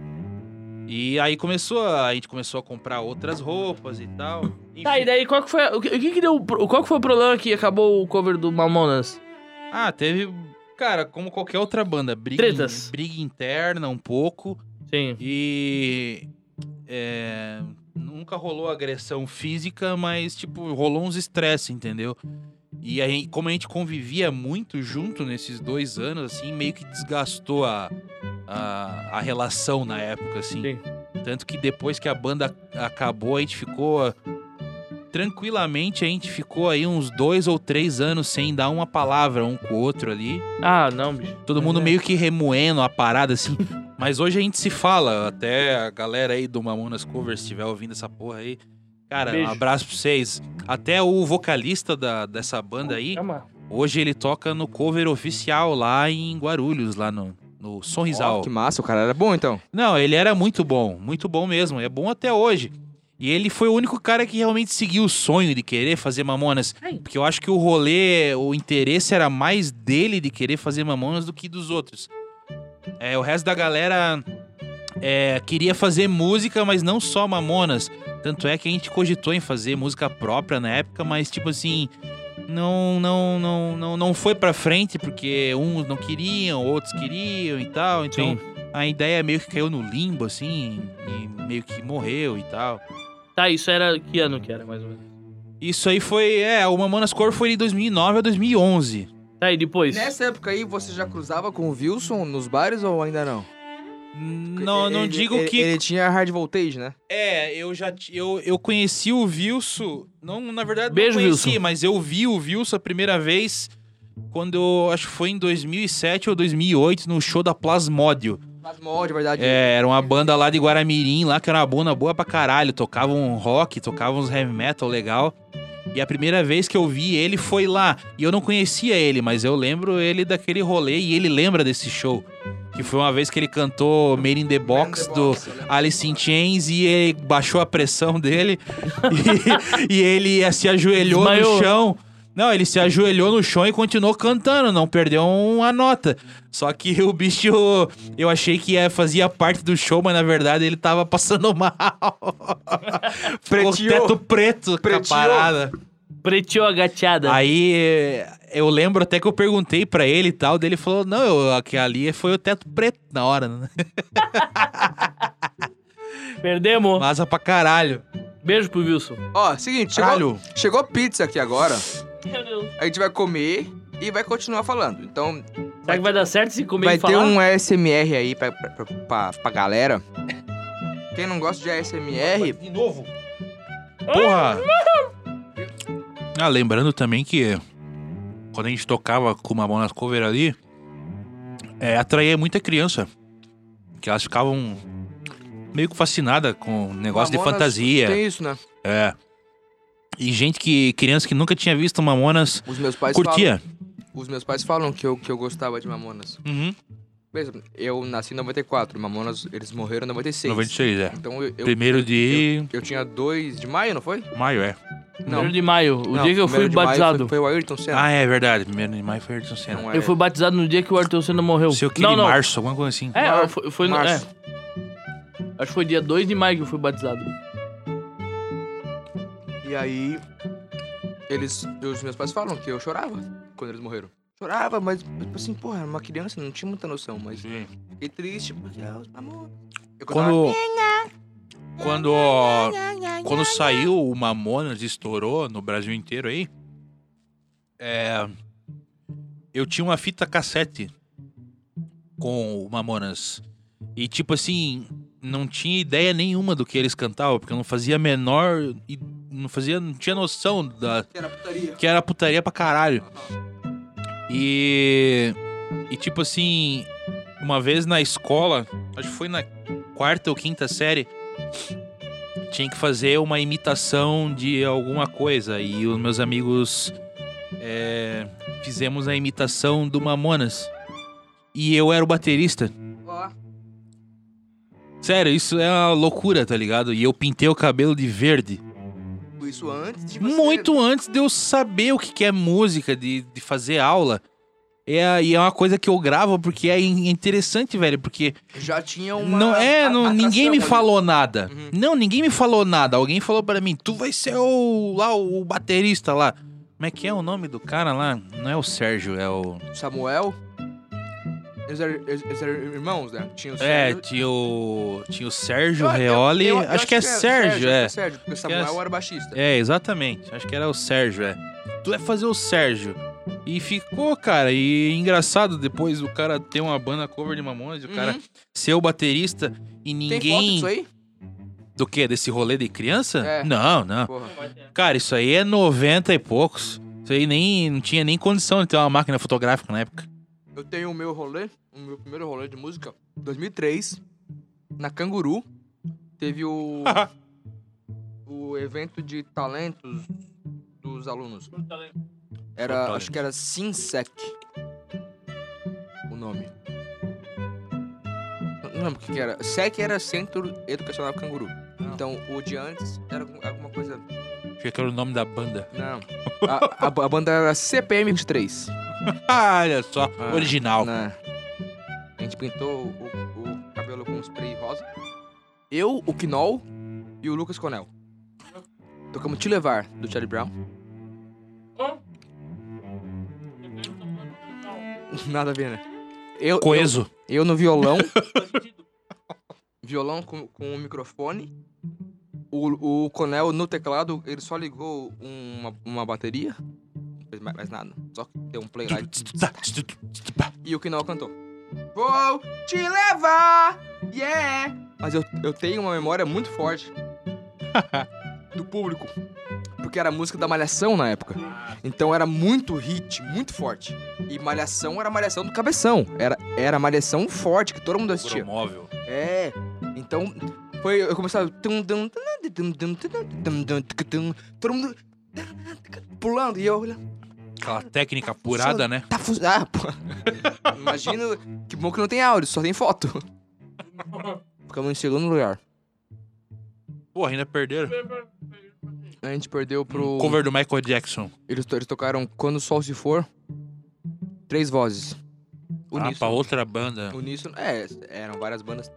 C: E aí começou, a, a gente começou a comprar outras roupas e tal.
A: Tá,
C: Enfim.
A: e daí qual que foi, o que, o que que deu, o pro- qual que foi o problema que acabou o cover do Mamonas?
C: Ah, teve. Cara, como qualquer outra banda, briga,
A: Tretas.
C: briga interna um pouco.
A: Sim.
C: E. é, nunca rolou agressão física, mas, tipo, rolou uns estresse, entendeu? E aí, como a gente convivia muito junto nesses dois anos, assim, meio que desgastou a, a, a relação na época, assim.
A: Sim.
C: Tanto que depois que a banda acabou, a gente ficou. ah, Tranquilamente, a gente ficou aí uns dois ou três anos sem dar uma palavra um com o outro ali.
A: Ah, não, bicho.
C: Todo mundo meio que remoendo a parada, assim. Mas hoje a gente se fala. Até a galera aí do Mamonas Covers, se estiver ouvindo essa porra aí. Cara,
A: Beijo.
C: um abraço pra vocês. Até o vocalista da, dessa banda aí,
A: Calma.
C: hoje ele toca no cover oficial lá em Guarulhos, lá no, no Sorrisal.
B: Ó, que massa, o cara era bom então.
C: Não, ele era muito bom, muito bom mesmo. É bom até hoje. E ele foi o único cara que realmente seguiu o sonho de querer fazer Mamonas.
A: Ai.
C: Porque eu acho que o rolê, o interesse era mais dele de querer fazer Mamonas do que dos outros. É, o resto da galera é, queria fazer música, mas não só Mamonas. Tanto é que a gente cogitou em fazer música própria na época, mas tipo assim, não não não não, não foi pra frente porque uns não queriam, outros queriam e tal.
A: Sim.
C: Então a ideia meio que caiu no limbo, assim, e meio que morreu e tal.
A: Tá, isso era que ano que era, mais ou menos?
C: Isso aí foi, é, o Mamonas Cor foi de 2009 a 2011.
A: Tá, e depois?
B: Nessa época aí, você já cruzava com o Wilson nos bares ou ainda não?
C: Não, não
B: Ele-
C: digo
B: ele-
C: que...
B: Ele tinha hard voltage, né?
C: É, eu já, ti- eu, eu conheci o Wilson, não, na verdade
A: Beijo,
C: não conheci,
A: Wilson.
C: mas eu vi o Wilson a primeira vez quando, eu acho que foi em 2007 ou 2008, no show da Plasmódio.
B: Plasmod, de verdade.
C: É, era uma banda lá de Guaramirim, lá que era uma banda boa pra caralho. Tocava um rock, tocava uns heavy metal legal. E a primeira vez que eu vi ele foi lá. E eu não conhecia ele, mas eu lembro ele daquele rolê e ele lembra desse show. Que foi uma vez que ele cantou Made in the Box do Alice in Chains e ele baixou a pressão dele e, e ele se ajoelhou
A: Desmaiou.
C: no chão. Não, ele se ajoelhou no chão e continuou cantando, não perdeu uma nota. Só que o bicho, eu achei que é, fazia parte do show, mas na verdade ele tava passando mal. Ficou
B: Preteou.
C: teto preto com a
B: Preteou.
C: parada.
A: Preteou a gateada.
C: Aí eh, eu lembro até que eu perguntei pra ele e tal, daí ele falou: não, eu, que ali foi o teto preto na hora, né?
A: Perdemos.
C: Masa pra caralho.
A: Beijo pro Wilson.
B: Ó, seguinte, chegou,
C: Caralho.
B: chegou pizza aqui agora.
A: Meu Deus.
B: A gente vai comer e vai continuar falando. Então,
A: Será que vai dar certo se comer
B: vai
A: e falar?
B: ter um ASMR aí pra, pra, pra, pra galera. Quem não gosta de ASMR,
C: De novo. Porra! Ah, lembrando também que quando a gente tocava com uma mão nas cover ali, é, atraía muita criança. Que elas ficavam meio que fascinadas com o negócio de
B: Mamonas
C: fantasia.
B: tem isso, né?
C: É. E gente que. Criança que nunca tinha visto Mamonas
B: Os meus pais falam.
C: curtia.
B: Os meus pais falam que eu, que eu gostava de Mamonas.
C: Uhum.
B: Beleza, eu nasci em 94, Mamonas, eles morreram em 96.
C: 96, é.
B: Então eu, eu,
C: Primeiro de
B: eu tinha 2 de maio, não foi?
C: maio, é.
A: Primeiro de maio, o
B: Não,
A: dia que eu fui
B: primeiro de maio
A: batizado.
B: Foi, foi o Ayrton Senna.
C: Ah, é verdade. Primeiro de maio foi Ayrton Senna.
B: Não é.
A: Eu fui batizado no dia que o Arthur Senna morreu.
C: Sei o que,
A: não,
C: de
A: não.
C: março, alguma coisa assim.
A: É,
B: Mar-
A: eu fui, foi no-
B: março.
A: é. Acho que foi dia 2 de maio que eu fui batizado.
B: E aí, eles, os meus pais falam que eu chorava quando eles morreram. Chorava, mas, tipo assim, porra, era uma criança, não tinha muita noção, mas fiquei triste, porque, ah, os Mamonas. Eu cantava-
C: Quando. Quando. ó, Quando saiu o Mamonas, estourou no Brasil inteiro aí. é, Eu tinha uma fita cassete com o Mamonas. E tipo assim, não tinha ideia nenhuma do que eles cantavam, porque eu não fazia a menor. e Não fazia. Não tinha noção da,
B: Era putaria.
C: que era putaria pra caralho. E. E tipo assim, uma vez na escola, acho que foi na quarta ou quinta série, tinha que fazer uma imitação de alguma coisa. E os meus amigos é, fizemos a imitação do Mamonas. E eu era o baterista.
B: Ó,
C: Sério, isso é uma loucura, tá ligado? E eu pintei o cabelo de verde.
B: Isso antes tipo assim, de você.
C: Muito antes de eu saber o que que é música, de, de fazer aula. É, e é uma coisa que eu gravo porque é in- interessante, velho. Porque
B: Já tinha uma.
C: não é, não-
B: a-
C: ninguém me
B: atração ali.
C: falou nada.
B: Uhum.
C: Não, ninguém me falou nada. Alguém falou pra mim, tu vai ser o lá o baterista lá. Como é que é o nome do cara lá? Não é o Sérgio, é o
B: Samuel. Eles eram, eles- eles eram irmãos, né? Tinha o
C: É,
B: Sérgio-
C: tinha o tinha o Sérgio
B: Eu- eu-
C: Reoli.
B: eu- eu
C: acho, que é
B: acho
C: Sérgio, é.
B: que Sérgio, porque
C: que é-
B: Samuel era baixista.
C: É, exatamente. Acho que era o Sérgio, é. Tu vai fazer o Sérgio. E ficou, cara. E é engraçado depois o cara ter uma banda cover de Mamonas, e É, o
B: Uhum.
C: cara ser o baterista e ninguém.
B: Tem foto disso aí?
C: Do quê? Desse rolê de criança?
B: É.
C: Não, não.
B: Porra.
C: Cara, isso aí é 90 e poucos. Isso aí nem não tinha nem condição de ter uma máquina fotográfica na época.
B: Eu tenho o meu rolê, o meu primeiro rolê de música, 2003, na Canguru. Teve o. o evento de talentos dos alunos. Era,
C: Talentos.
B: acho que era Sinsec. O nome. Não- Não lembro o que, que era. SEC era Centro Educacional Canguru. Então, o de antes era algum- alguma coisa.
C: Achei que era o nome da banda.
B: Não. A, a- a banda era CPM 23.
C: Ah, olha só,
B: Ah,
C: original.
B: né? A gente pintou o, o cabelo com spray rosa. Eu, o Knol e o Lucas Conel. Tocamos Te Levar, do Charlie Brown. Nada a ver, né? Eu,
C: Coeso.
B: eu, eu no violão. violão com, com o microfone. O, o Conel no teclado, ele só ligou uma, uma bateria. Não fez mais, mais nada. Só que deu um play lá. E o Knol cantou. Vou te levar, yeah! Mas eu, eu tenho uma memória muito forte do público. Porque era música da Malhação na época. Então era muito hit, muito forte. E Malhação era Malhação do Cabeção. Era, era Malhação forte, que todo mundo assistia.
C: Promóvel.
B: É. Então, foi. Eu começava. tum, dum, tanã, dum, dum, tanã, dum, dum, tuc, tum. Todo mundo. Pulando. E eu olhando.
C: Aquela técnica apurada, né?
B: Tá fuzil. Ah, pô. Imagina. Que bom que não tem áudio, só tem foto. Ficamos em segundo lugar.
C: Porra, ainda perderam.
B: A gente perdeu pro.
C: Cover do Michael Jackson.
B: Eles, to- eles tocaram Quando o Sol Se For. Três vozes.
C: Ah, pra outra banda.
B: Uníssono, é, eram várias bandas.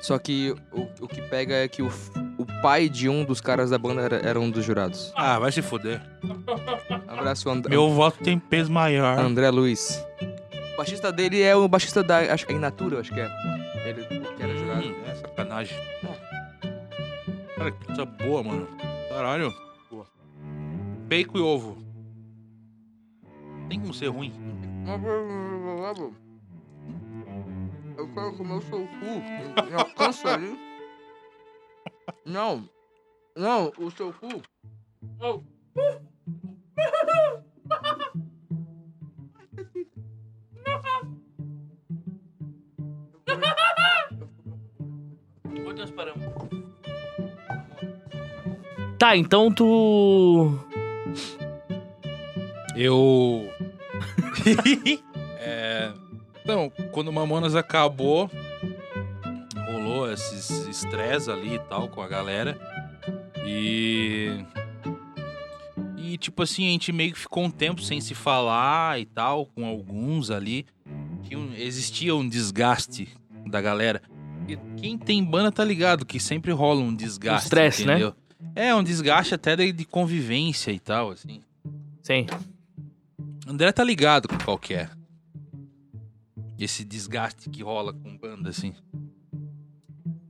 B: Só que o, o que pega é que o, f- o pai de um dos caras da banda era, era um dos jurados.
C: Ah, vai se foder.
B: Abraço, And
C: Meu voto tem peso maior.
B: André Luiz. O baixista dele é o baixista da acho, que é Inatura, acho que é. Ele que era jurado.
C: Hum, é né? sacanagem. Cara, que coisa boa, mano. Caralho. Boa. Bacon e ovo. Tem como ser ruim.
B: Eu quero comer o seu cu. Não, cansa ali. Não. Não, o seu cu.
A: Oh. Onde nós paramos? Tá, então tu.
C: Eu. É, Então, quando o Mamonas acabou, rolou esses estresse ali e tal com a galera. E. E, tipo assim, a gente meio que ficou um tempo sem se falar e tal, com alguns ali. Tinha um- existia um desgaste da galera. E quem tem banda tá ligado que sempre rola um desgaste.
A: estresse, né?
C: entendeu? É, um desgaste até de de convivência e tal, assim.
A: Sim.
C: André tá ligado com qual que é. Esse desgaste que rola com banda, assim.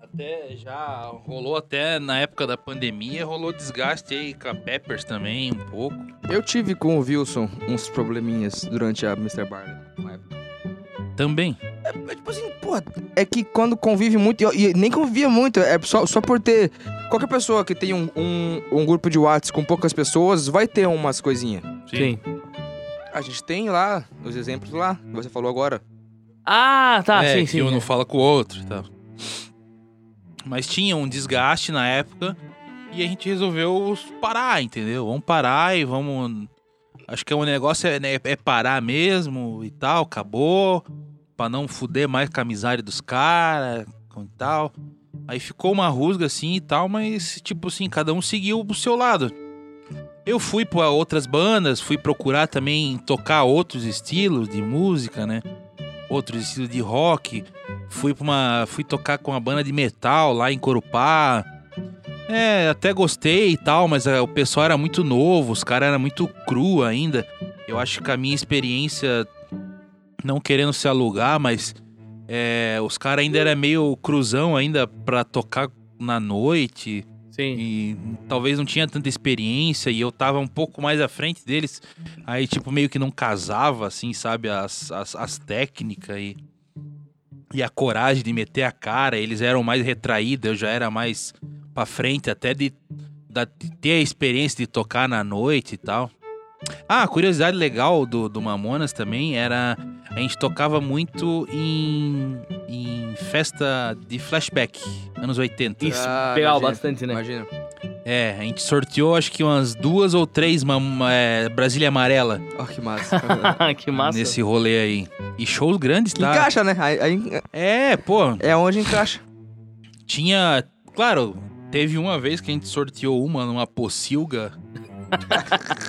C: Até já rolou até na época da pandemia, rolou desgaste aí com a Peppers também, um pouco.
B: Eu tive com o Wilson uns probleminhas durante a Mr. Barley. uma época.
C: Também.
B: É tipo assim, porra, é que quando convive muito, e e nem convivia muito, é só, só por ter. Qualquer pessoa que tem um, um, um grupo de Whats com poucas pessoas vai ter umas coisinhas.
A: Sim.
B: A gente tem lá, os exemplos lá, que você falou agora.
A: Ah, tá,
C: é,
A: sim,
C: que
A: sim.
C: um não fala com o outro e tal. Mas tinha um desgaste na época e a gente resolveu parar, entendeu? Vamos parar e vamos. Acho que é um negócio é, né, é parar mesmo e tal, acabou. Pra não fuder mais com a amizade dos caras e tal. Aí ficou uma rusga assim e tal, mas tipo assim, cada um seguiu pro seu lado. Eu fui pra outras bandas, fui procurar também tocar outros estilos de música, né? outro estilo de rock. Fui pra uma, fui tocar com uma banda de metal lá em Corupá. É, até gostei e tal, mas é, o pessoal era muito novo, os caras eram muito cru ainda. Eu acho que a minha experiência, não querendo se alugar, mas é, os caras ainda era meio cruzão ainda pra tocar na noite
A: Sim.
C: e talvez não tinha tanta experiência e eu tava um pouco mais à frente deles. Aí, tipo, meio que não casava, assim, sabe, as, as, as técnicas e, e a coragem de meter a cara. Eles eram mais retraídos, eu já era mais pra frente, até de, da- de ter a experiência de tocar na noite e tal. Ah, curiosidade legal do, do Mamonas também era. A gente tocava muito em, em festa de flashback, anos 80.
A: Isso,
B: Ah,
A: pegava
B: imagina,
A: bastante, né?
B: Imagina.
C: É, a gente sorteou acho que umas duas ou três mam- é, Brasília Amarela
B: Ó, que massa.
A: que massa.
C: nesse rolê aí. E shows grandes, tá?
B: Encaixa, né? Aí, aí
C: É, pô,
B: é onde encaixa.
C: tinha. Claro, teve uma vez que a gente sorteou uma numa pocilga.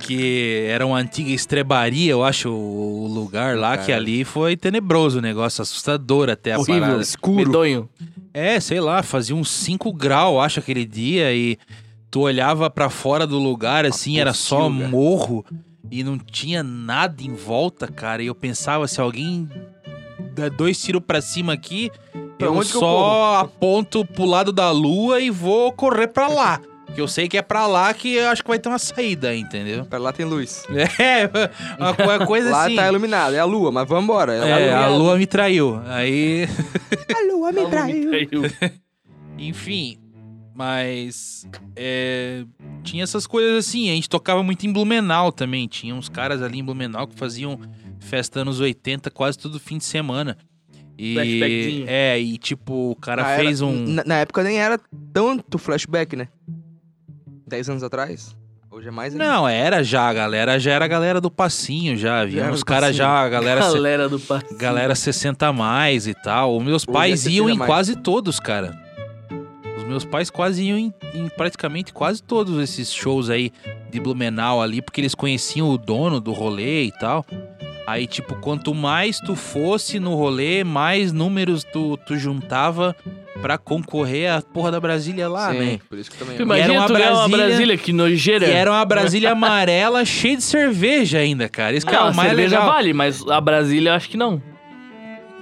C: que era uma antiga estrebaria, eu acho, o lugar lá, que
B: Caralho.
C: ali foi tenebroso o negócio, assustador até a
A: Horrível,
C: parada.
A: escuro. Medonho.
C: É, sei lá, fazia uns 5 graus, acho, aquele dia, e tu olhava pra fora do lugar, assim, era só
B: pocilga.
C: morro e não tinha nada em volta, cara. E eu pensava, se alguém dá dois tiros pra cima aqui,
B: Pra
C: eu
B: onde que eu
C: só aponto pro lado da lua e vou correr pra lá. Porque eu sei que é pra lá que eu acho que vai ter uma saída, entendeu?
B: Pra lá tem luz.
C: É, uma co- uma coisa
B: Lá
C: assim.
B: tá iluminado, é a lua, mas vambora. É,
C: É,
B: a
C: a
B: lua. Tá
C: lua me traiu. Aí.
B: A lua me traiu.
C: Enfim, mas é, tinha essas coisas assim. A gente tocava muito em Blumenau também. Tinha uns caras ali em Blumenau que faziam festa anos 80 quase todo fim de semana. E
A: Flashbackzinho.
C: é, e tipo, o cara
B: Na Ah, era-
C: fez um.
B: Na, na época nem era tanto flashback, né? Dez anos atrás. Hoje é mais.
C: Não, era já, a galera já era a galera do passinho já,
B: era
C: havia uns
B: do
C: caras
B: passinho.
C: já, a galera se-
A: Galera do passinho.
C: galera 60 a mais e tal. Os meus
B: Hoje é
C: pais
B: 60
C: iam
B: a
C: em
B: mais.
C: quase todos, cara. Os meus pais quase iam em, em praticamente quase todos esses shows aí de Blumenau ali, porque eles conheciam o dono do rolê e tal. Aí, tipo, quanto mais tu fosse no rolê, mais números tu, tu juntava pra concorrer à porra da Brasília lá,
B: Sim,
C: né?
B: Por isso que também.
A: Tu imagina
C: E era uma
A: tu ganhar uma
C: Brasília-
A: Brasília, que nojeira.
C: E era uma Brasília amarela cheia de cerveja ainda, cara. Isso que é
A: Não,
C: o
A: a
C: mais
A: cerveja
C: legal.
A: vale, mas a Brasília eu acho que não.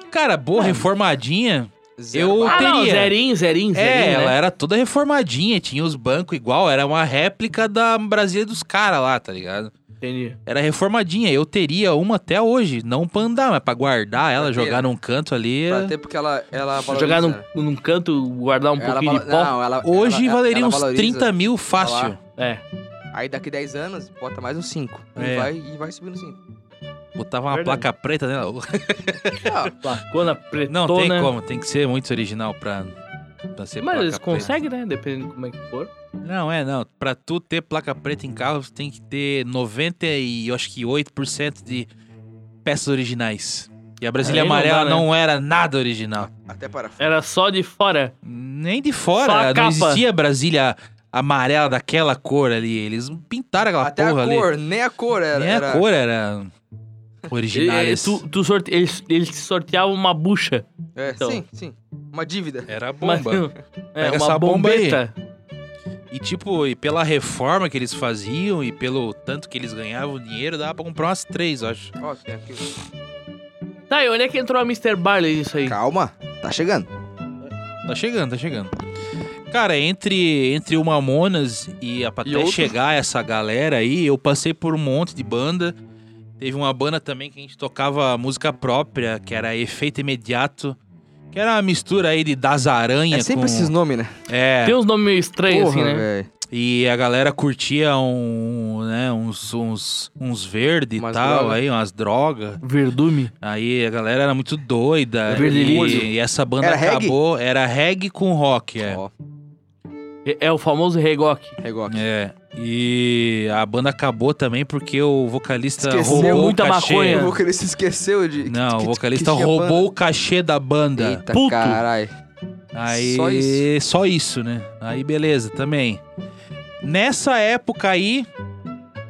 C: Cara, boa, reformadinha.
B: é Zero
C: Eu-
B: ba-
A: Ah, não,
C: teria.
A: zerinho, zerinho, zerinho.
C: É, ela
A: né?
C: era toda reformadinha, tinha os bancos igual, era uma réplica da Brasília dos caras lá, tá ligado?
A: Entendi.
C: Era reformadinha, eu teria uma até hoje, não pra andar, mas pra guardar ela,
B: Pra ter, né?
C: jogar num canto ali.
B: Até porque ela. ela
A: Jogar num,
B: valoriza.
C: é.
A: num canto, guardar um
B: Ela
A: pouquinho de
B: valo-
A: pó.
B: Não, ela,
C: Hoje
B: ela-
C: valeria
B: ela
C: uns
B: valoriza.
C: 30 mil fácil.
B: Olha
A: É.
B: Aí daqui 10 anos, bota mais uns 5.
C: É.
B: E, vai, e vai subindo assim. 5.
C: Botava uma
A: Verdade.
C: placa preta nela.
A: Placona, pretona.
C: Não tem como, tem que ser muito original pra, pra ser
A: né? Mas
C: placa
A: eles
C: preta.
A: conseguem, né? Dependendo de como é que for.
C: Não, é, não. Pra tu ter placa preta em carro, você tem que ter 90 e eu acho que 8% de peças originais. E a Brasília
A: Aí não
C: Amarela não,
A: dá, né?
C: era nada original.
B: Até para.
A: Era só de fora.
C: Nem de
A: Só a
C: fora. Não
A: capa.
C: existia Brasília Amarela daquela cor ali. Eles pintaram aquela
B: Até a
C: porra ali.
B: cor, nem a cor era.
C: Nem
B: era-
C: a cor era original.
A: Ele- tu, tu sorte... eles, eles sorteavam uma bucha.
B: É,
A: Então.
B: Sim, sim. Uma dívida.
C: Era
A: Uma-
C: bomba.
A: é,
C: Pega
A: uma
C: essa bomba aí.
A: bombeta.
C: E tipo, e pela reforma que eles faziam e pelo tanto que eles ganhavam dinheiro, dava pra comprar umas três, eu acho.
B: Ó, tem aqui.
A: Tá, e onde é que entrou a Mr. Barley nisso aí?
B: Calma, tá chegando.
C: Tá chegando, tá chegando. Cara, entre, entre o Mamonas e a até
B: outros?
C: chegar essa galera aí, eu passei por um monte de banda. Teve uma banda também que a gente tocava música própria, que era Efeito Imediato, que era uma mistura aí de Das Aranha
B: É sempre
C: com...
B: esses nomes, né?
C: É,
A: Tem uns nomes meio estranhos, assim, né?
B: velho.
C: e a galera curtia um, né, uns, uns, uns verdes e
B: Umas
C: tal,
B: droga.
C: aí umas drogas.
A: Verdume.
C: Aí a galera era muito doida.
A: Verde Lilio.
C: E, e essa banda
B: Era reggae?
C: acabou. Era reggae com rock, é.
B: Ó,
A: É- É o famoso Regoc.
B: pegou aqui.
C: É. E a banda acabou também porque o vocalista
B: Esqueceu
C: roubou
A: muita
C: o cachê.
A: maconha.
B: O vocalista esqueceu de.
C: É. Não,
B: que-
C: o
B: que-
C: vocalista
B: que tinha
C: roubou
B: banda.
C: o cachê da banda.
B: Eita,
A: Puto.
B: caralho.
C: Aí,
B: Só
C: só
B: isso.
C: isso. né? Aí, beleza, também. Nessa época aí,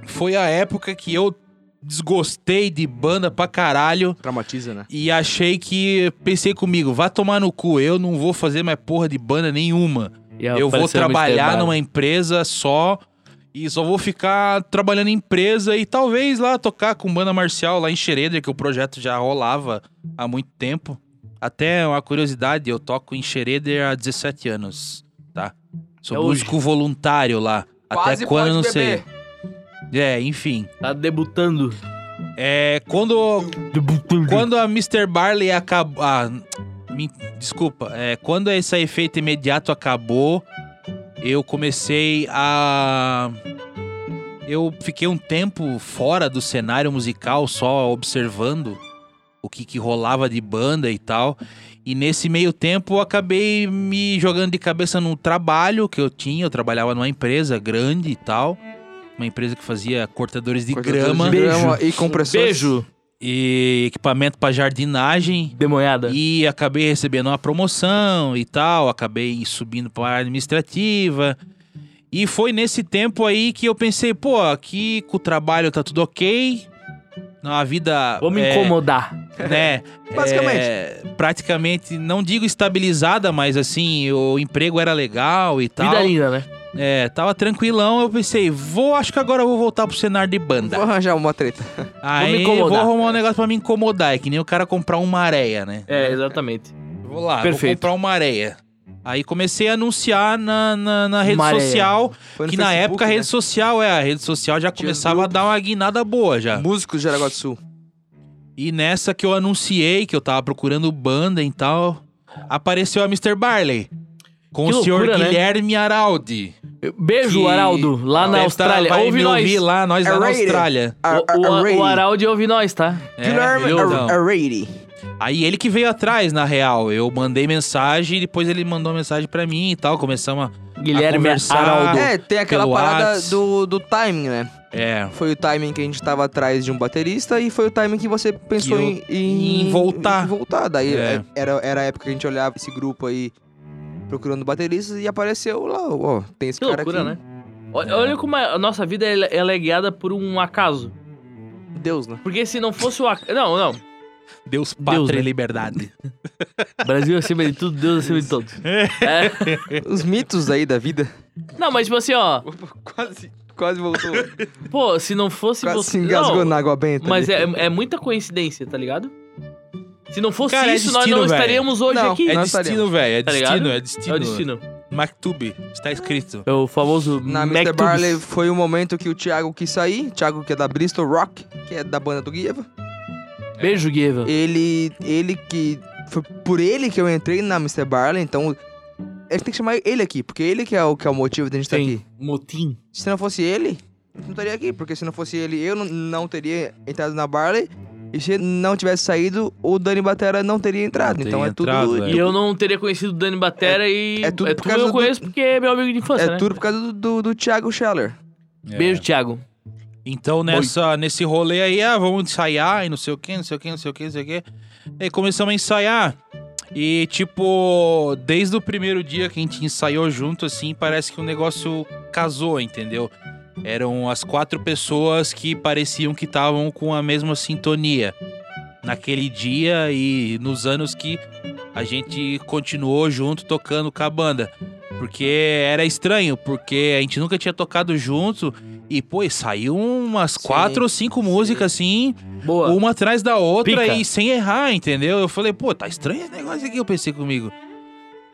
C: foi a época que eu desgostei de banda pra caralho.
B: Traumatiza, né?
C: E achei que. Pensei comigo, vá tomar no cu, eu não vou fazer mais porra de banda nenhuma.
A: É,
C: eu vou trabalhar numa empresa só e só vou ficar trabalhando em empresa e talvez lá tocar com banda marcial lá em Xereda, que o projeto já rolava há muito tempo. Até uma curiosidade, eu toco em Xereda há 17 anos, tá? Sou
A: É hoje.
C: músico voluntário lá.
B: Quase
C: até quando eu não
B: pode beber.
C: sei. É, enfim.
A: Tá debutando.
C: É, quando
A: Debutando.
C: quando a Mr. Barley acabou. Ah, me- desculpa. É, quando esse efeito imediato acabou, eu comecei a. Eu fiquei um tempo fora do cenário musical, só observando o que, que rolava de banda e tal. E nesse meio tempo eu acabei me jogando de cabeça num trabalho que eu tinha. Eu trabalhava numa empresa grande e tal. Uma empresa que fazia cortadores de
B: Cortadores
C: grama
B: de grama e compressores.
A: Beijo,
C: e equipamento para jardinagem.
A: demonhada.
C: E acabei recebendo uma promoção e tal, acabei subindo para área administrativa. E foi nesse tempo aí que eu pensei, pô, aqui com o trabalho tá tudo ok. Na vida.
A: Vou me
C: é,
A: incomodar.
C: né?
B: Basicamente.
C: é, praticamente, não digo estabilizada, mas assim, o emprego era legal e tal.
A: Vida linda, né?
C: É, tava tranquilão. Eu pensei, vou, acho que agora eu vou voltar pro cenário de banda.
B: Vou arranjar uma treta.
C: Aí
A: Vou me
C: vou
A: incomodar.
C: arrumar um negócio pra me incomodar. É que nem o cara comprar uma areia, né?
A: É, exatamente.
C: Vou lá, vou
A: Perfeito.
C: comprar uma areia. Aí comecei a anunciar na, na, na rede
A: Uma areia.
C: social,
B: Foi no
C: que na
B: Facebook,
C: época a
B: né?
C: rede social, é, a rede social já
B: Tinha
C: começava a dar uma guinada boa já.
B: Músicos de Jaraguá do Sul.
C: E nessa que eu anunciei que eu tava procurando banda e tal, apareceu a Mr. Barley. Com
A: Que
C: o senhor
A: loucura, né?
C: Guilherme Araldi.
A: Beijo,
C: Que-
A: Araldo, lá na
C: Deve tá-
A: Austrália.
C: vai
A: ouve
C: me
A: nós.
C: ouvir lá, nós lá na
B: Araldi.
C: Austrália.
B: Ar- ar-
A: O,
B: array.
A: o, o Araldi ouve nós, tá?
C: É,
B: Guilherme
C: ele- não.
B: Ar- Arady.
C: Aí ele que veio atrás, na real. Eu mandei mensagem, depois ele mandou mensagem pra mim e tal. Começamos
A: Guilherme
C: conversar.
A: Araldo.
B: É, tem aquela
C: pelo
B: parada
C: Whats.
B: do, do timing, né?
C: a. É.
B: Foi o timing que a gente tava atrás de um baterista e foi o timing que você pensou
C: eu-
B: em, em-
C: em voltar.
B: em voltar. Daí
C: É.
B: era, era a época que a gente olhava esse grupo aí procurando bateristas e apareceu lá, ó, tem esse
A: Que
B: cara
A: loucura,
B: aqui.
A: né? Olha, olha como a nossa vida ela- ela é guiada por um acaso.
B: Deus, né?
A: Porque se não fosse o acaso. Não, não.
C: Deus, pátria
A: né?
C: e liberdade.
A: Brasil acima de tudo, Deus acima de todos. É.
B: Os mitos aí da vida.
A: Não, mas tipo assim, ó.
B: quase, quase voltou.
A: Pô, se não fosse
B: quase
A: você.
B: se engasgou
A: não,
B: na água benta.
A: Mas
B: ali.
A: é, é muita coincidência, tá ligado? Se não fosse
C: Cara, é
A: isso, nós
C: destino,
A: não
C: velho.
A: estaríamos hoje
B: Não,
A: aqui.
C: É
B: Nós
C: destino,
B: estaríamos.
C: velho. É
A: Tá
C: destino,
A: ligado?
C: é destino.
A: É o destino.
C: Maktub, está escrito.
A: É o famoso
B: Na Mr.
A: Maktubs.
B: Barley foi o momento que o Thiago quis sair. Thiago, que é da Bristol Rock, que é da banda do Guieva.
A: Beijo, Gueva.
B: Ele. Ele que. Foi por ele que eu entrei na Mr. Barley, então. A gente tem que chamar ele aqui, porque ele que é o, que é o motivo da gente estar aqui.
A: Tem motim.
B: Se não fosse ele, eu não estaria aqui, porque se não fosse ele, eu não, não teria entrado na Barley. E se não tivesse saído, o Dani Batera não teria entrado.
C: Não teria
B: então é tudo.
C: entrado,
A: E eu não teria conhecido o Dani Batera e
B: é tudo por causa
A: eu
B: do-
A: conheço porque é meu amigo de infância,
B: É
A: né?
B: tudo por causa do, do, do Thiago Scheller.
C: É.
A: Beijo, Thiago.
C: Então, nessa, nesse rolê aí, ah, vamos ensaiar e não sei o que, não sei o que, não sei o que, não sei o que. E começamos a ensaiar. E, tipo, desde o primeiro dia que a gente ensaiou junto, assim, parece que o negócio casou, entendeu? Eram as quatro pessoas que pareciam que estavam com a mesma sintonia naquele dia e nos anos que a gente continuou junto tocando com a banda. Porque era estranho, porque a gente nunca tinha tocado junto e, pô, e saiu umas
B: Sim,
C: quatro ou cinco músicas assim,
A: Boa.
C: uma atrás da outra
A: Pica.
C: e sem errar, entendeu? Eu falei, pô, tá estranho esse negócio aqui, eu pensei comigo.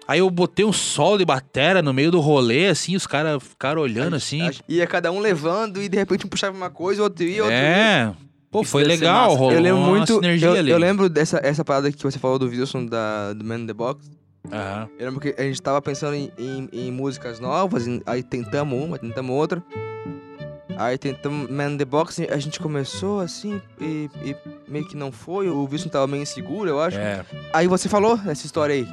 C: Aí eu botei um solo de batera no meio do rolê, assim, os caras ficaram olhando assim.
B: Ia cada um levando e de repente um puxava uma coisa, outro ia, outro ia.
C: é. Pô,
A: Isso
C: foi
A: deve ser
C: legal,
A: massa.
C: rolou
B: Eu lembro
C: uma
B: muito.
C: sinergia
B: Eu,
C: ali.
B: eu lembro dessa essa parada que você falou do Wilson da, do Man in the Box.
C: Aham.
B: Eu lembro que a gente tava pensando em, em- em músicas novas, em- aí tentamos uma, tentamos outra. Aí tentamos Man in the Box, a gente começou assim e, e meio que não foi. O Wilson tava meio inseguro, eu acho.
C: É.
B: Aí você falou essa história aí.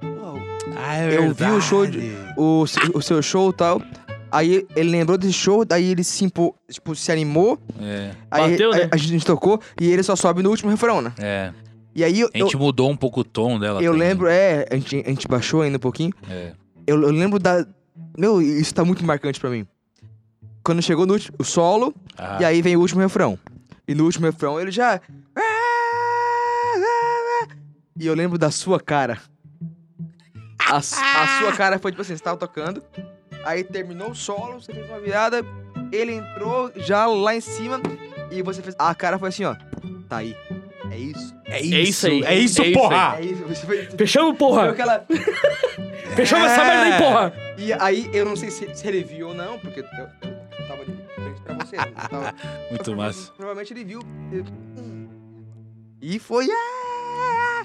B: Pô,
C: Ah, é
B: Eu vi o show de-
C: verdade.
B: o, o seu show e tal. Aí ele lembrou desse show, daí ele se, impo- tipo, se animou.
C: É,
B: Aí
A: Bateu,
B: a,
A: né?
B: a gente tocou e ele só sobe no último refrão, né?
C: é.
B: E aí eu,
C: A gente mudou um pouco o tom dela.
B: eu
C: também.
B: lembro, é, a gente, a gente baixou ainda um pouquinho.
C: É.
B: Eu, eu lembro da. Meu, isso tá muito marcante pra mim. Quando chegou no último o solo,
C: Ah,
B: e aí vem o último refrão. E no último refrão ele já. E eu lembro da sua cara. A, su- a sua cara foi tipo assim: você tava tocando, aí terminou o solo, você fez uma virada, ele entrou já lá em cima, e você fez. A cara foi assim: ó, tá aí. É isso.
C: É
A: isso aí,
C: É isso,
A: é isso
C: porra.
B: É isso. Você fez.
A: Fechamos,
B: Deu
A: porra!
B: aquela-
A: Fechamos essa
C: É.
A: merda aí, porra!
B: E aí, eu não sei se, se ele viu ou não, porque eu, eu tava de frente pra você. né? Eu tava-
C: Muito massa.
B: Provavelmente ele viu. E foi. ah,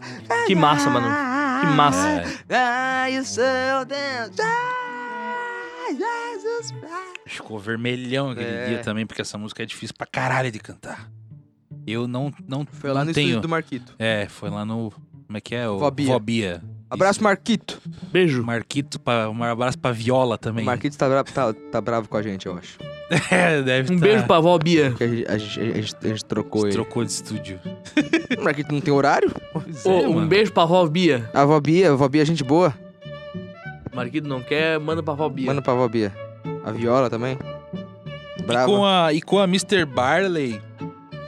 A: Que massa, mano. Que massa.
C: É.
B: Ah, you so damn- Ah, Jesus Christ.
C: Ficou vermelhão aquele
B: É.
C: dia também, porque essa música é difícil pra caralho de cantar. Eu não, não,
B: Foi lá
C: não
B: no
C: tenho.
B: estúdio do Marquito.
C: É, foi lá no. Como é que é? O
B: Vobia.
C: Vobia.
B: Abraço, Marquito.
A: Beijo.
C: Marquito, pra, um abraço pra Viola também.
B: O Marquito tá, bra- tá- tá bravo com a gente, eu acho.
C: É, deve
A: Um
C: tá-
A: beijo pra vó Bia.
B: Porque a gente, a gente- a gente- a gente trocou ele.
C: Trocou de estúdio.
B: O Marquito não tem horário?
C: Pois
A: Ô,
C: é,
A: um
C: mano.
A: beijo pra vó Bia.
B: A Vobia, a Vobia é gente boa.
A: Marquito não quer, manda pra vó Bia.
B: Manda pra Vobia. A Viola também.
C: E
B: Bravo.
C: com, a, e com a Mr. Barley,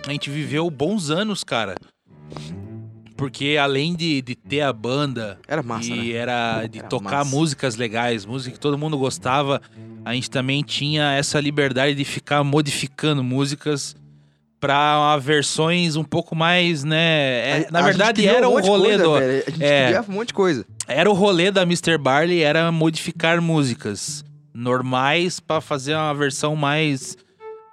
C: a gente viveu bons anos, cara. Porque além de, de ter a banda
B: Era massa, né?
C: e era de
B: Era
C: tocar
B: massa.
C: músicas legais, música que todo mundo gostava, a gente também tinha essa liberdade de ficar modificando músicas pra versões um pouco mais, né? é-
B: A-
C: na
B: a gente
C: verdade,
B: criou
C: era
B: um
C: o
B: monte de
C: rolê
B: coisa,
C: do,
B: velho. A gente
C: é.
B: criava um monte de coisa.
C: era o rolê da Mr. Barley era modificar músicas normais pra fazer uma versão mais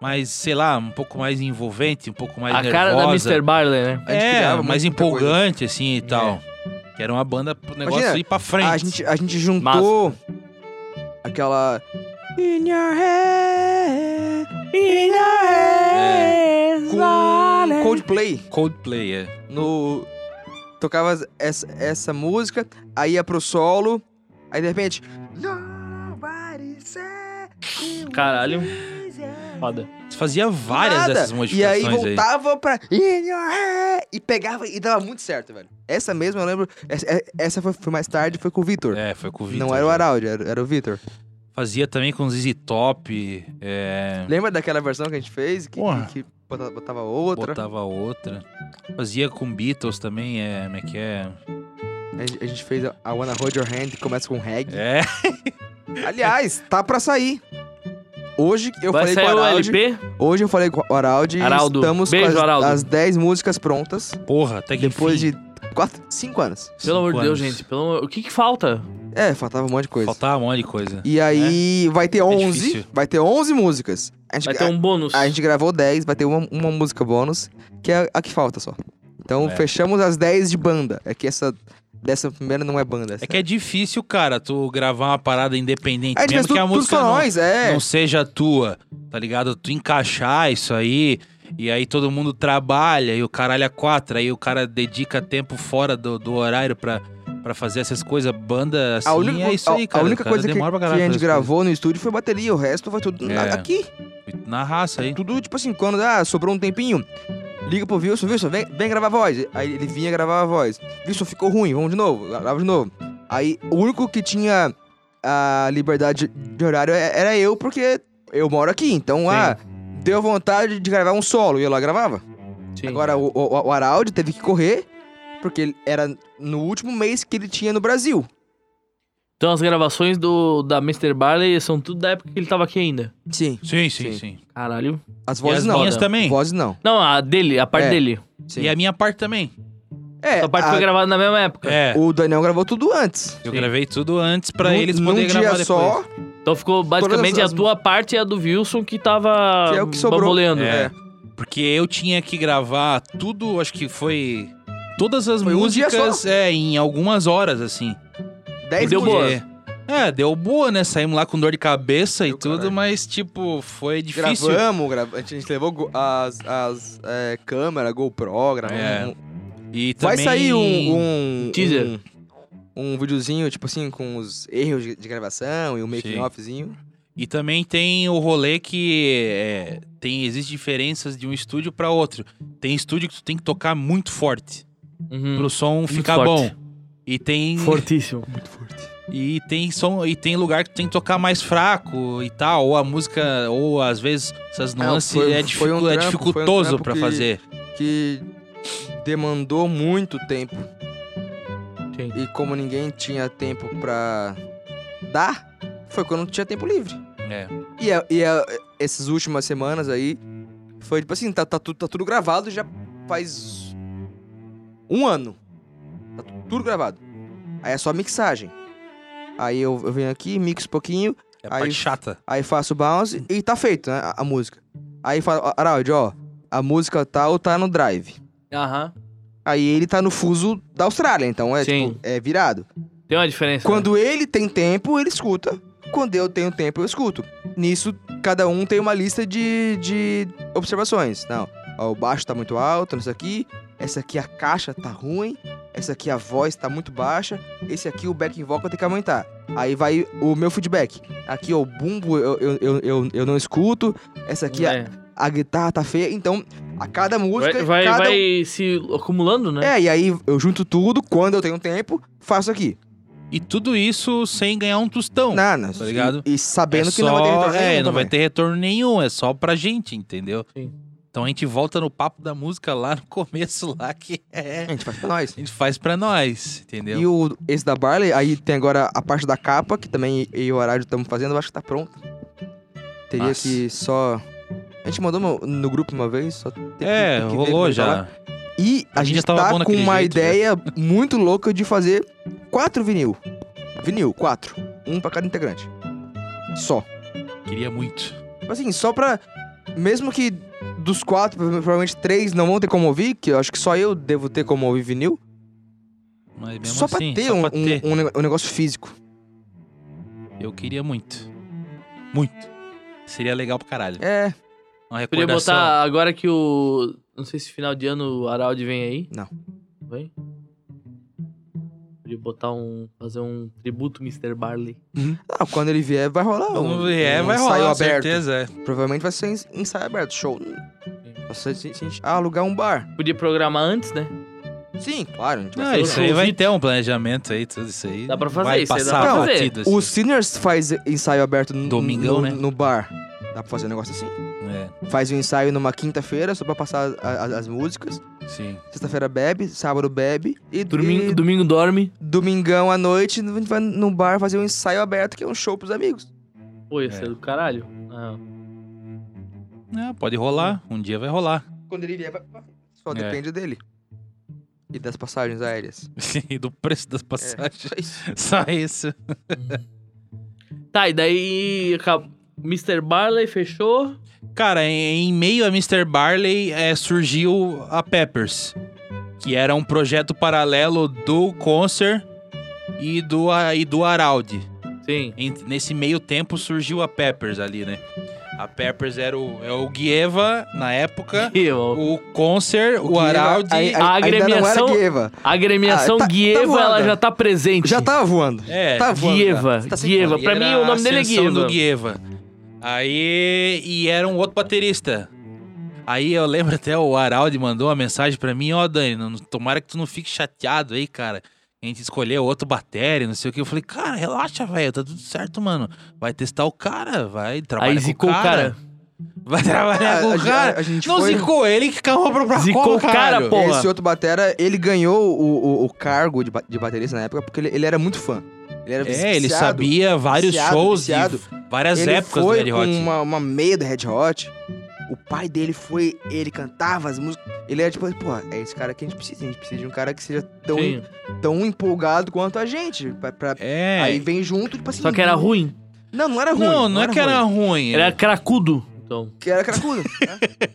C: mais, sei lá, um pouco mais envolvente, um pouco mais
A: a
C: nervosa.
A: cara da Mr. Barley, né?
B: A gente
C: É,
B: criava muito,
C: mais
B: muita coisa.
C: empolgante assim e tal. Que era uma banda pro negócio
B: É. Imagina,
C: ir pra frente. né?
B: A gente, a gente juntou aquela. In your head, in your head, É. com Coldplay.
C: Coldplay, é.
B: No, tocava essa, essa música, aí ia pro solo, aí de repente. Nobody said it was
A: Caralho.
B: easy.
A: Foda.
C: Fazia várias
B: Nada.
C: dessas
B: E aí
C: modificações aí.
B: voltava pra. In your head, e pegava e dava muito certo, velho. Essa mesma eu lembro. Essa, é, essa foi, foi mais tarde, foi com o Vitor.
C: É, foi com o Vitor.
B: Não era o Araldi, era, era o Vitor.
C: Fazia também com o ZZ Top, é,
B: Lembra daquela versão que a gente fez? Que,
C: Porra.
B: que bota- botava outra.
C: botava outra. Fazia com Beatles também, é, como é que é?
B: A, gente- a gente fez a a Wanna Hold Your Hand, que começa com reggae.
C: É,
B: Aliás, tá pra sair. Hoje eu
A: Vai
B: falei com
A: sair
B: o
A: o
B: Araldi.
A: LP?
B: Hoje eu falei com o Araldi. e
A: Araldo,
B: Estamos
A: beijo,
B: com as,
A: Araldo.
B: as 10 músicas prontas.
C: porra, até que
B: Depois
C: enfim.
B: de quatro, cinco anos.
A: Pelo amor de
C: Cinco
A: Deus,
C: anos.
A: gente. Pelo amor... O que que falta?
B: É, faltava um monte de coisa.
C: Faltava um monte de coisa.
B: E aí vai ter 11,
C: Né? É difícil.
B: vai ter 11 músicas. A gente,
A: Vai ter um bônus.
B: a, a gente gravou 10, vai ter uma, uma música bônus, que é a que falta só. Então
C: É.
B: fechamos as 10 de banda. É que essa dessa primeira não é banda. essa
C: É que é difícil, cara, tu gravar uma parada independente,
B: É, a gente fez
C: mesmo que a
B: tudo, tudo
C: música
B: pra
C: não,
B: nós, é.
C: não seja tua, tá ligado? Tu encaixar isso aí, e aí todo mundo trabalha, e o caralho é quatro, aí o cara dedica tempo fora do, do horário pra, pra fazer essas coisas, banda assim,
B: a única,
C: é isso
B: a-
C: aí, cara.
B: a única
C: o cara
B: coisa que,
C: demora pra
B: que
C: caralho
B: a gente
C: fazer as
B: gravou no estúdio foi bateria, o resto foi tudo na-
C: É.
B: aqui.
C: coisas. Na raça aí.
B: Tudo, tipo assim, quando ah, sobrou um tempinho, liga pro Wilson, Wilson, vem, vem gravar a voz. Aí ele vinha gravar a voz. Wilson, ficou ruim, vamos de novo, grava de novo. Aí o único que tinha a liberdade de horário é- era eu, porque eu moro aqui. Então, ah, deu vontade de gravar um solo e eu lá gravava.
A: Sim.
B: Agora, o, o, o Araldi teve que correr, porque ele- era no último mês que ele tinha no Brasil.
A: Então as gravações do da Mr. Barley são tudo da época que ele tava aqui ainda.
B: Sim.
C: Sim, sim,
B: Sim.
C: sim.
A: Caralho.
B: As vozes
C: as
B: não.
C: minhas
B: né?
C: também?
B: Vozes não.
A: Não, a dele, a parte
B: É.
A: dele.
B: Sim.
C: E a minha parte também.
B: É,
A: a parte foi
B: a-
A: gravada na mesma época.
C: É.
B: o Daniel gravou tudo antes.
C: Eu
A: Sim.
C: gravei tudo antes pra
B: Num-
C: eles
B: num
C: poderem
B: dia
C: gravar depois.
B: só,
A: Então ficou basicamente
B: Todas as-
A: a tua parte e a do Wilson que tava
B: que é o que sobrou.
A: bamboleando.
B: É.
C: Porque eu tinha que gravar tudo, acho que foi. Todas as
B: Foi um dia
C: músicas é, em algumas horas, assim.
B: 10
A: Deu
B: músicas.
A: boa.
C: É, é, deu boa, né? Saímos lá com dor de cabeça e
B: Meu
C: tudo,
B: caralho.
C: mas, tipo, foi difícil.
B: Gravamos, grava- a gente levou go- as, as é, câmeras, GoPro, gravamos.
C: É.
B: um-
C: E
B: Vai
C: também-
B: sair um, um
A: Teaser.
B: Um, um videozinho, tipo assim, com os erros de de gravação e o making
C: Sim.
B: offzinho.
C: E também tem o rolê que é, tem existem diferenças de um estúdio pra outro. Tem estúdio que tu tem que tocar muito forte
B: Hum.
A: Uhum.
C: pro som ficar
A: forte.
C: bom. E tem
A: Fortíssimo.
C: E tem som, e tem lugar que tem que tocar mais fraco e tal, ou a música, ou às vezes essas
B: É,
C: nuances
B: foi-
C: é,
B: foi um
C: dificu- é
B: trampo, foi um
C: dificultoso
B: trampo
C: pra
B: que-
C: fazer.
B: Que demandou muito tempo.
A: Sim.
B: E como ninguém tinha tempo pra dar, foi quando tinha tempo livre.
C: É.
B: E, é- e é- essas últimas semanas aí, foi tipo assim, tá, tá tudo- tá tudo gravado já faz um ano. Tá tu- tudo gravado. Aí é só mixagem. Aí eu, eu venho aqui, mixo um pouquinho,
C: É a
B: Aí-
C: parte chata.
B: aí faço bounce e tá feito, né, a, a música. Aí fala, "Ó, Araldi, ó, a música tal tá no drive.
A: Aham.
B: Aí ele tá no fuso da Austrália, então é,
A: Sim.
B: tipo, é virado.
A: Tem uma diferença. né?
B: Quando ele tem tempo, ele escuta. Quando eu tenho tempo, eu escuto. Nisso, cada um tem uma lista de, de observações. Não, ó, o baixo tá muito alto, nisso aqui. Essa aqui a caixa tá ruim. Essa aqui a voz tá muito baixa. Esse aqui o backing vocal tem que aumentar. Aí vai o meu feedback. Aqui ó, o bumbo eu, eu, eu, eu, eu não escuto. Essa aqui a,
A: É.
B: a guitarra tá feia. Então, a cada música.
A: Vai, vai, né?
B: cada um-
A: vai se acumulando, né?
B: É, e aí eu junto tudo. Quando eu tenho tempo, faço aqui.
C: E tudo isso sem ganhar um tostão.
B: Nada.
C: tá ligado?
B: E, e sabendo
C: É
B: que não vai ter
C: só-
B: retorno
C: É,
B: nenhum
C: não vai
B: também.
C: ter retorno nenhum, é só pra gente, entendeu?
A: Sim.
C: Então a gente volta no papo da música lá no começo, lá que é.
B: A gente faz pra nós.
C: A gente faz pra nós, entendeu?
B: E o, esse da Barley, aí tem agora a parte da capa, que também eu e o horário estamos fazendo, eu acho que tá pronto. Teria
C: Massa.
B: que só. A gente mandou no, no grupo uma vez, só tem, que-
C: É,
B: tem que ver como é
C: rolou
B: que tá lá.
C: já.
B: E a,
C: A gente
B: gente
C: já tava bom
B: tá com
C: daquele
B: uma
C: jeito, né?
B: ideia muito louca de fazer quatro vinil. Vinil, quatro. Um pra cada integrante. Só.
C: Queria muito.
B: Tipo Assim, só pra. Mesmo que dos quatro, provavelmente três não vão ter como ouvir, que eu acho que só eu devo ter como ouvir vinil.
C: Mas mesmo
B: Só pra
C: assim,
B: ter,
C: só
B: um,
C: pra
B: um-
C: ter.
B: um ne- um negócio físico.
C: Eu queria muito. Muito. Seria legal pra caralho.
B: É.
C: Uma
A: Podia
C: recordação.
A: botar agora que o. Não sei se final de ano o Araldi vem aí.
B: Não.
A: Vem? Podia botar um. fazer um tributo Mr. Barley.
B: Ah, quando ele vier, vai rolar.
C: Quando
B: um-
C: vier,
B: um
C: é, vai
B: ensaio
C: rolar,
B: aberto.
C: certeza.
A: Tá
C: é.
B: Provavelmente vai ser ens- ensaio aberto, show. Nossa, se- se a gente alugar um bar.
A: Podia programar antes, né?
B: Sim, claro. A gente vai
C: Não,
B: fazer
C: isso
B: um
C: aí
B: show.
C: vai ter um planejamento aí, tudo isso aí.
A: Dá pra fazer,
C: vai
A: isso aí dá
C: passar
B: pra fazer.
C: batido, assim.
B: O Sinners faz ensaio aberto no,
C: Domingão,
B: no,
C: né?
B: no bar. Dá pra fazer um negócio assim.
C: É,
B: Faz o ensaio numa quinta-feira, só pra passar a- a- as músicas.
C: sim.
B: Sexta-feira bebe, sábado bebe. E,
A: Domingo,
B: e
A: domingo dorme.
B: domingão à noite, a gente vai no bar fazer um ensaio aberto, que é um show pros amigos.
A: Pô, ia
C: É.
A: ser do caralho. Ah,
C: É, pode rolar, um dia vai rolar.
B: Quando ele vier, vai- vai- só
C: É.
B: depende dele. E das passagens aéreas. É,
C: E do preço das passagens.
B: Só isso.
C: Só isso.
A: Tá, e daí. acab- Mr. Barley fechou.
C: Cara, em em meio a Mr. Barley é, surgiu a Peppers, que era um projeto paralelo do Concert e do, A- e do Araldi.
A: Sim.
C: Em- nesse meio tempo surgiu a Peppers ali, né? A Peppers era o, é o Gieva na época,
A: E Tá? o-
C: o Concert, o,
B: Guieva,
C: Araldi.
B: aí- aí-
A: A
B: ainda não era
A: agremiação-
B: Guieva.
A: a agremiação
B: Ah, tá- tá
A: Guieva, ela
B: voando.
A: já tá presente.
B: Já tava voando.
C: É,
B: tá voando.
A: Guieva,
B: já. Você tá sem
A: Guieva.
C: E
A: Pra
C: era
A: mim, o nome dele é
C: a ascensão
A: Guieva.
C: do Guieva. Aí, e era um outro baterista. Aí eu lembro até o Araldi mandou uma mensagem pra mim, ó, Dani, não- tomara que tu não fique chateado aí, cara. A gente escolheu outro batéria, não sei o que. Eu falei, cara, relaxa, velho, tá tudo certo, mano. Vai testar o cara, vai trabalhar
A: Aí
C: com
A: zicou o cara.
C: Vai trabalhar
B: Ah,
C: com
B: a
C: É, o
B: gen-
C: cara.
B: a- a gente
C: não
B: foi-
C: zicou, ele que cavou pra pra
A: Zicou
C: Copa,
A: o cara,
C: caralho.
A: pô. Porra.
B: Esse outro batera, ele ganhou o, o- o cargo de, ba- de baterista na época porque ele, ele era muito fã. Ele era
C: É, ele
B: viciado.
C: sabia vários
B: viciado,
C: shows de
B: viciado.
C: várias
B: Ele
C: épocas do
B: foi
C: Red
B: com
C: Hot.
B: Uma, uma meia do Red Hot. O pai dele foi. Ele cantava as músicas. Ele era tipo, pô, é esse cara que a gente precisa. A gente precisa de um cara que seja tão,
A: Sim.
B: tão empolgado quanto a gente. pra- pra-
C: É.
B: Aí vem junto, tipo assim.
A: Só que era ruim.
B: Não, não era ruim.
C: Não, não é que era
B: ruim.
C: ruim.
A: Era cracudo. Então.
B: Que era cracudo. né?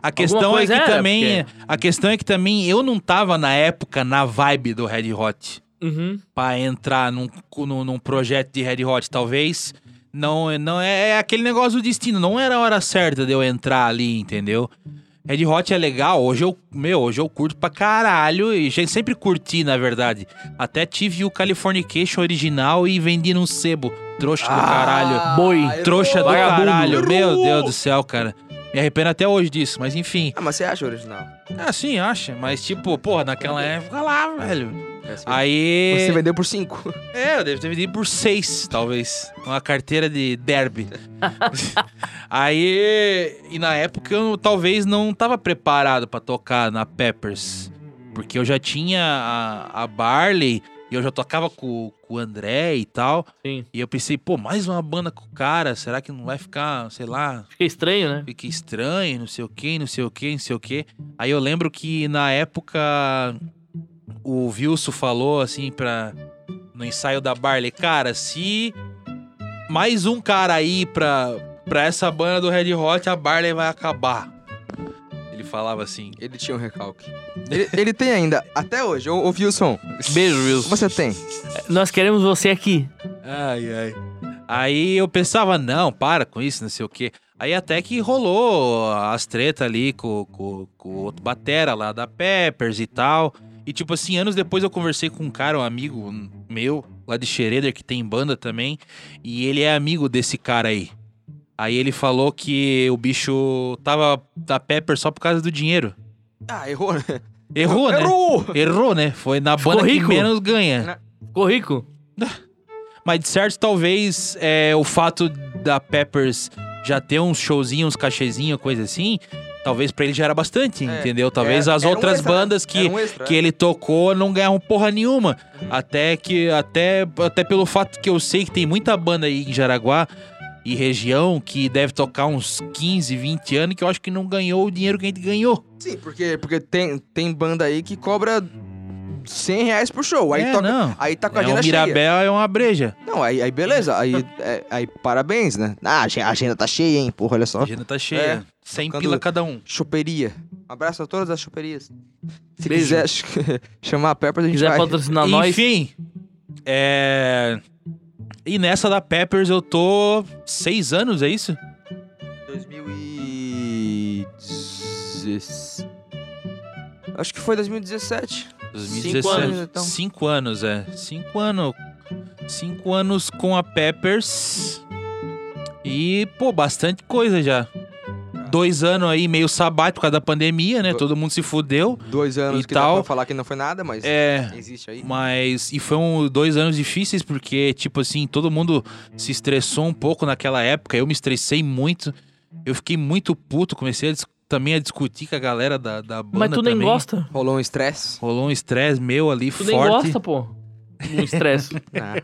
C: A questão é que
A: coisa era,
C: também, a questão é que também eu não tava na época na vibe do Red Hot
A: Uhum.
C: Pra entrar num, cu- num, num projeto de Red Hot, talvez. Não, não é, é aquele negócio do destino, não era a hora certa de eu entrar ali, entendeu? Red Hot é legal, hoje eu, meu, hoje eu curto pra caralho e já sempre curti, na verdade. Até tive o Californication original e vendi num sebo, trouxa do Tipo, caralho.
B: Ah,
A: Boi,
B: errou.
C: Trouxa do
A: Vagabundo.
C: caralho, meu
B: Errou.
C: Deus do céu, cara. Me arrependo até hoje disso, mas enfim.
B: Ah, mas você acha original?
C: Ah, sim, acha. Mas, tipo, porra, naquela época lá, velho.
B: Essa-
C: Aí.
B: É assim. Você vendeu por 5.
C: É, eu devo ter vendido por seis, talvez. Uma carteira de derby. Aí. E na época eu talvez não tava preparado pra tocar na Peppers. Porque eu já tinha a, a Barley e eu já tocava com, com o André e tal.
A: Sim.
C: E eu pensei, pô, mais uma banda com o cara, será que não vai ficar, sei lá,
A: Fica estranho, né?
C: fica estranho, não sei o que, não sei o que, não sei o que. Aí eu lembro que na época o Wilson falou assim pra. No ensaio da Barley, cara, se mais um cara aí pra, pra essa banda do Red Hot, a Barley vai acabar. Ele falava assim.
B: Ele tinha um recalque. Ele, ele tem ainda, até hoje. Ô, ô Wilson,
A: Beijo, Wilson.
B: você tem.
A: Nós queremos você aqui.
C: Ai, ai. Aí eu pensava, não, para com isso, não sei o quê. Aí até que rolou as tretas ali com, com, com o outro batera lá da Peppers e tal. E tipo assim, anos depois eu conversei com um cara, um amigo meu, lá de Schroeder, que tem banda também. E ele é amigo desse cara aí. Aí ele falou que o bicho tava da Pepper só por causa do dinheiro.
B: Ah, errou, né?
C: Errou, né?
B: Errou!
C: Errou, né? Foi na
A: Ficou
C: banda que
A: rico.
C: menos ganha.
A: Ficou rico?
C: Mas de certo, talvez é, o fato da Peppers já ter uns showzinhos, uns cachezinhos, coisa assim, talvez pra ele já era bastante,
B: É,
C: entendeu? Talvez
B: Era-
C: as
B: era um
C: outras
B: extra,
C: bandas que,
B: Era um extra,
C: que
B: é.
C: ele tocou não ganhavam porra nenhuma. Até que até, até pelo fato que eu sei que tem muita banda aí em Jaraguá e região que deve tocar uns 15, 20 anos que eu acho que não ganhou o dinheiro que a gente ganhou.
B: Sim, porque, porque tem, tem banda aí que cobra 100 reais por show. Aí,
C: é,
B: toca,
C: não.
B: aí tá com a
C: É,
B: agenda
C: o
B: cheia.
C: Mirabel é uma breja.
B: Não, aí, aí beleza. Aí, é- aí parabéns, né? Ah, a agen- a agenda tá cheia, hein? Porra, olha
C: A
B: só.
C: agenda tá cheia. 100
B: É. Tocando-
C: pila cada um.
B: Choperia. Abraço a todas as choperias. Se
A: Beijo.
B: quiser ch- chamar a Pepper, a
A: Se
B: gente
A: quiser
B: vai.
A: patrocinar nós.
C: Enfim, é... E nessa da Peppers eu tô seis anos, é isso?
B: 2016. Acho que foi 2017.
A: anos,
B: então.
C: Cinco anos, é. Cinco anos. Cinco anos com a Peppers. E, pô, bastante coisa já. Dois anos aí meio sabático por causa da pandemia, né?
B: Do-
C: Todo mundo se fudeu.
B: Dois anos
C: E
B: que
C: tal.
B: dá pra falar que não foi nada, mas
C: É.
B: existe aí.
C: Mas. E foi um, dois anos difíceis, porque, tipo assim, todo mundo se estressou um pouco naquela época. Eu me estressei muito. Eu fiquei muito puto. Comecei a dis- também a discutir com a galera da, da banda.
A: Mas tu nem
C: também.
A: gosta.
B: Rolou um estresse.
C: Rolou um estresse meu ali
A: Tu
C: forte.
A: nem gosta, pô. Um estresse.
C: É.
B: Ah,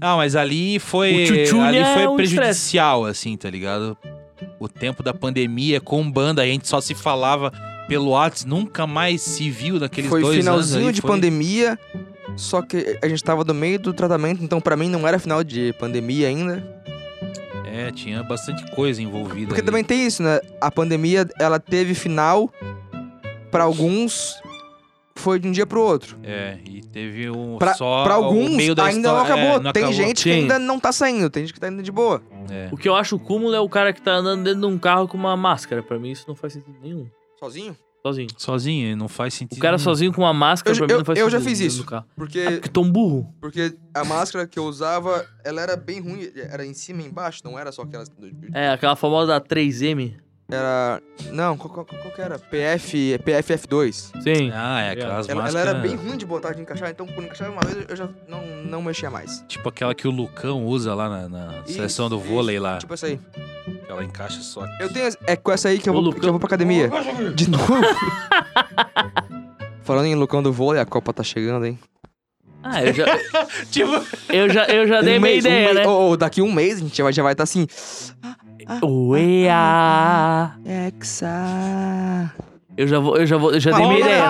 C: Ah, mas ali
A: O
C: foi.
A: tchutchulha
C: Ali foi
A: é um
C: prejudicial, assim, tá ligado? O tempo da pandemia com banda, a gente só se falava pelo Whats, nunca mais se viu naqueles
B: foi
C: dois
B: finalzinho
C: anos. ali,
B: de
C: foi-
B: pandemia, só que a gente tava no meio do tratamento, então pra mim não era final de pandemia ainda.
C: É, tinha bastante coisa envolvida.
B: Porque
C: ali.
B: também tem isso, né? A pandemia, ela teve final pra alguns foi de um dia pro outro.
C: É, e teve um
B: Pra-
C: só.
B: pra
C: o
B: alguns
C: meio da
B: ainda não
C: histó-
B: acabou.
C: é, não
B: tem
C: acabou.
B: gente que
A: Sim.
B: ainda não tá saindo, tem gente que tá indo de boa.
C: É.
A: O que eu acho o cúmulo é o cara que tá andando dentro de um carro com uma máscara. Pra mim, isso não faz sentido nenhum.
B: Sozinho?
A: Sozinho.
C: Sozinho, não faz sentido.
A: O cara
C: nenhum.
A: sozinho com uma máscara,
B: Eu
A: pra
B: já-
A: mim,
B: eu-
A: não faz
B: eu já
A: sentido.
B: fiz
A: dentro
B: isso. É.
A: do carro. Ah,
B: Porque,
C: Ah,
A: Porque tão burro.
B: porque a máscara que eu usava, ela era bem ruim. Era em cima e embaixo, não era só aquelas...
A: É, aquela famosa da 3M.
B: Era... Não, qual, qual- qual que era? PF, PFF2.
A: Sim.
C: Ah, é aquelas
B: Ela,
C: máscaras.
B: ela era bem ruim de botar, de encaixar, então quando encaixava uma vez eu já não, não mexia mais.
C: Tipo aquela que o Lucão usa lá na, na
B: Isso,
C: seleção do
B: isso.
C: vôlei lá.
B: Tipo essa aí.
C: que ela encaixa só. aqui.
B: Eu tenho. É com essa aí que eu,
A: Ô,
B: vou,
A: Lucão.
B: que eu vou pra academia. De novo? Falando em Lucão do vôlei, a Copa tá chegando, hein?
A: Ah, eu já,
C: Tipo,
A: eu já, eu já dei
B: um
A: minha
B: mês, um
A: ideia,
B: mês-
A: né?
B: Oh. ô, ô, daqui um mês a gente já vai, já vai tá assim.
A: Uea!
B: Hexa.
A: Eu já vou, eu já vou, eu já dei minha ideia, né?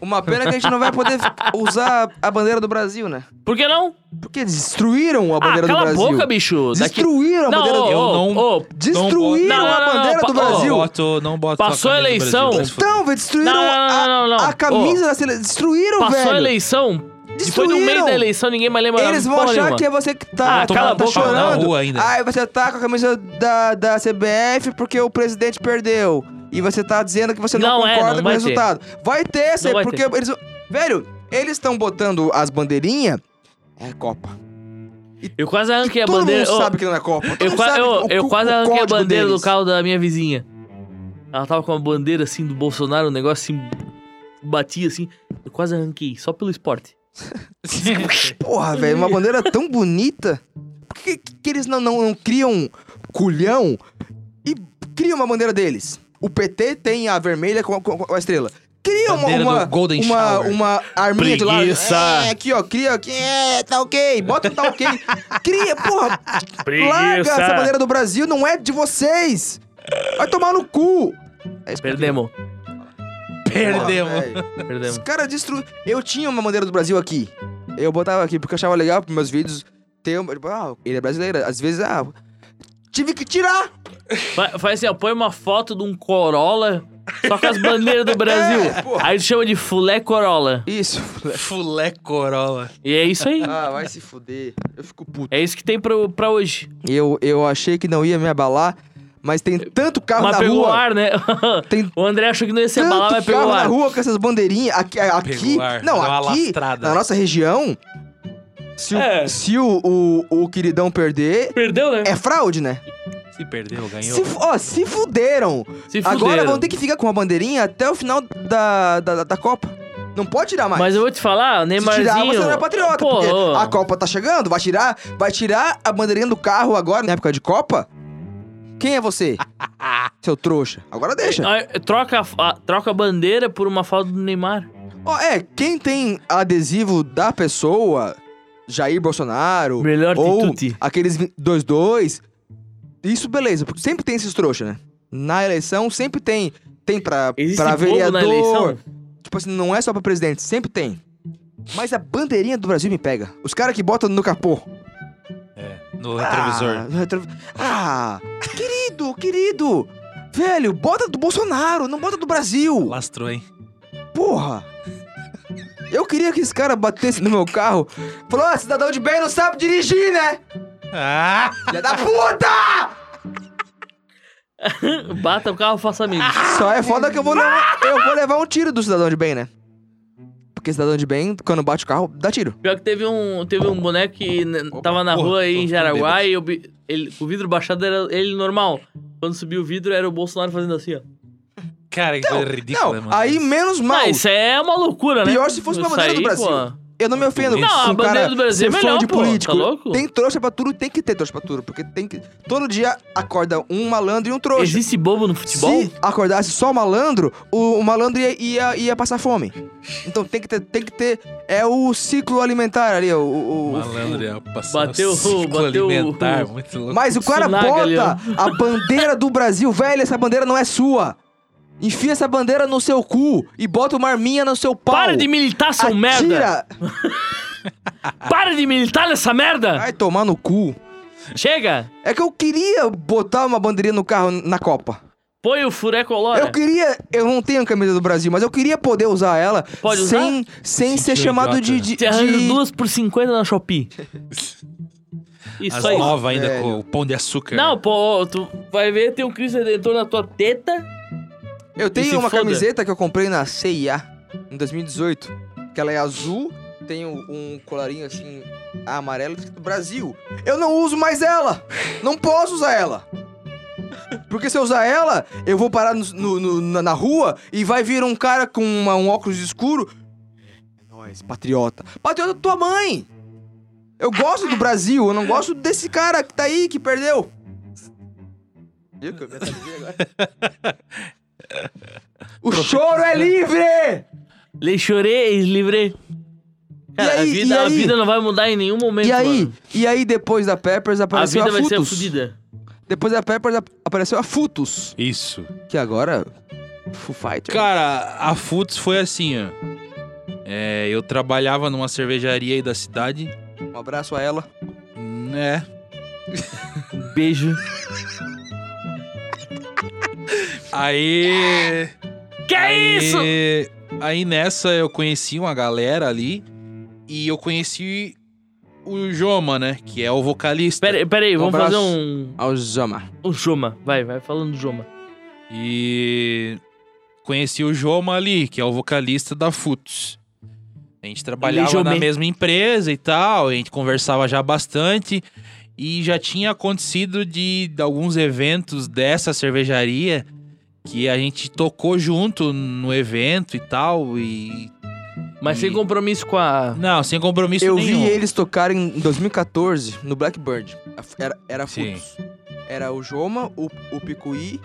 B: Uma pena que a gente não vai poder usar a bandeira do Brasil, né?
A: Por que não?
B: Porque destruíram a
A: Ah,
B: bandeira do
A: cala a
B: Brasil.
A: boca, bicho! Daqui...
B: Destruíram a
A: Não,
B: bandeira do
A: ô,
C: Eu não-
A: ô, ô,
B: Destruíram
A: Não, não,
B: a
A: não,
B: bandeira
A: pa-
B: do
A: ô,
B: Brasil.
C: Não boto, não boto a
A: Passou a
C: camisa do
A: eleição.
C: Brasil, mas foi-
B: Então, velho,
A: Não,
B: destruíram
A: não,
B: a,
A: não, não, não.
B: a camisa da seleção. Destruíram,
A: Ô, passou
B: velho.
A: a eleição, depois no meio
B: Destruíram.
A: da eleição ninguém mais lembra
B: Eles vão
A: porra
B: achar
A: nenhuma.
B: que é você que tá,
A: Ah,
B: tá-
A: cala a
B: tá
A: boca,
B: chorando.
C: na rua ainda.
B: Aí você tá com a camisa da, da CBF porque o presidente perdeu. E você tá dizendo que você não,
A: Não é, não
B: concorda com o
A: vai ter.
B: resultado. Vai ter, sei,
A: vai
B: porque eles. Velho, eles estão botando as bandeirinhas. É Copa.
A: Eu quase arranquei a
B: é Todo
A: bandeira...
B: mundo
A: ô,
B: sabe que não é Copa. Todo
A: eu,
B: mundo
A: qua-
B: sabe
A: eu-
B: o-
A: eu
B: o-
A: quase
B: o
A: arranquei a
B: código
A: bandeira
B: deles.
A: do carro da minha vizinha. Ela tava com uma bandeira assim do Bolsonaro, um negócio assim, batia assim. Eu quase arranquei, só pelo esporte.
B: Porra, velho, uma bandeira tão bonita. Por que, que- que eles não, não, não criam um culhão e criam uma bandeira deles? O PT tem a vermelha com, com- com a estrela. Cria uma,
C: Bandeira
B: uma,
C: do Golden
B: uma,
C: Shower.
B: uma arminha do lado.
C: Preguiça.
B: É, aqui, ó, cria aqui, é, tá ok, bota um tá ok. Cria, porra, larga essa bandeira do Brasil, não é de vocês. Vai tomar no cu. É isso que eu
A: Perdemos,
B: queria. Porra,
C: Perdemos.
B: velho. Os
A: perdemos.
B: caras destruíram. Eu tinha uma bandeira do Brasil aqui. Eu botava aqui porque eu achava legal pros meus vídeos. Ter uma... tipo, ah, ele é brasileiro. Às vezes, ah. Tive que tirar!
A: Fa- Faz assim, ó, põe uma foto de um Corolla só com as bandeiras do Brasil.
B: É, pô.
A: aí tu chama de Fulé Corolla.
B: Isso.
C: Fulé Corolla.
A: E é isso aí.
B: Ah, vai se fuder. Eu fico puto.
A: É isso que tem pro, pra hoje.
B: Eu, eu achei que não ia me abalar, mas tem tanto carro
A: mas
B: na
A: pegou
B: rua.
A: o ar, né?
B: Tem
A: o André achou que não ia se abalar, mas
B: tanto
A: pegou
B: carro
A: o
B: na
A: ar.
B: rua com essas bandeirinhas. Aqui. aqui
C: Pegou ar,
B: não,
C: deu uma
B: aqui.
C: lastrada.
B: Na nossa região. Se o,
A: É.
B: se o, o, o queridão perder,
A: Perdeu, né?
B: é fraude, né?
C: Se perdeu, ganhou.
B: Se, fu- ó, se fuderam.
A: Se fuderam.
B: É, Agora vão ter que ficar com a bandeirinha até o final da, da, da- da Copa. Não pode tirar mais.
A: Mas eu vou te falar, o
B: Se
A: Neymarzinho...
B: tirar, você não é patriota,
A: Pô,
B: porque
A: ô.
B: a Copa tá chegando, vai tirar, vai tirar a bandeirinha do carro agora, na época de Copa? Quem é você? Seu trouxa. Agora deixa.
A: Ah, Troca, a, a- troca a bandeira por uma falta do Neymar.
B: Ó, é, quem tem adesivo da pessoa, Jair Bolsonaro,
A: Melhor
B: ou
A: atitude.
B: aqueles 2-2, isso beleza, porque sempre tem esses trouxas, né? Na eleição sempre tem, tem pra,
A: Existe
B: pra
A: bobo
B: vereador,
A: na eleição?
B: Tipo assim, não é só pra presidente, sempre tem. Mas a bandeirinha do Brasil me pega. Os caras que botam no capô.
C: É, no retrovisor.
B: Ah, no retrovi- ah, querido, querido. Velho, bota do Bolsonaro, não bota do Brasil.
C: Lastrou, hein?
B: Porra. Eu queria que esse cara batesse no meu carro. Falou, ah, cidadão de bem não sabe dirigir, né?
C: Ah!
B: Filha da puta!
A: Bata o carro, faça amigos.
B: Só é foda que eu vou, levar, eu vou levar um tiro do cidadão de bem, né? Porque cidadão de bem, quando bate o carro, dá tiro.
A: Pior que teve um, teve um boneco que n-
C: Opa,
A: tava na
C: porra,
A: rua aí
C: tô-
A: em
C: tô
A: Jaraguá
C: bêbado.
A: e eu vi- ele, o vidro baixado era ele normal. Quando subiu o vidro, era o Bolsonaro fazendo assim, ó.
C: Cara, é que coisa ridícula,
B: não,
C: mano.
B: Então, aí menos mal.
A: Ah, isso é uma loucura, né?
B: Pior se fosse uma
A: Isso
B: bandeira do Brasil.
A: pô.
B: Eu não me ofendo
C: Não,
B: com
A: a
B: um
A: bandeira
B: cara
A: do Brasil é
B: ser fã
A: melhor,
B: de
A: pô,
B: político.
A: tá louco?
B: Tem trouxa pra tudo, tem que ter trouxa pra tudo, porque tem que todo dia acorda um malandro e um trouxa.
A: Existe bobo no futebol?
B: Se acordasse só o malandro, o, o malandro ia, ia, ia passar fome. Então tem que ter, tem que ter é o ciclo alimentar ali, o, o- o-
C: Malandro, ia passar
A: Bateu o-
C: um ciclo
A: bateu o-
C: alimentar, muito louco.
B: Mas o cara
A: Sunaga ali, ó.
B: bota a bandeira do Brasil, velho, essa bandeira não é sua. Enfia essa bandeira no seu cu e bota uma arminha no seu pau.
A: Para de militar, seu
B: Atira.
A: merda! Para de militar nessa merda!
B: Vai tomar no cu.
A: Chega!
B: É que eu queria botar uma bandeirinha no carro na Copa.
A: Põe o furé colora.
B: Eu queria. Eu não tenho camisa do Brasil, mas eu queria poder usar ela
A: Pode usar?
B: sem, sem ser
C: idiota.
B: chamado de. de,
A: Você é arranja
B: de-
A: duas por 50 na Shopee.
C: As
A: Isso aí.
C: novas ainda
B: velho.
C: com o pão de açúcar.
A: Não, pô, tu vai ver, tem um Cristo Redentor na tua teta.
B: Eu
A: se
B: tenho uma
A: foda.
B: camiseta que eu comprei na CIA em 2018. Que ela é azul, tem um- um colarinho assim amarelo escrito Brasil. Eu não uso mais ela! Não posso usar ela! Porque se eu usar ela, eu vou parar no- no- no- na, na rua e vai vir um cara com uma- um óculos escuro. É nóis, patriota. Patriota da tua mãe! Eu gosto do Brasil, eu não gosto desse cara que tá aí, que perdeu. Viu que eu me atrasei agora? O choro é livre!
A: Le chorei, livre. Cara,
B: aí,
A: a,
B: e
A: vida, a
B: aí?
A: vida não vai mudar em nenhum momento.
B: E aí,
A: mano.
B: e aí depois da Peppers
A: a
B: apareceu
A: vida
B: a,
A: vai ser
B: Futus.
A: fodida.
B: depois da Peppers ap- apareceu a Futus,
C: Isso.
B: que agora Foo Fighter.
C: Cara, a Futs foi assim, ó. É, eu trabalhava numa cervejaria aí da cidade.
B: Um abraço a ela.
C: É.
A: Beijo.
C: Aí.
A: Que é
C: aí-
A: isso?
C: Aí nessa eu conheci uma galera ali. E eu conheci o Joma, né? Que é o vocalista.
A: Pera, pera aí,
B: Um
A: vamos
B: abraço.
A: fazer um.
B: Ao Zama.
A: Um Joma. Vai, vai falando do Joma.
C: E conheci o Joma ali, que é o vocalista da Futs. A gente trabalhava
A: Jomé.
C: na mesma empresa e tal, a gente conversava já bastante. E já tinha acontecido de, de alguns eventos dessa cervejaria que a gente tocou junto no evento e tal. E.
A: Mas
C: E-
A: sem compromisso com a.
C: Não, sem compromisso
B: Eu
C: nenhum.
B: vi eles tocarem em 2014 no Blackbird. A f- Era, era a
C: Sim.
B: Futus. Era o Joma, o, o Picuí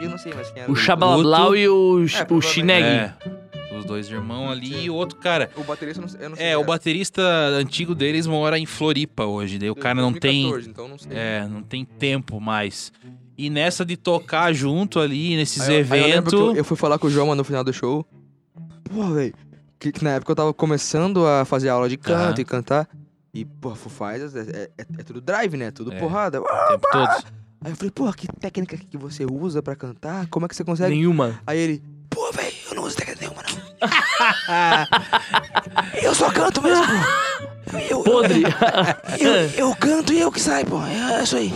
B: e eu não sei mais quem era.
A: O Xabalablau e o,
B: É,
A: o
B: provavelmente.
A: Chineg.
C: É, os dois irmãos ali
B: Sim.
C: e o outro cara.
B: O baterista, eu não sei- eu não sei.
C: É, o baterista antigo deles mora em Floripa hoje, daí o cara não tem.
B: então não sei.
C: É, não tem tempo mais. E nessa de tocar junto ali, nesses
B: Aí eu- aí eu lembro
C: eventos.
B: que Eu, eu fui falar com o Joma no final do show. Pô, velho. Que, que na época eu tava começando a fazer aula de canto
C: Aham.
B: e cantar. E, pô, Foo Fighters é, é- é tudo drive, né? Tudo
C: É.
B: porrada.
C: o tempo todo.
B: Aí eu falei, pô, que técnica que você usa pra cantar? Como é que você consegue?
A: Nenhuma.
B: Aí ele, pô, velho, eu não uso técnica nenhuma, não. eu só canto mesmo, pô. Eu, eu,
A: Podre.
B: eu, eu canto e eu que saio, pô. É isso aí.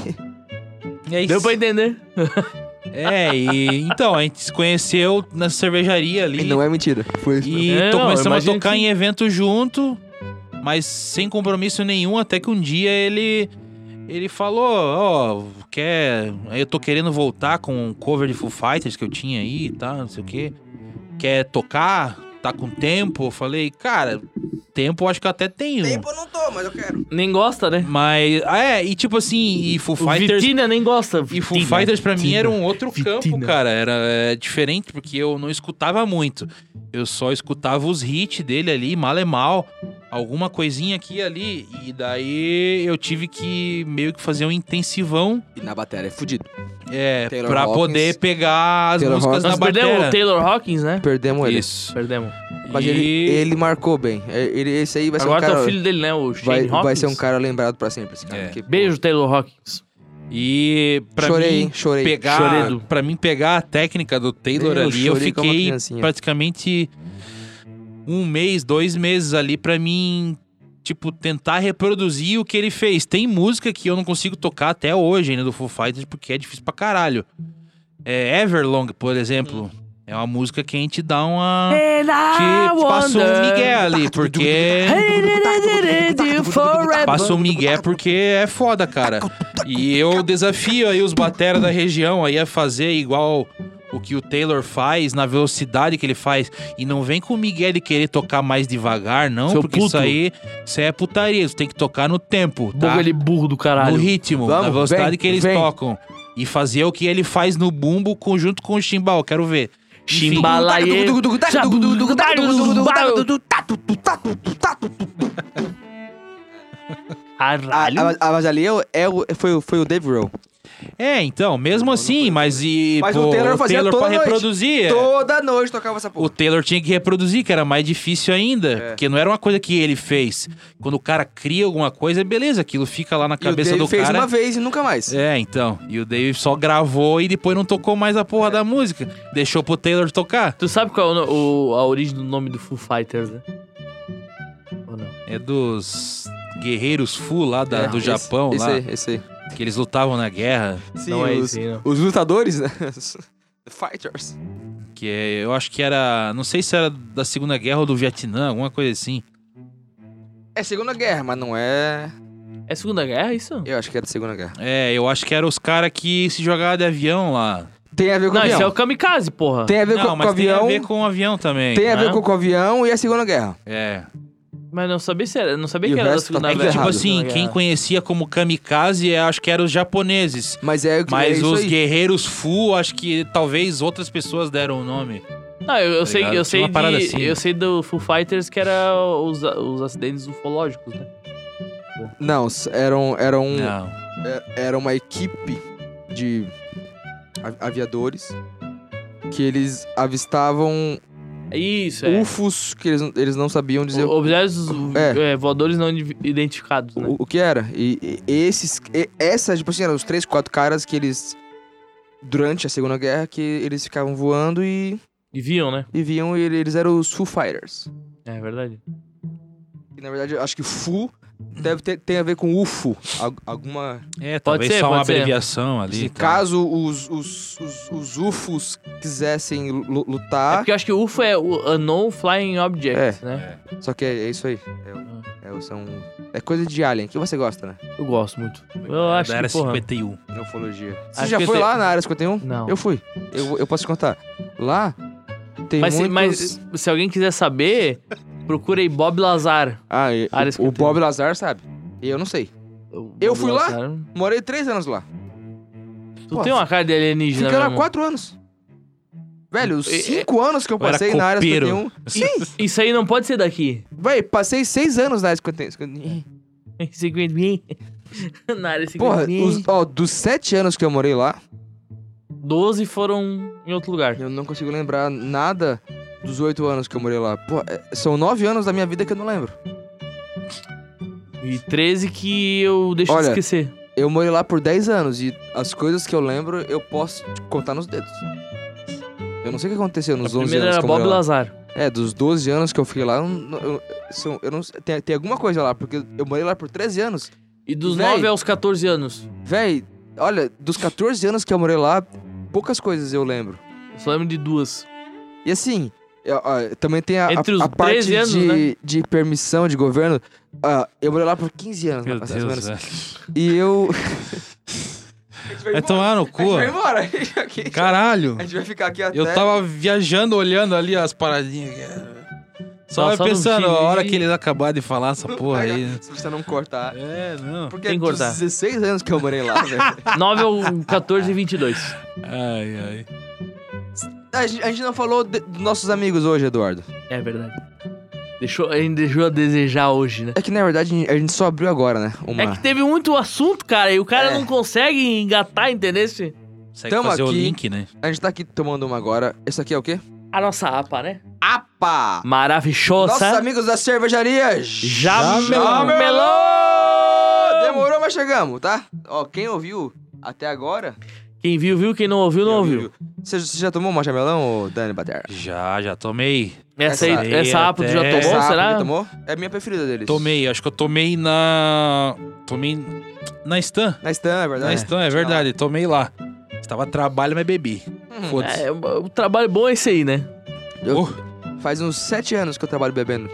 C: É isso.
A: Deu pra entender.
C: É, e então, a gente se conheceu na cervejaria ali.
B: E não é mentira. Foi isso.
C: E
A: É,
C: to-
A: não,
C: começamos a
A: imagina
C: tocar
A: que-
C: em evento junto, mas sem compromisso nenhum, até que um dia ele. Ele falou, ó, quer. Eu tô querendo voltar com um cover de Foo Fighters que eu tinha aí e tá, tal, não sei o quê. Quer tocar? Tá com tempo? Eu falei, cara, tempo eu acho que eu até tenho.
B: eu não tô, mas eu quero.
A: Nem gosta, né?
C: Mas. ah, é, e tipo assim, e Foo
A: O
C: Fighters.
A: Vitina nem gosta.
C: E Foo
A: Vitina,
C: Fighters pra mim
A: Vitina.
C: era um outro
A: Vitina.
C: campo, cara. Era é, diferente, porque eu não escutava muito. Eu só escutava os hits dele ali, mal é mal. Alguma coisinha aqui e ali. E daí eu tive que meio que fazer um intensivão
B: E na bateria é fudido.
C: é,
B: Taylor
C: pra
B: Hawkins.
C: poder pegar as
B: Taylor
C: músicas
A: Nós
C: da
A: perdemos é o
C: bateria.
A: Taylor Hawkins, né?
B: Perdemos ele.
C: Isso.
A: Perdemos.
B: Mas
C: E-
B: ele, ele marcou bem. É, Ele, esse aí vai ser um
A: Agora
B: cara.
A: tá o filho dele, né? O
B: vai,
A: Shane Hawkins.
B: vai ser um cara lembrado pra sempre. Esse cara,
C: É.
B: porque, pô,
A: Beijo, Taylor Hawkins.
C: E pra
B: chorei,
C: mim,
B: hein? Chorei.
C: pegar,
A: Choredo.
C: pra mim pegar a técnica do Taylor
B: Eu
C: ali, eu
B: chorei como uma
C: fiquei
B: criancinha.
C: praticamente um mês, dois meses ali pra mim, tipo, tentar reproduzir o que ele fez. Tem música que eu não consigo tocar até hoje ainda do Foo Fighters porque é difícil pra caralho. É Everlong, por exemplo,
B: Hum.
C: é uma música que a gente dá uma te,
B: Tipo,
C: te passa um migué
B: Tá,
C: ali, porque
A: tá
B: É,
C: passa um migué porque é foda, cara. E eu desafio aí os batera da região aí a fazer igual o que o Taylor faz, na velocidade que ele faz. E não vem com o Miguel de querer tocar mais devagar, não,
A: Seu
C: porque isso
A: puto.
C: aí isso aí é putaria. Você tem que tocar no tempo, tá?
A: Buga ele burro do
C: No
A: caralho.
C: ritmo,
B: Vamos,
C: na velocidade
B: vem,
C: que eles
B: vem.
C: tocam. E fazer o que ele faz no bumbo conjunto com o chimbal, quero ver. Enfim,
A: Chimbalaie.
B: Ah,
A: Caralho. Ah,
B: ah, mas- ah, mas ali eu- é o- foi, o- foi o Dave Grohl.
C: É, então, mesmo assim, mas e
B: Mas o Taylor fazia
C: Taylor
B: toda
C: pra
B: noite.
C: reproduzir. é.
B: Toda noite tocava essa
C: O
B: porra.
C: Taylor tinha que reproduzir, que era mais difícil ainda.
B: É.
C: Porque não era uma coisa que ele fez. Quando o cara cria alguma coisa, é beleza, aquilo fica lá na
B: E o
C: cabeça
B: Dave
C: do
B: fez
C: cara.
B: uma vez e nunca mais.
C: É, então. E o Dave só gravou e depois não tocou mais a
B: É.
C: porra da música. Deixou pro Taylor tocar.
A: Tu sabe qual é o no- o- a origem do nome do Foo Fighters, né? Ou não?
C: É dos guerreiros Fu lá da-
B: É,
C: do
B: esse-
C: Japão,
B: esse
C: lá.
B: aí, esse aí.
C: Que eles lutavam na guerra.
B: Sim,
A: não é
B: os,
A: esse aí, não.
B: os lutadores, né? The Fighters.
C: Que é- eu acho que era. Não sei se era da Segunda Guerra ou do Vietnã, alguma coisa assim.
B: É Segunda Guerra, mas não é.
A: É Segunda Guerra isso?
B: Eu acho que é da Segunda Guerra.
C: É, eu acho que era os caras que se jogavam de avião lá.
B: Tem a ver com
A: Não,
B: avião.
A: isso é o Kamikaze, porra.
B: Tem a ver
C: não,
B: com,
C: mas
B: com avião.
C: tem a ver com o avião também.
B: Tem a ver
A: né?
B: com, com avião e a Segunda Guerra.
C: É.
A: Mas não sabia se era, não sabia
B: E
A: que
B: o
A: era da
B: resto tá
A: Segunda
C: É
B: tudo
C: que,
A: Guerra.
C: tipo
B: errado.
C: assim, quem conhecia como kamikaze, é, acho que eram os japoneses.
B: Mas é, é
C: Mas
B: isso
C: os
B: aí.
C: guerreiros Fu, acho que talvez outras pessoas deram o nome.
A: Não, eu, eu
C: Tá
A: sei,
C: ligado?
A: eu
C: Tinha
A: sei
C: uma parada
A: de,
C: assim.
A: eu sei do Foo Fighters que era os, os acidentes ufológicos, né?
B: Não, s- eram, eram,
C: Não.
B: é- era uma equipe de a- aviadores que eles avistavam
A: É Isso, é.
B: ufos que eles, eles não sabiam dizer
A: O-
B: o,
A: Objetos
B: É.
A: é, voadores não indi- identificados, né?
B: o que era. E, e esses, e- essas, tipo assim, eram os três, quatro caras que eles durante a Segunda Guerra que eles ficavam voando e,
A: E viam, né?
B: e viam e eles eram os Foo Fighters.
A: É verdade.
B: E, na verdade, eu acho que Foo deve ter tem a ver com UFO, al- alguma
C: É,
A: Pode
C: talvez
A: ser,
C: só uma
A: pode ser.
C: abreviação ali. tá.
B: Se
C: e tal.
B: caso os, os, os, os UFOs quisessem lu-
A: É
B: lutar.
A: porque eu acho que UFO é o Unknown Flying Object, né?
C: É.
B: Só que Ah. é, é isso aí. É, o- é, o- são, é coisa de alien. Que você gosta, né?
A: Eu gosto muito. Eu acho
C: da era
A: que, porra...
C: 51.
B: Neufologia. Você
A: Acho
B: já
A: que eu
B: foi
A: sei.
B: lá na área 51?
A: Não.
B: Eu fui. Eu, eu posso te contar. Lá tem
A: Mas, se-
B: muitos...
A: mas se alguém quiser saber, procura aí Bob Lazar.
B: Ah, e-
A: Área
B: o,
A: 51.
B: o Bob Lazar sabe. E eu não sei. Eu
A: Bob
B: fui lá?
A: Lazar.
B: Morei três anos lá.
A: Tu
B: Pô,
A: tem uma cara de alienígena
B: Fiquei lá
A: é mesmo. É,
B: quatro anos. Velho, os
A: E-
B: cinco anos que eu
C: eu era
B: passei na área
C: copeiro.
B: 51... Sim!
A: Isso aí não pode ser daqui.
B: Véi, passei seis anos na área 51.
A: 50 mil. Na área 50
B: Porra,
A: mil.
B: os- ó, dos sete anos que eu morei lá,
A: 12 foram em outro lugar.
B: Eu não consigo lembrar nada dos oito anos que eu morei lá. Pô, é- são nove anos da minha vida que eu não lembro.
A: E 13 que eu deixo
B: Olha,
A: de esquecer.
B: Eu morei lá por dez anos e as coisas que eu lembro eu posso te contar nos dedos. Eu não sei o que aconteceu
A: A
B: nos 11
A: primeira
B: anos
A: era
B: que eu morei
A: Bob
B: lá.
A: Lazar.
B: É, dos 12 anos que eu fiquei lá, eu, não- eu- são- eu não sei- tem, tem alguma coisa lá, porque eu morei lá por 13 anos.
A: E dos
B: Véi.
A: 9 aos 14 anos.
B: Véi, olha, dos 14 anos que eu morei lá, poucas coisas eu lembro.
A: Eu só lembro de duas.
B: E assim, eu- ó, também tem a, a-
A: Entre os
B: a parte
A: 13 anos,
B: de,
A: né?
B: de permissão de governo. Ah, eu morei lá por 15 anos,
C: Meu
B: mais ou menos.
C: Deus,
A: é.
C: velho.
B: E eu.
A: É
C: Vai tomar no cu.
B: embora.
C: Caralho.
B: A gente vai ficar aqui até.
C: Eu tava viajando, olhando ali as paradinhas. Só,
A: Só-
C: eu
A: só no
C: pensando,
A: um time.
C: a hora que eles acabaram de falar essa porra aí. né?
B: Se você não cortar.
C: É, não.
B: Porque
A: Tem que
B: dos
A: cortar.
B: 16 anos que eu morei lá, velho.
A: 9 ao 14 e 22.
C: Ai, ai.
B: A gente, a gente não falou de- dos nossos amigos hoje, Eduardo.
A: É verdade. Deixou, ainda deixou a desejar hoje, né?
B: É que na verdade a gente- a gente só abriu agora, né? Uma.
A: É que teve muito assunto, cara, e o cara
B: É.
A: não consegue engatar, entendeu? Se-
C: Consegue
B: Tamo
C: fazer o
B: aqui.
C: link, né?
B: A gente tá aqui tomando uma agora. Esse aqui é o quê?
A: A nossa APA, né?
B: APA! Nossos
A: Maravilhosa.
B: amigos da cervejaria
A: Já
B: Jamelão.
A: melou!
B: Demorou, mas chegamos, tá? Ó, quem ouviu até agora.
A: Quem viu, viu. Quem não ouviu, não
B: quem
A: ouviu.
B: Você, você já tomou uma jamelão, ô Dani Bader?
C: Já, já tomei.
A: Essa,
B: Essa
A: aí,
C: aí
A: essa APA tu já
C: até-
A: tomou,
B: Essa
A: será?
B: Apple que tomou? É a minha preferida deles.
C: Tomei, acho que eu tomei na. Tomei na Stan.
B: Na Stan, é
C: Na
B: verdade.
C: Stan, é verdade, tomei lá. Estava a trabalho, mas bebi.
B: Hum.
C: Foda-se.
A: É, o o trabalho bom é esse aí, né?
B: Eu-
C: Oh,
B: Faz uns sete anos que eu trabalho bebendo.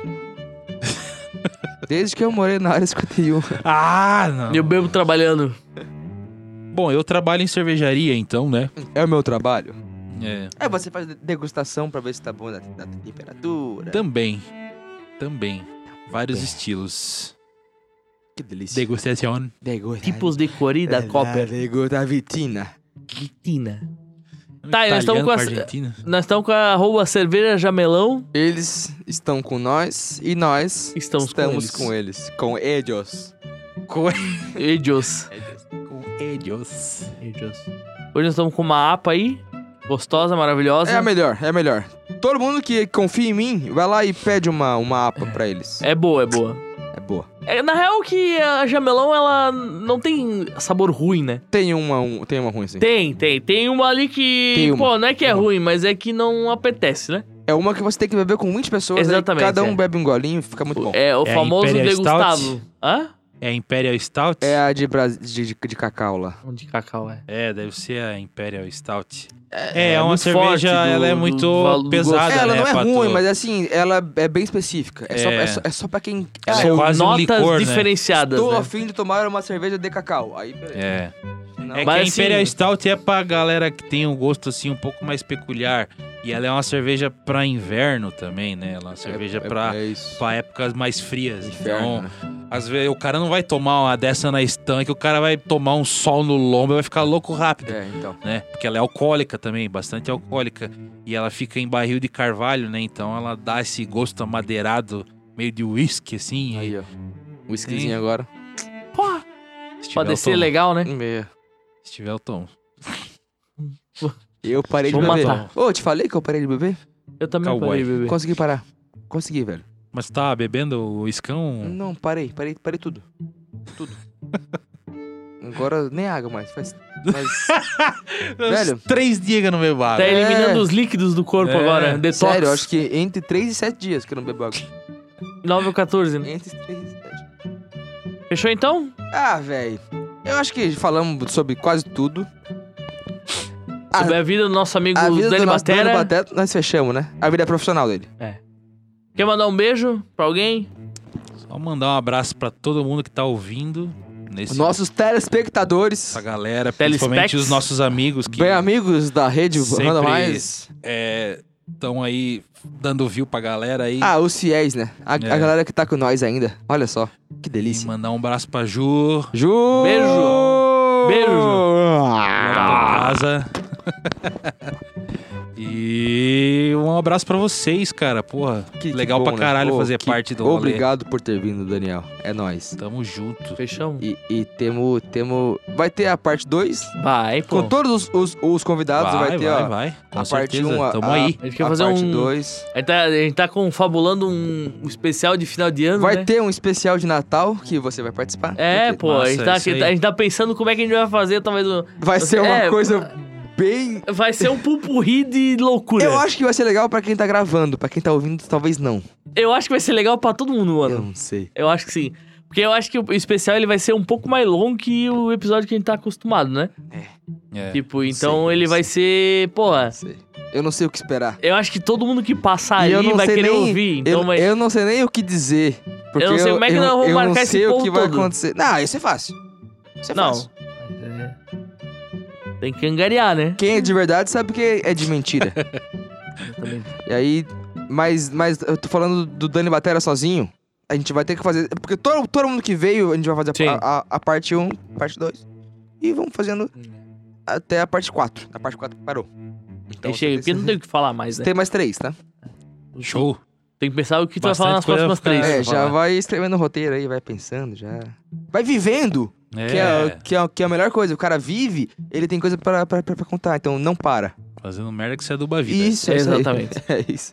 B: Desde que eu morei na área 51.
C: Ah, não.
A: Eu bebo trabalhando.
C: Bom, eu trabalho em cervejaria, então, né?
B: É o meu trabalho?
C: É.
B: É, você faz de- degustação pra ver se tá bom da, da temperatura.
C: Também. Também. Vários estilos.
B: Que delícia.
C: Degustação.
B: Degusta.
A: Tipos de corrida, copper,
B: Degusta É, vitina.
A: quitina. Tá,
C: Italiano
A: nós estamos com
C: pra
A: a-
C: Argentina.
A: Nós estamos com a arroba cerveja jamelão.
B: Eles estão com nós e nós
A: Estamos com
B: com eles. Com eles.
C: Com...
A: Edios.
C: Com
B: Edios.
A: Hoje nós estamos com uma APA aí, gostosa, maravilhosa.
B: É a melhor, é a melhor. Todo mundo que confia em mim, vai lá e pede uma, uma APA pra eles.
A: É boa, é boa.
B: É boa.
A: É, na real que a jamelão, ela não tem sabor ruim, né?
B: Tem uma, um- tem uma ruim, sim.
A: Tem, tem. Tem uma ali que...
B: Tem uma.
A: Pô, não é que é
B: Tem uma.
A: ruim, mas é que não apetece, né?
B: É uma que você tem que beber com 20 pessoas. aí
A: Exatamente,
B: Cada um
A: é.
B: bebe um golinho, fica muito bom.
A: É o
C: É a
A: famoso
C: Imperial
A: degustado.
C: Stout?
A: Hã?
C: É a Imperial Stout?
B: É a de, Bras... de, de, de cacau lá.
A: Um de cacau, é.
C: É, deve ser a Imperial Stout. É, é, uma
A: muito forte
C: cerveja,
A: do-
C: ela é
A: do-
C: muito
A: do val- do
C: pesada,
A: gosto.
B: ela
C: né,
B: não é
C: Pato?
B: ruim, mas assim, ela é bem específica. É, Só,
C: É.
B: é, só, é só pra quem.
C: Ela
B: Ah,
C: é
B: eu
C: quase um
A: Notas
C: licor, né?
A: diferenciadas,
B: Estou
A: né?
B: a fim de tomar uma cerveja de cacau. Aí, beleza.
C: É.
B: Não.
C: É que
A: Mas
C: a
A: assim-
C: Imperial Stout é pra galera que tem um gosto assim um pouco mais peculiar. E ela é uma cerveja pra inverno também, né? Ela é uma cerveja
B: é, né?
C: pra,
B: É isso.
C: pra épocas mais frias.
B: Inferno,
C: Então, às vezes o cara não vai tomar uma dessa na estanque, o cara vai tomar um sol no lombo e vai ficar louco rápido.
B: né? É, então.
C: Né? Porque ela é alcoólica também, bastante alcoólica. E ela fica em barril de carvalho, né? Então ela dá esse gosto amadeirado, meio de uísque, assim.
B: Aí,
C: e
B: ó. Um Whiskyzinho agora.
A: Porra,
C: se tiver,
A: pra
C: eu
A: descer
C: tomo.
A: legal, né?
B: Meia.
C: Se tiver, eu tomo.
B: Eu parei de
A: Vou
B: beber.
A: matar.
B: Ô, eu te falei que eu parei de beber?
A: Eu também
C: Cowboy.
A: parei, bebê.
B: Consegui parar. Consegui, velho.
C: Mas tá bebendo o escão?
B: Não, parei, parei, parei tudo. Tudo. Agora nem água mais. Faz. faz- Velho.
C: Uns Três dias que eu não bebo água.
A: Tá eliminando
B: É.
A: os líquidos do corpo
C: É.
A: agora. né? Detox.
B: Sério, eu acho que entre 3 e 7 dias que eu não bebo água.
A: 9 ou 14, né?
B: Entre 3 e 7.
A: Fechou então?
B: Ah, velho. Eu acho que falamos sobre quase tudo. Ah,
A: Sobre a vida do nosso amigo
B: A vida
A: Dani
B: do nosso Dani
A: Batera.
B: Batera, nós fechamos, né? A vida é profissional dele.
A: Quer mandar um beijo pra alguém?
C: Só mandar um abraço pra todo mundo que tá ouvindo. Nesse,
B: Nossos telespectadores,
C: Essa galera,
A: Telespecs.
C: principalmente os nossos amigos que
B: bem amigos da rede
C: Sempre-
B: Randomais.
C: estão é, aí dando view pra galera aí.
B: Ah, os fiéis, né? A, a
C: É.
B: galera que tá com nós ainda. Olha só, que
C: e
B: delícia.
C: mandar um abraço pra Ju, lá
B: Ju! Ah,
A: Beijo!
C: da
B: Beijo!
C: tá casa. e um abraço pra vocês, cara. Porra,
B: Que-
C: legal
B: que bom,
C: pra
B: né?
C: caralho
B: Pô,
C: fazer
B: que-
C: parte do rolê.
B: Obrigado por ter vindo, Daniel. É nóis.
C: Tamo junto.
A: Fechamos?
B: E, e temos. Temo... Vai ter a parte 2.
A: Vai, pô.
B: Com todos os, os- os convidados, vai,
C: vai,
B: ter,
C: vai,
B: ó.
C: vai. Com
B: a parte
C: certeza.
B: um, a-
C: Tamo
B: a-
C: aí.
A: A gente quer
B: a
A: fazer
B: parte
A: um...
B: 2.
A: A gente, tá, a gente tá confabulando um um especial de final de ano,
B: Vai
A: né?
B: ter um especial de Natal que você vai participar.
A: É,
B: Porque
A: pô, a, gente
C: Massa,
A: tá,
C: isso aí.
A: a gente tá pensando como é que a gente vai fazer, talvez. um-
B: Vai ser uma
A: É,
B: coisa bem.
A: Vai ser um pupurri de loucura.
B: Eu acho que vai ser legal pra quem tá gravando, pra quem tá ouvindo, talvez não.
A: Eu acho que vai ser legal pra todo mundo, mano.
B: Eu não sei.
A: Eu acho que sim. Porque eu acho que o especial ele vai ser um pouco mais longo que o episódio que a gente tá acostumado, né?
C: É.
A: tipo, então
B: sim,
A: ele
B: sim.
A: vai ser. Porra,
B: Não sei. Eu não sei o que esperar.
A: eu acho que todo mundo que passar
B: E eu
A: ali
B: não
A: vai
B: sei
A: querer
B: nem-
A: ouvir. Então,
B: eu,
A: mas.
B: eu não sei nem o que dizer. Porque
A: Eu não sei como é que nós vamos
B: eu
A: marcar
B: não
A: esse
B: sei o
A: povo
B: que vai
A: todo.
B: acontecer. Não, isso é fácil. Isso é
A: não.
B: fácil.
A: É. Tem que angariar, né?
B: Quem é de verdade sabe que é de mentira. e aí, mas, mas eu tô falando do Dani Batera sozinho. A gente vai ter que fazer. Porque todo, todo mundo que veio, a gente vai fazer
A: Sim.
B: a, a- a parte 1, parte 2. E vamos fazendo até a parte 4. A parte 4 parou. Então,
A: Aí chega, porque não tem o que falar mais, né?
B: Tem mais três, tá?
C: Show.
A: Tem que pensar o que tu vai
C: Bastante
A: falar nas
C: coisa
A: próximas
C: pra
A: três.
C: ficar-
B: É,
C: vou
B: já
C: falar.
B: vai escrevendo o roteiro aí, vai pensando, já. Vai vivendo,
C: É.
B: que, é, que, é, que é a melhor coisa. O cara vive, ele tem coisa pra, pra, pra- pra contar, então não para.
C: Fazendo merda que você aduba a vida.
B: Isso, é isso aí.
A: Exatamente.
B: É isso.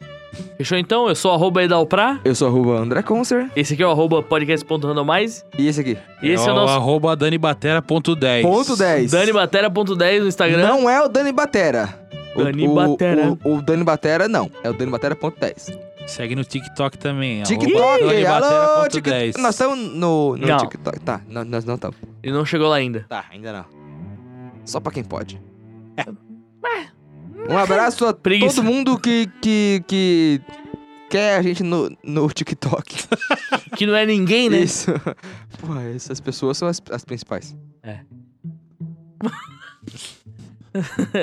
A: Fechou então? Eu sou arroba Edalprá.
B: Eu sou arroba André Concer,
A: Esse aqui é o arroba podcast.randomize.
B: e esse aqui,
A: E esse é o
C: nosso...
A: nosso
C: arroba
A: É
C: danibatera.10.
B: ponto 10.
A: danibatera.10 no Instagram.
B: É Não é o Dani Batera. O-
A: Dani
B: o,
A: Batera.
B: O, o Dani Batera, não. É o Dani Batera ponto 10.
C: Segue no TikTok também.
B: TikTok,
C: arroba
B: alô,
C: danibatera.10.
B: TikTok. Nós estamos no, no
A: Não.
B: TikTok. Tá, nó- nós não estamos.
A: Ele não chegou lá ainda.
B: Tá, ainda não. Só pra quem pode. Um abraço a
A: É. Preguiça.
B: todo mundo que, que, que quer a gente no, no TikTok.
A: Que não é ninguém, né?
B: Isso. Pô, essas pessoas são as, as principais.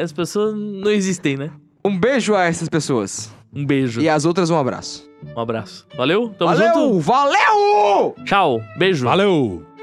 A: As pessoas não existem, né?
B: Um beijo a essas pessoas.
A: Um beijo.
B: E as outras, um abraço.
A: Um abraço. Valeu? Tamo
B: valeu!
A: junto.
B: Valeu!
A: Tchau. Beijo.
C: Valeu!